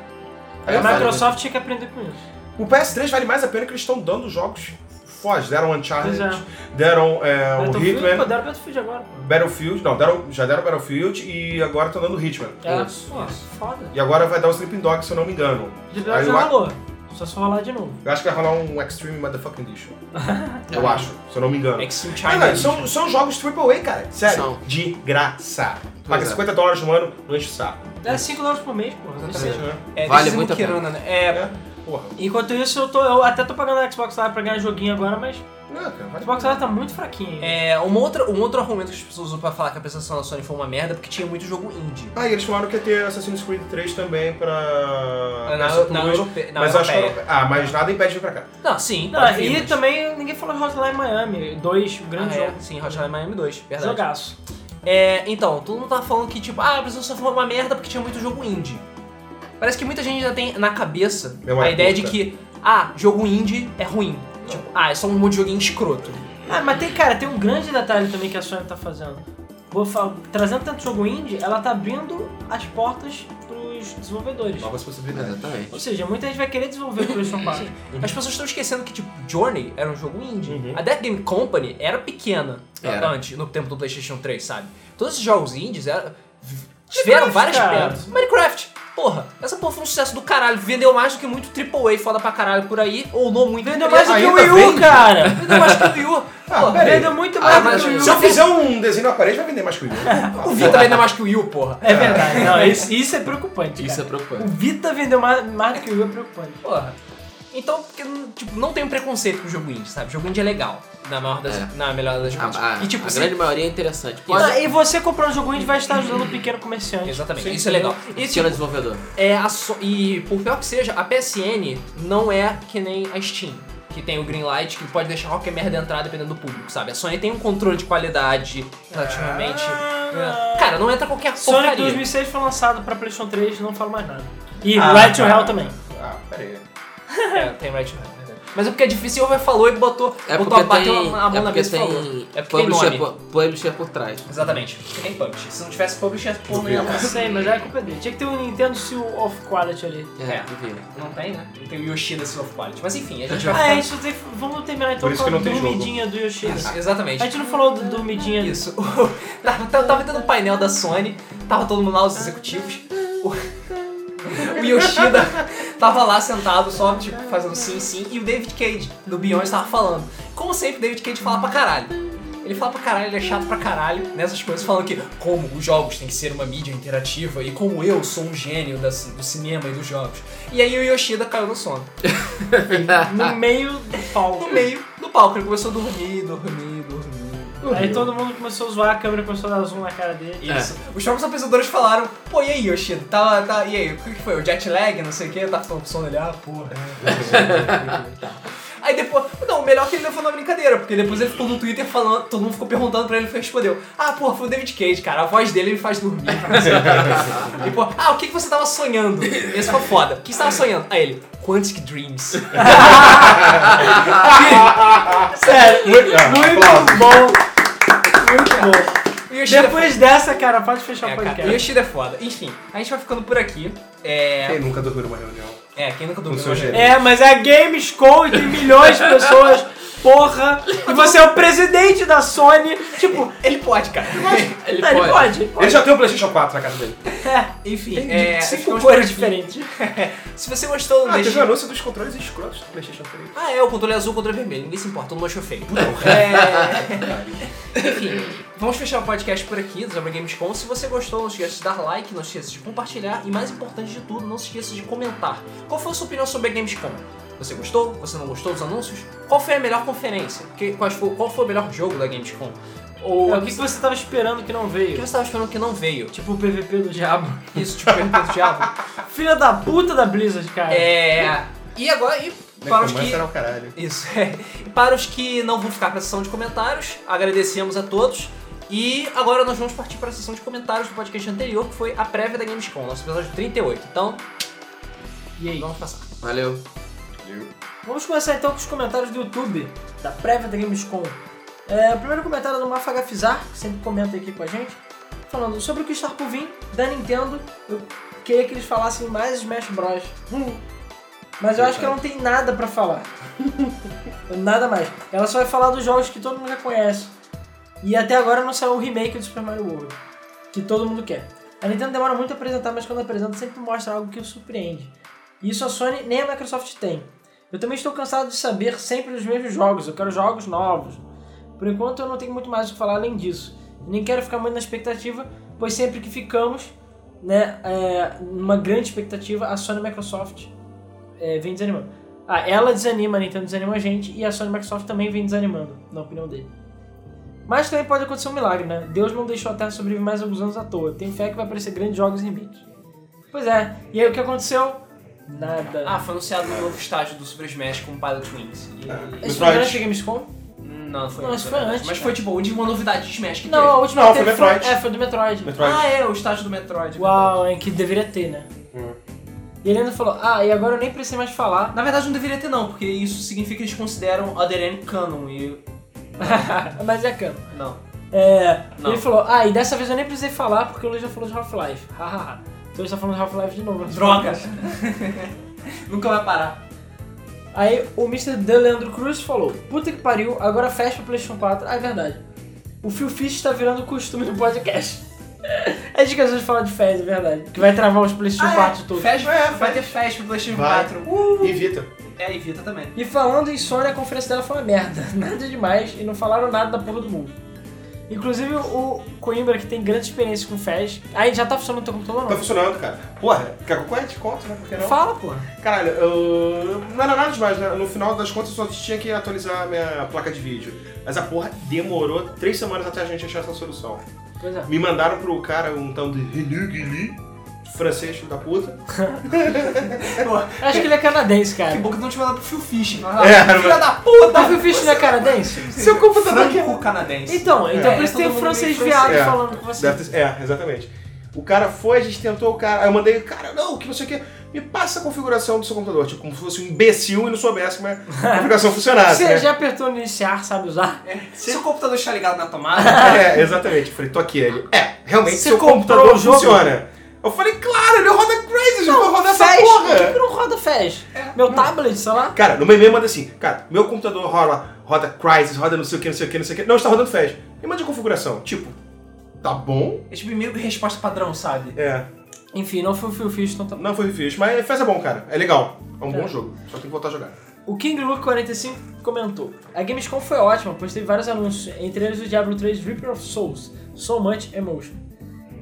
B: É,
D: Aí
C: a
D: vale.
C: Microsoft tinha que aprender com isso.
D: O PS3 vale mais a pena que eles estão dando jogos foz. Deram Uncharted,
C: Pois
D: deram é, o
C: Battlefield,
D: Hitman,
C: pô, deram Battlefield agora.
D: Battlefield. Não, deram, já deram Battlefield e agora estão dando Hitman.
C: É,
B: Isso,
C: pô,
B: isso.
C: foda.
D: E agora vai dar o Sleeping Dogs, se eu não me engano.
C: De
D: Aí
C: verdade,
D: eu
C: já
D: a-
C: rolou. Só se rolar de novo.
D: Eu acho que vai rolar um Extreme Motherfucking Edition. eu acho, se eu não me engano.
A: Extreme
D: Ah,
A: É China.
D: cara, são, são jogos AAA, cara. Sério.
B: São.
D: De graça. Paga
B: é.
D: 50 dólares no ano, não enche o saco.
C: É 5 dólares por mês, tá pô.
A: Exatamente.
D: né?
A: É,
B: Vale
A: deixa eu
B: muito a
A: dizer
B: pena.
A: muquirana, né? É,
D: É. Porra.
C: Enquanto isso, eu, tô, eu até tô pagando a Xbox Live pra ganhar joguinho agora, mas
D: Não, cara,
C: a
D: vale-
C: Xbox Live tá muito fraquinho.
A: É, uma outra, um outro argumento que as pessoas usam pra falar que a apresentação da Sony foi uma merda é porque tinha muito jogo indie.
D: Ah, e eles falaram que ia ter Assassin's Creed 3 também pra.
A: Na, na,
D: PS Plus,
A: europe, na
D: mas eu Ah, acho que
A: europeia.
D: era- Ah, mas nada impede de vir pra cá.
A: Não, sim.
C: Não,
A: pode vir,
C: e
A: mas-
C: também ninguém falou de Hotline Miami, dois
D: um
C: grandes
A: Ah, é,
C: jogos.
A: sim, Hotline Miami 2, verdade.
C: Jogaço.
A: É, então, todo mundo tava falando que, tipo, ah, a apresentação foi uma merda porque tinha muito jogo indie. Parece que muita gente já tem na cabeça
D: Memória
A: a ideia de
D: curta.
A: que, ah, jogo indie é ruim. Tipo, ah, é só um monte de joguinho escroto.
C: Ah, mas tem, cara, tem um grande detalhe também que a Sony tá fazendo. vou fa- trazendo tanto jogo indie, ela tá abrindo as portas pros desenvolvedores.
D: Novas possibilidades.
B: Exatamente.
C: Ou seja, muita gente vai querer desenvolver pro PlayStation 4.
A: As pessoas estão esquecendo que, tipo, Journey era um jogo indie.
D: Uhum.
A: A Dead Game Company era pequena
B: Era.
A: antes, no tempo do PlayStation 3, sabe? Todos esses jogos indies eram- tiveram várias
C: cara.
A: pedras. Minecraft! Porra, essa porra foi um sucesso do caralho. Vendeu mais do que muito AAA foda pra caralho por aí. Ou não muito.
C: Vendeu mais do que o
D: Ainda
C: Wii U, *laughs*
D: vende?
C: cara!
A: É, Vendeu mais que o Wii U.
D: Ah,
A: Porra,
D: peraí.
C: Vendeu muito
A: Ah,
C: mais do
A: mas
C: que o Wii U.
D: Se eu fizer um desenho na parede, vai vender mais que o Wii U.
A: o Vita vendeu mais que o Wii U, porra.
C: É verdade, não, isso, isso é preocupante.
B: Isso é
C: cara.
B: preocupante.
C: O Vita vendeu mais, mais do que o Wii U é preocupante.
A: Porra. Então, porque, tipo, não tem um preconceito com o jogo indie, sabe? O jogo indie é legal. Na, maior das,
B: É.
A: na melhor das coisas.
B: A, a-
A: e tipo,
B: a
A: se- tá,
B: grande maioria é interessante.
C: Não,
B: Pode ser
C: E você comprando um jogo indie vai estar ajudando o pequeno comerciante.
A: Exatamente,
D: Sim,
A: isso é legal. E, tipo,
B: desenvolvedor.
A: é a so- E por pior que seja, a PSN não é que nem a Steam, que tem o Greenlight, que pode deixar qualquer merda entrar dependendo do público, sabe? A Sony tem um controle de qualidade relativamente.
C: Ah. é
A: É. Cara, não entra qualquer
C: Sonic
A: porcaria.
C: 2006 foi lançado pra PlayStation 3, não falo mais nada. E
D: Ah,
C: Right to
D: cara.
C: Hell também.
D: Ah, peraí.
A: É, tem Right Now, é verdade. Mas é porque é difícil, o falou e botou,
B: É
A: botou a,
B: porque
A: bateu
B: tem,
A: a mão
B: é
A: na
B: porque
A: mesa e
B: tem
A: falou. É porque tem
B: publisher,
A: nome.
B: por, publisher por trás.
A: Exatamente, porque tem publisher. Se não tivesse publisher, pô, não ia
D: Duvido.
A: lá.
C: Não sei, mas é a culpa dele. Tinha que ter um Nintendo Seal of Quality ali.
B: É,
A: É.
B: devia.
A: Não tem, né? Não tem o Yoshida Seal of Quality. Mas enfim, a gente vai
C: Ah, é,
A: falar.
C: isso tem, vamos terminar então
D: Por isso que
C: com a
D: não tem jogo.
C: dormidinha do Yoshida.
A: Exatamente.
C: A gente não falou do dormidinha.
A: Isso. *laughs* tava, tava- tava tendo um painel da Sony, tava todo mundo lá, os executivos. O, *laughs* o Yoshida tava lá sentado, só tipo, fazendo sim, sim. E o David Cage, do Beyond, tava falando. Como sempre, o David Cage fala pra caralho. Ele fala pra caralho, ele é chato pra caralho nessas coisas, falando que como os jogos têm que ser uma mídia interativa e como eu sou um gênio da ci- do cinema e dos jogos. E aí o Yoshida caiu no sono.
C: No Tá. meio do palco.
A: No meio do palco, ele começou a dormir, dormir, dormir.
C: Aí todo mundo começou a zoar, a câmera começou a dar zoom na cara dele.
A: Isso. É. Os próprios apresentadores falaram, pô, e aí, Yoshida? Tá, tá, e aí, o que que foi? O jet lag, não sei o que, tá falando pro sono ele, ah, porra. *laughs* aí depois, não, o melhor é que ele levou na brincadeira, porque depois ele ficou no Twitter falando, todo mundo ficou perguntando pra ele, ele respondeu, ah, porra, foi o David Cage, cara, a voz dele me faz dormir. *laughs* e pô, ah, o que que você tava sonhando? Esse foi foda. O que você tava sonhando? Aí ele, Quantic Dreams.
C: Sério, muito
D: Ah, aplausos.
C: bom. Muito bom.
A: O Yoshida
C: Depois dessa, cara, pode fechar
A: é,
C: o
A: cara,
C: podcast.
A: o Yoshida é foda. Enfim, a gente vai ficando por aqui. É,
D: Quem nunca dormiu numa reunião?
A: é quem nunca dormiu
D: seu
A: né?
D: gênio.
C: É, mas é a Gamescom e tem milhões de pessoas, porra. E você é o presidente da Sony. Tipo,
A: É, Ele pode, cara.
B: Ele
C: tá, ele pode.
D: Ele já tem o PlayStation 4 na casa dele.
C: É, então, tipo,
A: Enfim,
C: tem
A: é,
C: cinco
A: ficamos por
C: cores
A: aqui.
C: diferentes.
A: *laughs* Se você gostou, não
D: Ah, teve o
A: deixa.
D: anúncio dos controles escrotos do PlayStation 3.
A: Ah, é, o controle é azul, o controle é vermelho. Ninguém se importa, todo mundo achou feio. É...
C: *laughs*
A: Enfim, vamos fechar o podcast por aqui do Zebra Gamescom. Se você gostou, não se esqueça de dar like, não se esqueça de compartilhar e, mais importante de tudo, não se esqueça de comentar. Qual foi a sua opinião sobre a Gamescom? Você gostou? Você não gostou dos anúncios? Qual foi a melhor conferência? Que- quais fo- qual foi o melhor jogo da Gamescom? Ou o
C: É, o que
A: que
C: que você tava esperando que não
A: que você
C: veio?
A: estava esperando que não veio?
C: Tipo o PVP do diabo.
A: Isso te pergunta do diabo.
C: Filha da puta da Blizzard, cara.
A: É. E agora, e para os que
D: Necromancer é o caralho.
A: Isso é. E para os que não vão ficar para a sessão de comentários, agradecemos a todos. E agora nós vamos partir para a sessão de comentários do podcast anterior, que foi a prévia da Gamescom, nosso episódio 38. Então,
C: E aí?
A: vamos passar.
B: Valeu.
C: Vamos começar então com os comentários do YouTube, da prévia da Gamescom. É, o primeiro comentário é do Mafa Gafizar, que sempre comenta aqui com a gente, falando sobre o que está por vir da Nintendo. Eu queria que eles falassem mais Smash Bros. Hum. Mas eu acho que ela não tem nada pra falar. *laughs* nada mais. Ela só vai falar dos jogos que todo mundo já conhece. E até agora não saiu o remake do Super Mario World, que todo mundo quer. A Nintendo demora muito a apresentar, mas quando apresenta sempre mostra algo que o surpreende. E isso a Sony nem a Microsoft tem. Eu também estou cansado de saber sempre dos mesmos jogos, eu quero jogos novos. Por enquanto eu não tenho muito mais o que falar além disso. Nem quero ficar muito na expectativa, pois sempre que ficamos, né, é, numa grande expectativa, a Sony e a Microsoft é, vem desanimando. Ah, ela desanima, a Nintendo desanima a gente, e a Sony e a Microsoft também vem desanimando, na opinião dele. Mas também pode acontecer um milagre, né? Deus não deixou a Terra sobreviver mais alguns anos à toa. Tenho fé que vai aparecer grandes jogos e remakes. Pois é, e aí o que aconteceu? Nada.
A: Ah, foi anunciado o novo estágio do Super Smash com Pilot Wings. E...
C: Esse
D: Metroid.
C: foi durante a Gamescom?
A: Não, foi
C: Não,
A: antes,
C: isso
A: na
C: foi
A: verdade. Mas
C: antes, cara.
A: foi tipo a última novidade de Smash que
C: Não, a última
D: Não,
C: que teve
D: foi Metroid.
C: É, foi do Metroid.
D: Metroid.
A: teve. Ah, é, o estágio do Metroid.
C: Uau, é que deveria ter, né?
D: Hum.
C: E ele ainda falou, ah, e agora eu nem precisei mais falar. *laughs*
A: Na verdade não deveria ter não, porque isso significa que eles consideram Other End canon e...
C: Mas é cano.
A: Não.
C: É,
B: Não.
C: ele falou, ah, e dessa vez eu nem precisei falar porque o Luiz já falou de Half-Life. Hahaha. então ele tá falando de Half-Life de novo. né?
E: Droga! *laughs* Nunca vai parar.
C: Aí o Mr. De Leandro Cruz falou: Puta que pariu, agora fecha o PlayStation 4. Ah, é verdade. O Phil Fish está virando costume no podcast. *laughs* É de que às vezes fala de Fez, é verdade. Que vai travar os PlayStation
A: Ah,
C: 4 todos.
E: Ah, Fast,
D: É,
E: vai ter Fast pro PlayStation
D: Vai.
E: 4. Uh!
D: Evita.
E: É, e Vita também.
C: E falando em Sony, a conferência dela foi uma merda. *laughs* Nada demais e não falaram nada da porra do mundo. Inclusive o Coimbra, que tem grande experiência com Fez. Aí já tá funcionando no teu computador,
D: Tá
C: não?
D: funcionando, cara. Porra, quer que eu conte? Conto, né? Por que não?
C: Fala, porra.
D: Caralho, eu... não era nada demais, né? No final das contas, eu só tinha que atualizar a minha placa de vídeo. Mas a porra demorou três semanas até a gente achar essa solução.
C: Pois é.
D: Me mandaram pro cara um tal de René Guilly, francês filho da puta.
C: Eu acho que ele é canadense,
E: Que
C: cara.
E: bom que não te mandaram pro Phil Fish.
C: Ah,
D: É,
E: Filha
D: mas-
E: da puta!
C: O Phil Fish não é canadense?
E: Seu computador é o canadense.
C: Então, então
E: É,
C: por isso
E: todo
C: tem o
E: mundo
C: francês
E: meio
C: viado
D: francês. É.
C: falando com você.
D: Deve ter- É, exatamente. O cara foi, a gente tentou o cara. Aí eu mandei, cara, não, que não sei o quê. Me passa a configuração do seu computador. Tipo, como se fosse um imbecil e não soubesse como é que a
C: *laughs*
D: configuração funcionasse.
C: Você
D: né?
C: já apertou no iniciar, sabe usar?
E: É, Seu computador está ligado na *laughs* tomada.
D: É, exatamente. Eu Falei, tô aqui. Ele, é, realmente
C: Você
D: seu
C: comprou
D: computador
C: o jogo?
D: funciona. Eu falei, claro, ele roda Crazy, já vai Tipo, rodar essa
C: Fez? Por que
D: porra. É.
C: não roda Fez? Meu tablet, sei lá.
D: Cara, no meu e-mail manda assim, cara, meu computador roda, roda Crysis, roda não sei o que, não sei o que, não sei o que. Não, está rodando Fez. Me manda a configuração. Tipo, tá bom?
E: É tipo meio que resposta padrão, sabe?
D: É.
C: Enfim, não foi o Phil Fish, então tá bom.
D: Não foi difícil, mas Fez é bom, cara. É legal. É um bom jogo. Só tem que voltar a jogar.
C: O King Luke 45 comentou: A Gamescom foi ótima, pois teve vários anúncios, entre eles o Diablo 3 Reaper of Souls, So Much Emotion.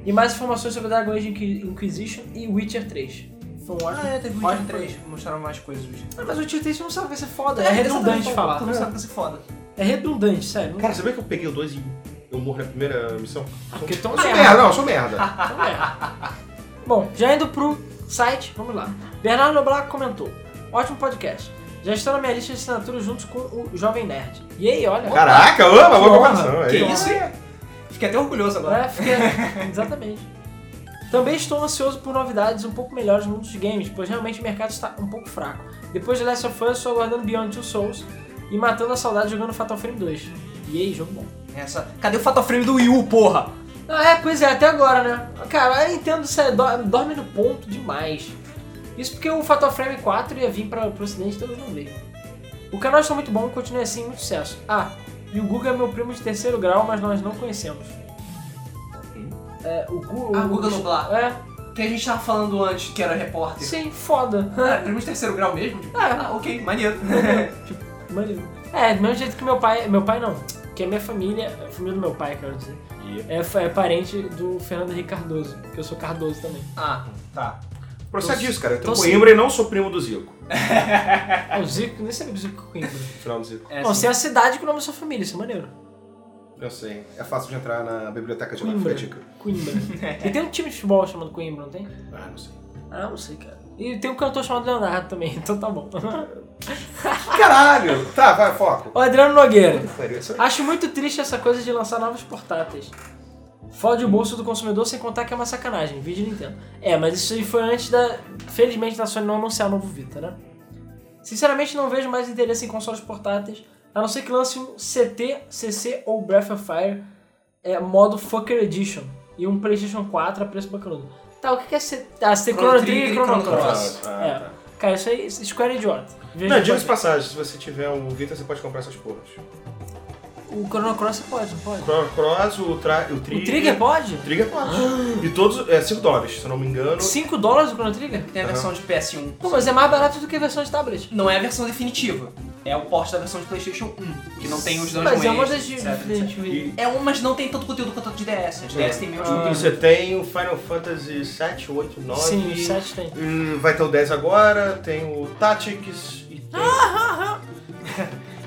C: E mais informações sobre Dragon Age Inqui- Inquisition e Witcher 3. Foi um ótimo.
E: Ah, é, teve
C: ótimo
E: Witcher 3. Mostraram mais coisas.
C: Ah, mas o Witcher 3 não sabe vai ser foda, é,
E: né?
C: redundante falar.
E: Não sabe que você tá foda.
C: É redundante, sério.
D: Cara, sabia que eu peguei o 2 e eu morro na primeira missão?
C: Porque tão
D: Eu sou um
C: merda.
D: merda, não, eu sou
C: Ah,
D: merda.
C: Bom, já indo pro site, vamos lá. Bernardo Black comentou: Ótimo podcast. Já estou na minha lista de assinaturas junto com o Jovem Nerd. E aí, olha.
D: Caraca, ama,
C: Que
D: boa
C: honra.
D: comparação. é
E: Que
D: aí.
E: isso, hein? Fiquei até orgulhoso agora.
C: É,
A: né?
C: fiquei... *laughs* Exatamente. Também estou ansioso por novidades um pouco melhores no mundo dos games, pois realmente o mercado está um pouco fraco. Depois de Last of Us, estou aguardando Beyond Two Souls e matando a saudade jogando Fatal Frame 2. E aí, jogo bom.
E: Essa... Cadê o Fatal Frame do Wii U, porra?
C: Ah, é, pois é, até agora, né? Cara, a Nintendo sério, do- dorme no ponto demais. Isso porque o Fatal Frame 4 ia vir para o ocidente, então eu não veio. O canal está muito bom, continue assim, muito sucesso. Ah, e o Guga é meu primo de terceiro grau, mas nós não conhecemos. É, o Guga...
E: Ah, Guga Nublar.
C: É,
E: Que a gente tava falando antes, que era repórter.
C: sim, foda.
E: Ah,
A: É,
E: primo de terceiro grau mesmo? Tipo,
C: É.
E: Ah, ok,
A: *laughs*
E: maneiro.
C: Maneiro. É, do mesmo jeito que meu pai. Meu pai não. Que é minha família, a família do meu pai, quero dizer. É, fa- é parente do Fernando Henrique Cardoso, que eu sou Cardoso também.
E: ah, tá.
D: Procede isso, cara. Eu tenho
C: Tô
D: Coimbra e não sou primo do Zico.
C: Ah, o Zico, nem sabia do Zico Coimbra.
D: Final do Zico.
E: É,
C: Não,
E: sim.
A: assim,
C: você é a cidade com o nome da sua família, isso é maneiro.
D: Eu sei. É fácil de entrar na biblioteca de
C: Coimbra.
D: Coimbra. dica.
C: *laughs* Coimbra. e tem um time de futebol chamado Coimbra, não tem?
D: Ah, não sei.
C: Ah, não sei, cara. E tem um cantor chamado Leonardo também, *laughs* então tá bom.
D: Caralho! Tá, vai, foco.
C: o Adriano Nogueira.
D: Isso aí.
C: Acho muito triste essa coisa de lançar novos portáteis. Fode o bolso do consumidor sem contar que é uma sacanagem, vídeo Nintendo. É, mas isso aí foi antes da. Felizmente da Sony não anunciar o novo Vita, né? Sinceramente não vejo mais interesse em consoles portáteis, a não ser que lance um CT, CC ou Breath of Fire é, modo Fucker Edition e um PlayStation 4 a preço bacanudo. Tá, o que que é CT? Ah, CT Chrono Trigger e Chrono Cross.
D: Ah,
C: É.
D: tá.
C: Cara, isso aí, Square é idiota. Veja
D: Não, diga-se de
C: qualquer-
D: passagem, se você tiver um Vita, você pode comprar essas porras.
C: O Chrono Cross você pode, não pode?
D: Chrono Cross, o, tra... o
C: O
D: Trigger...
C: Trigger é pode?
D: O Trigger pode. E todos... É, 5 dólares, se eu não me engano.
C: 5 dólares o Chrono Trigger?
A: tá
E: Tem a versão de PS1.
C: Pô, mas é mais barato do que a versão de tablet.
E: Não é a versão definitiva. É o porte da versão de PlayStation 1, que não tem um os dungeons.
C: Mas é uma das
E: extras,
C: de. um.
E: etc,
C: de-
E: etc.
C: de-
E: É uma, mas não tem tanto conteúdo quanto a de DS. A
C: é,
E: de DS tem menos conteúdo.
D: E Ah, tipo, você tem o Final Fantasy 7, 8, 9...
C: Sim, o 7 tem.
D: Hum, Vai ter o 10 agora, tem o Tactics e
C: Ah,
D: tem... *laughs*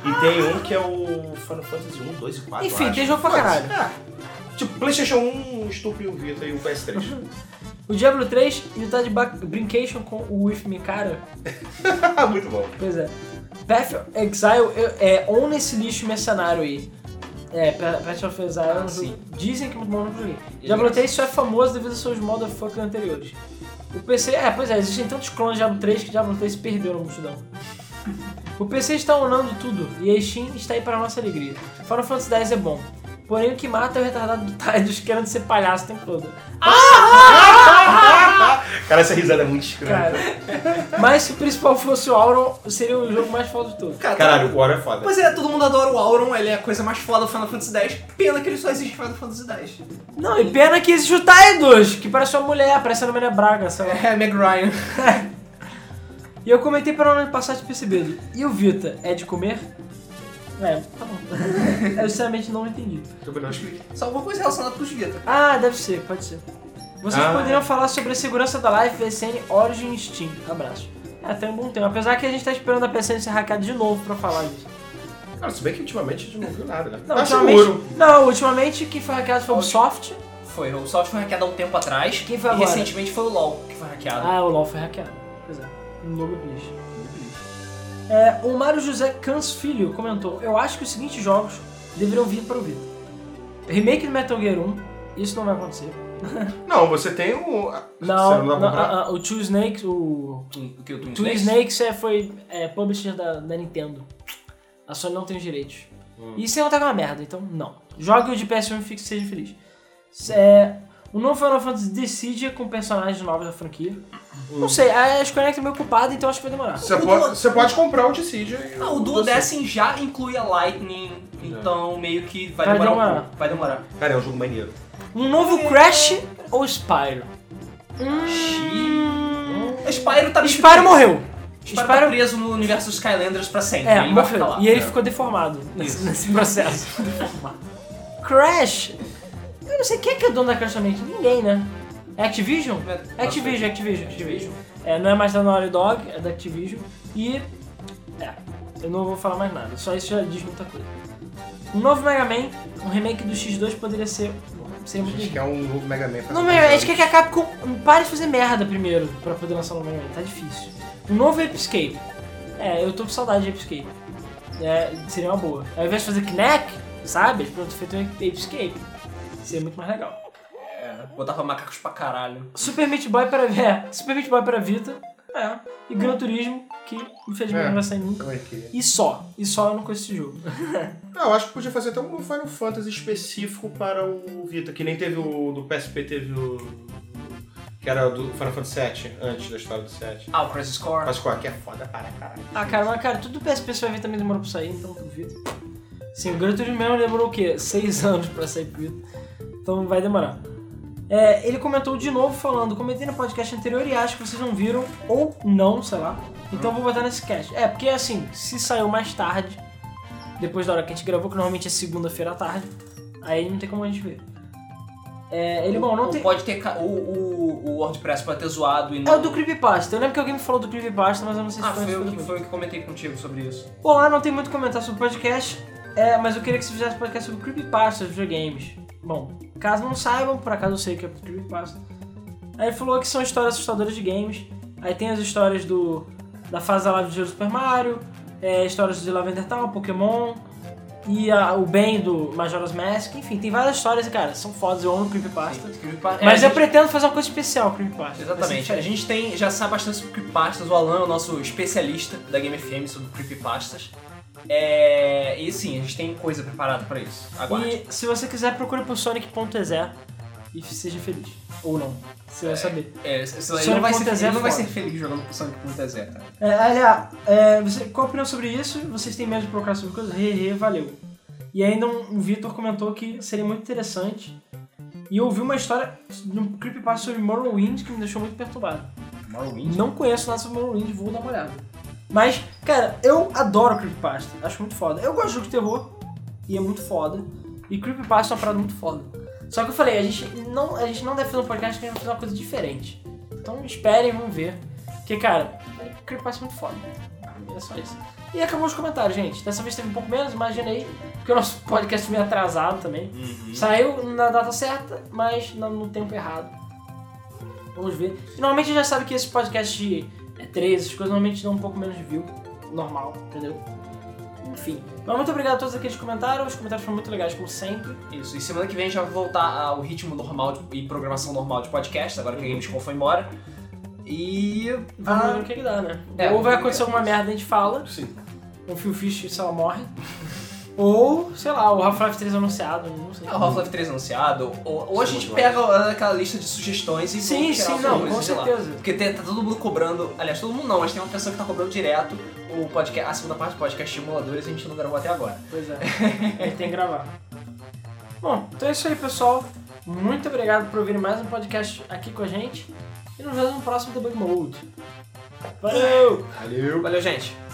D: e tem um que é o Final Fantasy 1, 2 e 4,
C: Enfim,
D: acho.
C: tem jogo pra
D: Foda-se.
C: caralho.
D: É. Tipo, Playstation 1, estúpido o Vita e o PS3.
C: O Diablo 3 e o tá de ba- Brincation com o With Me, cara.
D: *laughs* Muito bom.
C: Pois é. Path of Exile é, é on nesse lixo mercenário aí. É, Pa- Path of Exile é um
E: Ah, sim.
C: jogo- dizem que é muito bom no jogo. Diablo 3 só é famoso devido aos seus motherfuckers anteriores. O PC. É, pois é, existem tantos clones de Diablo 3 que Diablo 3 se perdeu na multidão. *laughs* O PC está onando tudo e a Steam está aí para nossa alegria. Final Fantasy X é bom. Porém, o que mata é o retardado do Tidus *laughs* querendo ser palhaço o tempo todo.
D: Cara, essa risada é muito escrota.
C: Cara. *laughs* Mas se o principal fosse o Auron, seria o jogo mais foda de todos.
A: Cara,
C: tá.
D: Caralho, o War é foda.
A: Pois é, todo mundo adora o Auron, ele é a coisa mais foda do Final Fantasy X. Pena que ele só existe em Final Fantasy X.
C: Não, e pena que existe o Tidus, que parece uma mulher, parece a Ana Maria Braga, sei lá.
A: É, Meg Ryan.
C: E eu comentei para não passar de percebido. E o Vita, é de comer? É, tá bom. Eu sinceramente não entendi.
D: Também não acho que-
A: Só alguma coisa relacionada com os Vita.
C: Ah, deve ser, pode ser. Vocês
D: Ah.
C: poderiam falar sobre a segurança da Life, PSN, Origin e Steam. Abraço. É, tem um bom tempo. Apesar que a gente tá esperando a PSN ser hackeada de novo pra falar disso.
D: Cara, se bem que ultimamente a gente não viu nada, né?
C: Não,
D: tá seguro.
C: ultimamente, não, ultimamente quem foi hackeado foi o Ubisoft.
A: Foi, o Ubisoft foi hackeado há um tempo atrás.
C: Quem foi
A: e
C: agora?
A: recentemente foi o LoL que foi hackeado.
C: Ah, o LoL foi hackeado. Pois é. Logo bicho. É, o Mário José Cans Filho comentou: Eu acho que os seguintes jogos deveriam vir para o Vita: Remake do Metal Gear 1, isso não vai acontecer.
D: Não, você tem o. Você
C: Não,
D: não dá pra
C: não,
D: comprar?
C: ah, ah, o Two Snakes, o
A: O que o Twin
C: Two
A: Snakes?
C: Snakes é, foi é, publisher da, da Nintendo. A Sony não tem os direitos.
A: Hum.
C: E sem contar que é uma merda, então não. Jogue o de PS1 e fique, seja feliz. S- É, o novo Final Fantasy Decidia com personagens novos da franquia.
A: Hum.
C: Não sei, a Square Enix é meio ocupada, então acho que vai demorar.
D: Você,
A: O
D: pode,
A: Duo-
D: você pode comprar o Dissidia. e
A: Ah, o Duo Dessen já inclui a Lightning, então meio que vai,
C: Vai
A: demorar,
C: demorar.
A: um pouco. Vai demorar.
D: Cara, é um jogo maneiro.
C: Um novo Crash ou Spyro?
A: O Spyro tá
C: Spyro morreu.
A: Spyro, tá preso no universo dos Skylanders pra sempre.
C: É,
A: ele vai ficar
C: morreu.
A: lá.
C: E ele ficou deformado nesse,
A: *laughs*
C: nesse processo. Deformado. Crash! Eu não sei quem é que é dono da Crash também. Ninguém, né? É Activision?
A: É.
C: Activision, Activision, Activision.
A: Activision.
C: É, não é mais da Naughty Dog, é da Activision. E. É, eu não vou falar mais nada, só isso já diz muita coisa. Um novo Mega Man, um remake do X2 poderia ser. Seria
D: A
C: muito
D: gente
C: bem.
D: quer um novo Mega Man pra
C: Não,
D: fazer um
C: meu, a
D: jogos.
C: gente
A: é
C: quer que a Capcom pare de fazer merda primeiro pra poder lançar um Mega Man, tá difícil. Um novo Escape. É, eu tô com saudade de Escape. É, seria uma boa. Ao invés de fazer Knack, sabe? Pronto, feito um Escape. Seria muito mais legal.
A: É, botava macacos pra caralho.
C: Super Meat Boy para *laughs* é, Super Meat Boy para Vita. É. E Gran Turismo, que infelizmente
D: É.
C: não vai sair nunca.
D: Como é que é?
C: E só. E só eu não conheço esse jogo.
D: Não, eu acho que podia fazer até um Final Fantasy específico para o Vita, que nem teve o do PSP, teve o. que era do Final Fantasy VII, antes da história do 7.
A: Ah, o Crisis Core.
D: Mas qual é que é foda para caralho?
C: Ah, cara, mas cara, tudo do PSP você vai ver também demorou pra sair, então duvido. Sim, o Gran Turismo mesmo demorou o quê? Seis *laughs* anos pra sair pro Vita. Então vai demorar. É, ele comentou de novo falando, comentei no podcast anterior e acho que vocês não viram, ou não, sei lá. Então eu vou botar nesse cast. É, porque assim, se saiu mais tarde, depois da hora que a gente gravou, que normalmente é segunda-feira à tarde, aí não tem como a gente ver. É, ele, bom, não
A: Ou
C: tem.
A: Pode ter ca- o, o, o WordPress pode ter zoado e
C: É
A: não.
C: o do Creepypasta. Eu lembro que alguém me falou do Creepypasta, mas eu não sei se
A: Ah, foi
C: esse
A: eu que,
C: depois.
A: foi eu que comentei contigo sobre isso.
C: Olá, não tem muito a comentar sobre o podcast, é, mas eu queria que você fizesse podcast sobre creepypastas de videogames. Bom, caso não saibam, por acaso eu sei que é creepypasta. Aí ele falou que são histórias assustadoras de games. Aí tem as histórias do da fase da live de Super Mario, é, histórias de Lavender Town, Pokémon, e a- o Ben do Majora's Mask. Enfim, tem várias histórias e, cara, são fodas, eu amo creepypasta.
A: Creepypasta-
C: Mas
A: é, a gente-
C: eu pretendo fazer uma coisa especial creepypasta.
A: Exatamente. A gente tem, já sabe bastante sobre creepypastas. O Alan é o nosso especialista da Game FM sobre creepypastas. É, e sim, a gente tem coisa preparada pra isso. Aguarde.
C: E se você quiser, procure por Sonic.exe e seja feliz. Ou não, você vai saber.
A: É, se- se- ele
C: Sonic
A: não vai,
C: ponto
A: ser,
C: zero
A: ele não vai
C: foda.
A: ser feliz jogando com Sonic Ponto Zero, cara.
C: É, aliás, é, você, qual a opinião sobre isso? Vocês têm medo de procurar sobre coisas? Hehe, valeu. E ainda um, um Vitor comentou que seria muito interessante. E eu ouvi uma história de um creepypasta sobre Morrowind que me deixou muito perturbado.
A: Morrowind?
C: Não conheço nada sobre Morrowind, vou dar uma olhada. Mas, cara, eu adoro creepypasta. Acho muito foda. Eu gosto de jogo de terror e é muito foda. E creepypasta é uma parada muito foda. Só que eu falei, a gente não, a gente não deve fazer um podcast, que a gente vai fazer uma coisa diferente. Então esperem, vamos ver. Porque, cara, creepypasta é muito foda. É só isso. E acabou os comentários, gente. Dessa vez teve um pouco menos, imaginei. Porque o nosso *laughs* podcast foi meio atrasado também. Saiu na data certa, mas no- no tempo errado. Vamos ver. E, Normalmente já sabe que esse podcast de é, 13, essas coisas normalmente dão um pouco menos de view. Normal, entendeu? Enfim. Mas muito obrigado a todos aqueles que comentaram. Os comentários foram muito legais, como sempre.
A: Isso, e semana que vem a gente vai voltar ao ritmo normal de- e programação normal de podcast, agora que a Gamescom foi embora. E.
C: Vamos
A: Ah.
C: ver o que, que dá, né?
A: É,
C: Ou vai
A: vamos ver.
C: acontecer alguma merda, a gente fala.
D: Sim.
C: Um fio fish e ela morre. Ou, sei lá, o Half-Life 3 anunciado, não sei.
A: É o Half-Life 3 anunciado, ou, ou a gente
F: Segundo
A: pega aquela lista de sugestões e
C: é Sim,
A: vamos tirar
C: sim,
A: alguma
C: não,
A: coisa,
C: com
A: sei lá.
C: certeza.
A: Porque tem- tá todo mundo cobrando, aliás, todo mundo não, mas tem uma pessoa que tá cobrando direto o podcast, a segunda parte do podcast Simuladores e a gente não gravou até agora.
C: Pois é, a gente tem que gravar. Bom, então é isso aí, pessoal. Muito obrigado por ouvir mais um podcast aqui com a gente. E nos vemos no próximo The Bug Mode. Valeu!
F: Valeu.
A: Valeu, gente!